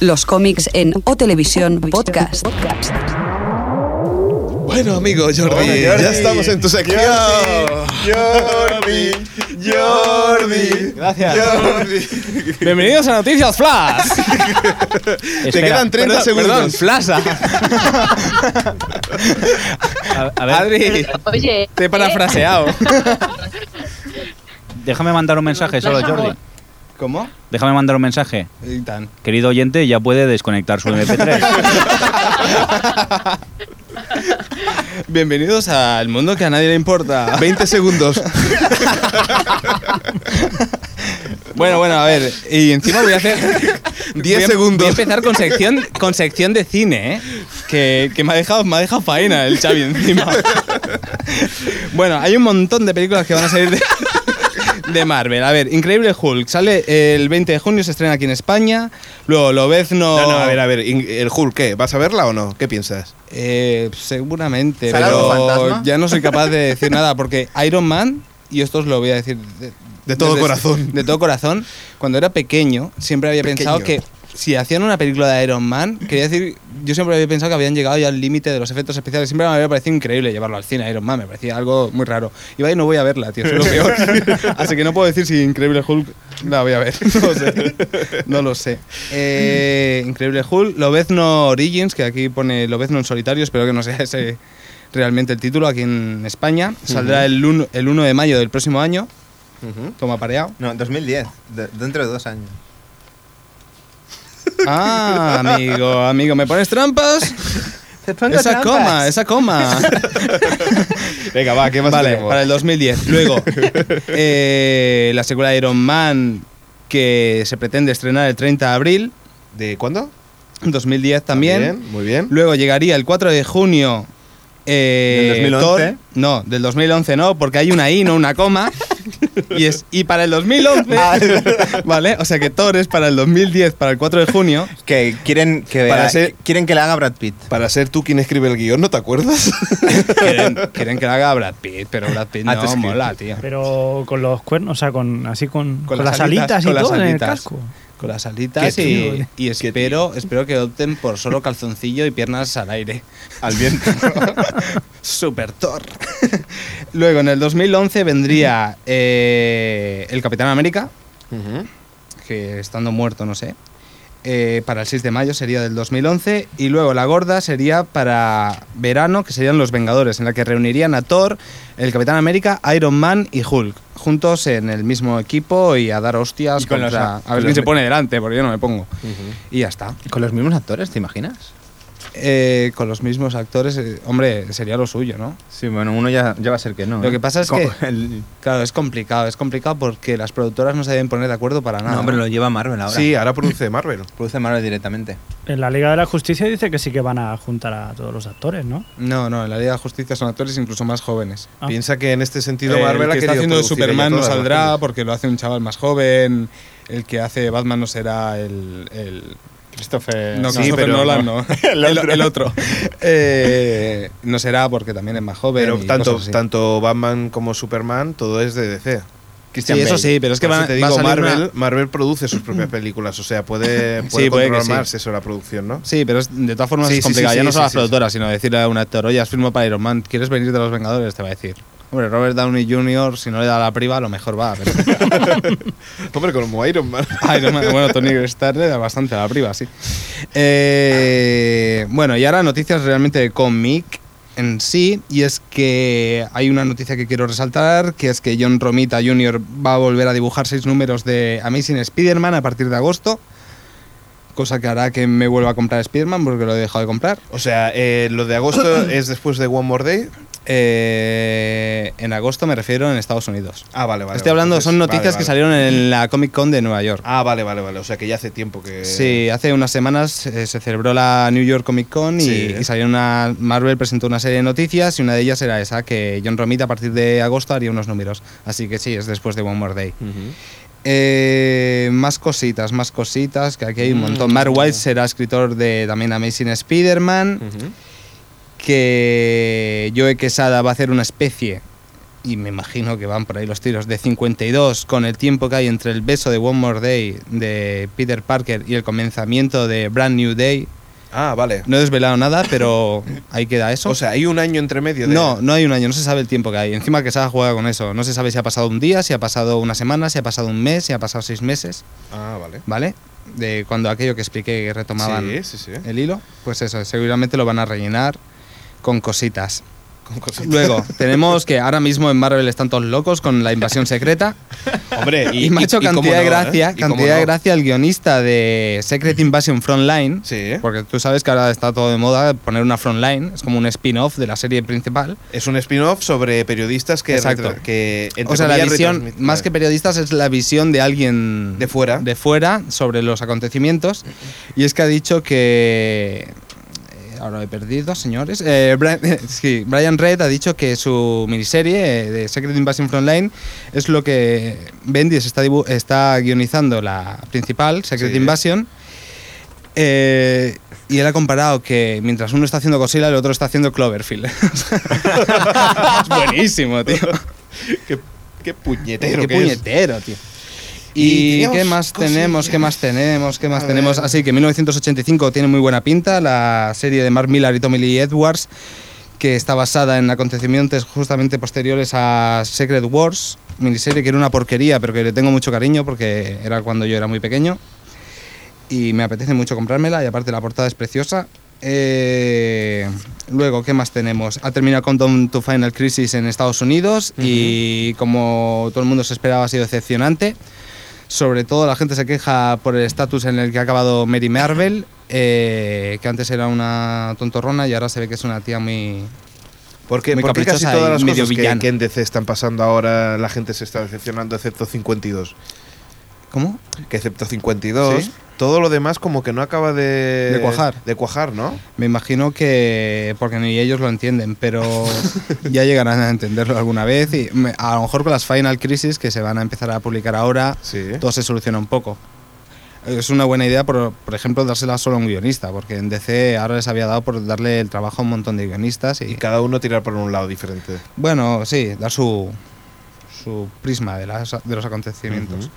S1: Los cómics en O Televisión Podcast.
S2: Bueno, amigo Jordi, Eh, ya estamos en tu sección. Jordi, Jordi,
S3: Gracias.
S2: Jordi.
S3: Bienvenidos a Noticias Flash.
S2: Te quedan 30
S3: Perdón,
S2: segundos.
S3: Flasha.
S5: A, a ver,
S3: Adri,
S4: Oye,
S3: te he parafraseado.
S4: eh,
S5: déjame mandar un mensaje solo, Jordi.
S7: ¿cómo?
S5: Déjame mandar un mensaje.
S3: Y tan.
S5: Querido oyente, ya puede desconectar su MP3.
S3: Bienvenidos al mundo que a nadie le importa.
S2: 20 segundos.
S3: Bueno, bueno, a ver. Y encima voy a hacer.
S2: 10
S3: voy a-
S2: segundos.
S3: Voy a empezar con sección, con sección de cine, ¿eh? Que, que me, ha dejado, me ha dejado faena el Xavi encima. Bueno, hay un montón de películas que van a salir de, de Marvel. A ver, Increíble Hulk. Sale el 20 de junio, se estrena aquí en España. Luego Lobezno.
S2: No, no, a ver, a ver, in- el Hulk, ¿qué? ¿Vas a verla o no? ¿Qué piensas?
S3: Eh, seguramente,
S7: ¿Sale algo
S3: pero
S7: fantasma?
S3: ya no soy capaz de decir nada porque Iron Man, y esto os lo voy a decir de,
S2: De todo
S3: desde-
S2: corazón.
S3: De todo corazón, cuando era pequeño siempre había pensado que
S2: Pequeño.
S3: si hacían una película de Iron Man, quería decir, yo siempre había pensado que habían llegado ya al límite de los efectos especiales, siempre me había parecido increíble llevarlo al cine Iron Man, me parecía algo muy raro. Y vaya, no voy a verla, tío, soy lo peor. Así que no puedo decir si Increíble Hulk la voy a ver, no lo sé. No lo sé. Eh, Increíble Hulk, Lobezno Origins, que aquí pone Lobezno en solitario, espero que no sea ese realmente el título aquí en España. Saldrá el, uno- el 1 de mayo del próximo año. Toma pareado.
S7: No, 2010, de- dentro de dos años.
S3: Ah, amigo, amigo, ¿me pones trampas? esa coma, esa coma.
S2: Venga, va, ¿qué más
S3: vale,
S2: tenemos?
S3: para el 2010. Luego, eh, la secuela de Iron Man que se pretende estrenar el 30 de abril,
S2: ¿De cuándo?
S3: 2010 también.
S2: Muy bien.
S3: Luego llegaría el 4 de junio. eh,
S7: ¿Del 2011?
S3: Thor- no, del 2011 no, porque hay una I, no una coma. Y, es, y para el 2011, ¿vale? O sea que Thor es para el 2010, para el 4 de junio.
S7: Que quieren que,
S2: Para ser-
S7: quieren que la haga Brad Pitt.
S2: Para ser tú quien escribe el guión, ¿no te acuerdas?
S3: Quieren, quieren que la haga Brad Pitt, pero Brad Pitt
S7: Ah, te
S3: no
S7: escribo.
S3: mola, tío.
S6: Pero con los cuernos, o sea, con así con, con las, alitas, y
S3: con las
S6: todo en el
S3: alitas.
S6: casco.
S3: Con las alitas
S6: Qué
S3: y,
S6: tío.
S3: y espero, espero que opten por solo calzoncillo y piernas al aire.
S7: Al viento.
S3: Super Thor. Luego, en el 2011 vendría eh, el Capitán América, que estando muerto, no sé. Eh, para el 6 de mayo sería del 2011 y luego la gorda sería para verano que serían los Vengadores en la que reunirían a Thor, el Capitán América, Iron Man y Hulk juntos en el mismo equipo y a dar hostias
S7: Y con los-
S3: contra- a
S7: con
S3: ver
S7: los-
S3: quién se pone delante porque yo no me pongo y ya está
S7: ¿Con los mismos actores, te imaginas?
S3: Eh, con los mismos actores eh, hombre sería lo suyo no
S7: Sí, bueno, uno ya, ya va a ser que no.
S3: Lo
S7: ¿eh?
S3: que pasa es
S7: Co-
S3: que-
S7: el-
S3: Claro, es complicado, es complicado porque las productoras no se deben poner de acuerdo para nada.
S7: no, hombre, lo lleva Marvel ahora.
S2: Sí, ahora produce Marvel.
S7: Produce Marvel directamente.
S6: En la Liga de la Justicia dice que sí que van a juntar a todos los actores, ¿no?
S3: No, no, en la Liga de Justicia son actores incluso más jóvenes.
S6: Ah.
S2: Piensa que en este sentido
S3: El
S2: Marvel ha
S3: que
S2: querido
S3: está haciendo de
S2: producir
S3: Superman
S2: ella
S3: no
S2: todas las
S3: saldrá
S2: pelis.
S3: porque lo hace un chaval más joven. El que hace Batman no será el. el-
S9: Christopher.
S3: no,
S9: no,
S3: Christopher
S9: pero
S3: Nolan,
S9: no.
S3: no. El el otro. Eh, no será porque también es más joven.
S2: Pero
S3: y
S2: tanto,
S3: cosas así.
S2: tanto Batman como Superman, todo es de DC.
S3: Sí, eso sí, pero es que
S2: Por eso
S3: van-
S2: te
S3: va a
S2: digo,
S3: salir
S2: Marvel,
S3: una-
S2: Marvel produce sus propias películas, o sea, puede,
S3: Sí,
S2: puede
S3: puede que
S2: controlar
S3: sí.
S2: más eso la producción, ¿no?
S3: Sí, pero es- de todas formas
S2: Sí,
S3: es
S2: sí,
S3: complicado.
S2: sí,
S3: ya
S2: sí,
S3: no solo
S2: sí,
S3: las
S2: sí,
S3: productoras, sino decirle a un actor, oye, has firmado para Iron Man, ¿quieres venir de los Vengadores? Te va a decir. Hombre, Robert Downey Jr., si no le da la priva, a lo mejor va. pero-
S2: Hombre, como Iron Man.
S3: Iron Man. Bueno, Tony Stark le da bastante a la priva, sí. Eh, bueno, y ahora noticias realmente de cómic en sí. Y es que hay una noticia que quiero resaltar, que es que John Romita Jr. va a volver a dibujar seis números de Amazing Spider-Man a partir de agosto. Cosa que hará que me vuelva a comprar Spider-Man porque lo he dejado de comprar.
S2: O sea, eh, lo de agosto es después de One More Day.
S3: Eh, en agosto me refiero en Estados Unidos.
S2: Ah, vale, vale.
S3: Estoy hablando, son noticias que salieron en la Comic Con de Nueva York.
S2: Ah, vale, vale, vale. O sea, que ya hace tiempo que.
S3: Sí, hace unas semanas eh, se celebró la New York Comic Con y,
S2: Sí.
S3: y salió una. Marvel presentó una serie de noticias y una de ellas era esa, que John Romita a partir de agosto haría unos números. Así que sí, es después de One More Day. Eh, más cositas, más cositas, que aquí hay un montón. Mark White será escritor de también Amazing Spider-Man. Que Joe Quesada va a hacer una especie, y me imagino que van por ahí los tiros, de 52 con el tiempo que hay entre el beso de One More Day de Peter Parker y el comenzamiento de Brand New Day.
S2: Ah, vale.
S3: No he desvelado nada, pero ahí queda eso.
S2: O sea, hay un año entre medio de.
S3: No, no hay un año, no se sabe el tiempo que hay. Encima que se ha jugado con eso. No se sabe si ha pasado un día, si ha pasado una semana, si ha pasado un mes, si ha pasado seis meses,
S2: Ah, vale.
S3: ¿vale? De cuando aquello que expliqué que retomaban
S2: Sí, sí, sí.
S3: el hilo. Pues eso, seguramente lo van a rellenar con cositas.
S2: Con cosas-
S3: Luego, tenemos que ahora mismo en Marvel están todos locos con la invasión secreta.
S2: Hombre,
S3: Y, me ha hecho
S2: y cómo
S3: cantidad de
S2: no,
S3: gracia,
S2: ¿eh? Y cómo
S3: cantidad de
S2: no.
S3: gracia el guionista de Secret Invasion Frontline.
S2: Sí, ¿eh?
S3: Porque tú sabes que ahora está todo de moda poner una frontline, es como un spin-off de la serie principal.
S2: Es un spin-off sobre periodistas que.
S3: Exacto.
S2: retra- que entre
S3: o sea, la
S2: comillas,
S3: visión,
S2: retransmiten-
S3: más que periodistas, es la visión de alguien
S2: De fuera.
S3: de fuera sobre los acontecimientos. Y es que ha dicho que eh, ahora he perdido, señores. Eh, Brian, sí, Brian Reid ha dicho que su miniserie eh, de Secret Invasion Frontline es lo que Bendis está, dibu- está guionizando la principal, Secret
S2: Sí.
S3: Invasion. Eh, y él ha comparado que mientras uno está haciendo Godzilla, el otro está haciendo Cloverfield. es buenísimo, tío.
S2: Qué, qué puñetero.
S3: Qué
S2: que es.
S3: puñetero, tío.
S2: Y
S3: ¿Y
S2: teníamos
S3: qué más
S2: cosillas.
S3: tenemos? ¿Qué más tenemos? ¿Qué más
S2: A
S3: tenemos?
S2: ver.
S3: Así que 1985 tiene muy buena pinta, la serie de Mark Millar y Tommy Lee Edwards, que está basada en acontecimientos justamente posteriores a Secret Wars, miniserie que era una porquería, pero que le tengo mucho cariño porque era cuando yo era muy pequeño. Y me apetece mucho comprármela, y aparte la portada es preciosa. Eh, luego, ¿qué más tenemos? Ha terminado Countdown to Final Crisis en Estados Unidos y como todo el mundo se esperaba ha sido decepcionante. Sobre todo la gente se queja por el estatus en el que ha acabado Mary Marvel, eh, que antes era una tontorrona y ahora se ve que es una tía muy...
S2: Porque,
S3: Muy
S2: porque casi
S3: caprichosa
S2: todas
S3: y
S2: las
S3: medio
S2: cosas que,
S3: villana.
S2: que en DC están pasando ahora, la gente se está decepcionando, excepto 52.
S3: ¿Cómo?
S2: Que excepto 52,
S3: Sí.
S2: todo lo demás como que no acaba de...
S3: De cuajar.
S2: De cuajar, ¿no?
S3: Me imagino que porque ni ellos lo entienden, pero ya llegarán a entenderlo alguna vez y me- a lo mejor con las Final Crisis que se van a empezar a publicar ahora,
S2: Sí.
S3: todo se soluciona un poco. Es una buena idea, por, por ejemplo, dársela solo a un guionista, porque en DC ahora les había dado por darle el trabajo a un montón de guionistas y,
S2: Y cada uno tirar por un lado diferente.
S3: bueno, sí, dar su, su prisma de, las- de los acontecimientos.
S2: Ujú.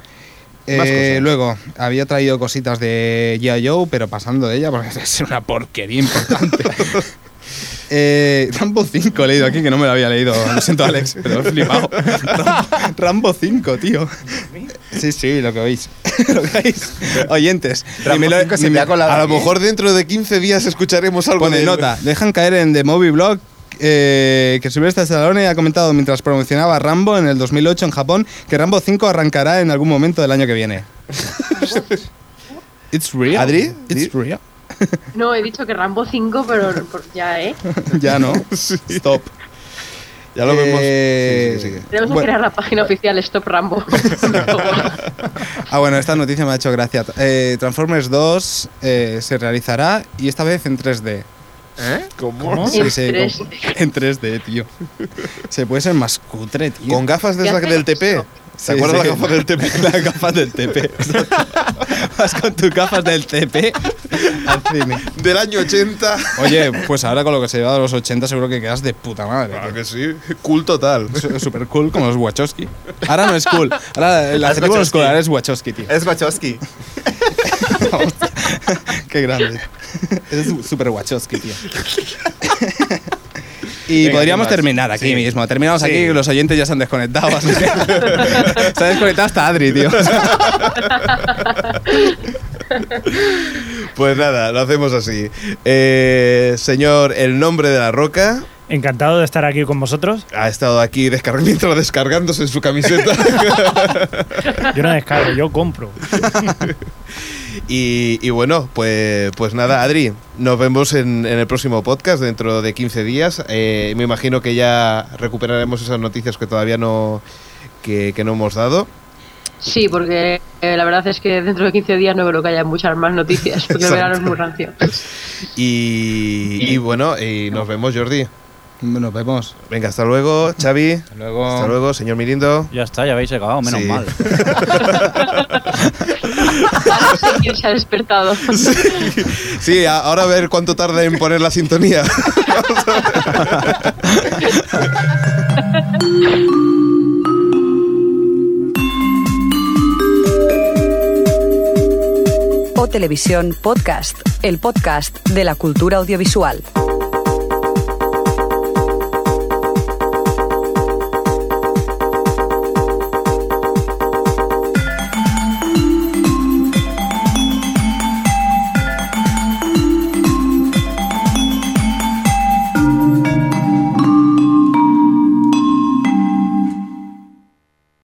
S3: Eh,
S2: Más cosas.
S3: luego, había traído cositas de G.I. Joe, pero pasando de ella, porque es una porquería importante. Eh, Rambo 5 he leído aquí, que no me lo había leído. Lo siento, Alex, pero he flipado. Rambo, Rambo 5, tío. Sí, sí, lo que oís. lo que oís. Oyentes.
S7: Rambo 5 se te ha colado ¿eh?
S2: A lo
S7: aquí.
S2: mejor dentro de 15 días escucharemos algo
S3: Pone
S2: de
S3: nota, dejan caer en The Movie Blog eh, que Sylvester Stallone ha comentado mientras promocionaba Rambo en el 2008 en Japón que Rambo 5 arrancará en algún momento del año que viene. It's real.
S2: ¿Adri?
S3: It's real.
S4: No, he dicho que Rambo 5, pero por- ya, ¿eh?
S3: ya no. Stop.
S2: Ya lo vemos.
S3: Eh,
S2: Sí, sí, sí, sí.
S4: Tenemos
S3: Bueno.
S4: que crear la página oficial Stop Rambo.
S3: Ah, bueno, esta noticia me ha hecho gracia. Eh, Transformers 2 eh, se realizará y esta vez en 3D.
S7: ¿Eh?
S2: ¿Cómo?
S4: En
S3: como-
S4: 3D.
S3: En 3D, tío. Se puede ser más cutre, tío.
S2: Con gafas de
S4: ¿Qué
S2: esas
S4: haces?
S2: del TP. ¿Se
S3: Sí,
S2: acuerdas
S3: sí.
S2: la gafa del TP?
S3: Las gafas del TP. Vas con tus gafas del TP al cine.
S2: Del año 80.
S3: Oye, pues ahora con lo que se lleva de los 80 seguro que quedas de puta madre.
S2: Claro que sí. Cool total.
S3: Es Súper cool como los Wachowski. Ahora no es cool. Ahora el
S7: Las
S3: adjetivo no es cool,
S7: Wachowski.
S3: ahora es Wachowski, tío.
S7: Es Wachowski.
S3: Qué grande. Es súper Wachowski, tío. Y
S2: Venga,
S3: podríamos
S2: ¿qué más?
S3: terminar aquí
S2: Sí.
S3: mismo. Terminamos
S2: Sí.
S3: aquí que los oyentes ya se han desconectado. así que- se ha desconectado hasta Adri, tío.
S2: Pues nada, lo hacemos así. Eh, señor, el nombre de la roca
S6: Encantado de estar aquí con vosotros.
S2: ha estado aquí descarg- mientras descargándose en su camiseta.
S6: Yo no descargo, yo compro.
S2: y, y bueno, pues, pues nada, Adri, nos vemos en, en el próximo podcast dentro de 15 días. Eh, me imagino que ya recuperaremos esas noticias que todavía no, que, que no hemos dado.
S4: Sí, porque eh, la verdad es que dentro de 15 días no creo que haya muchas más noticias, porque el verano es muy rancio.
S2: Y, y bueno, y nos vemos, Jordi.
S3: Nos vemos.
S2: Venga, hasta luego, Xavi. Hasta
S3: luego.
S2: luego, señor Mirindo.
S5: Ya está, ya habéis acabado, menos
S2: Sí.
S5: mal.
S4: Ahora sí que se ha despertado.
S2: Sí, a- ahora a ver cuánto tarda en poner la sintonía.
S1: O Televisión Podcast, el podcast de la cultura audiovisual.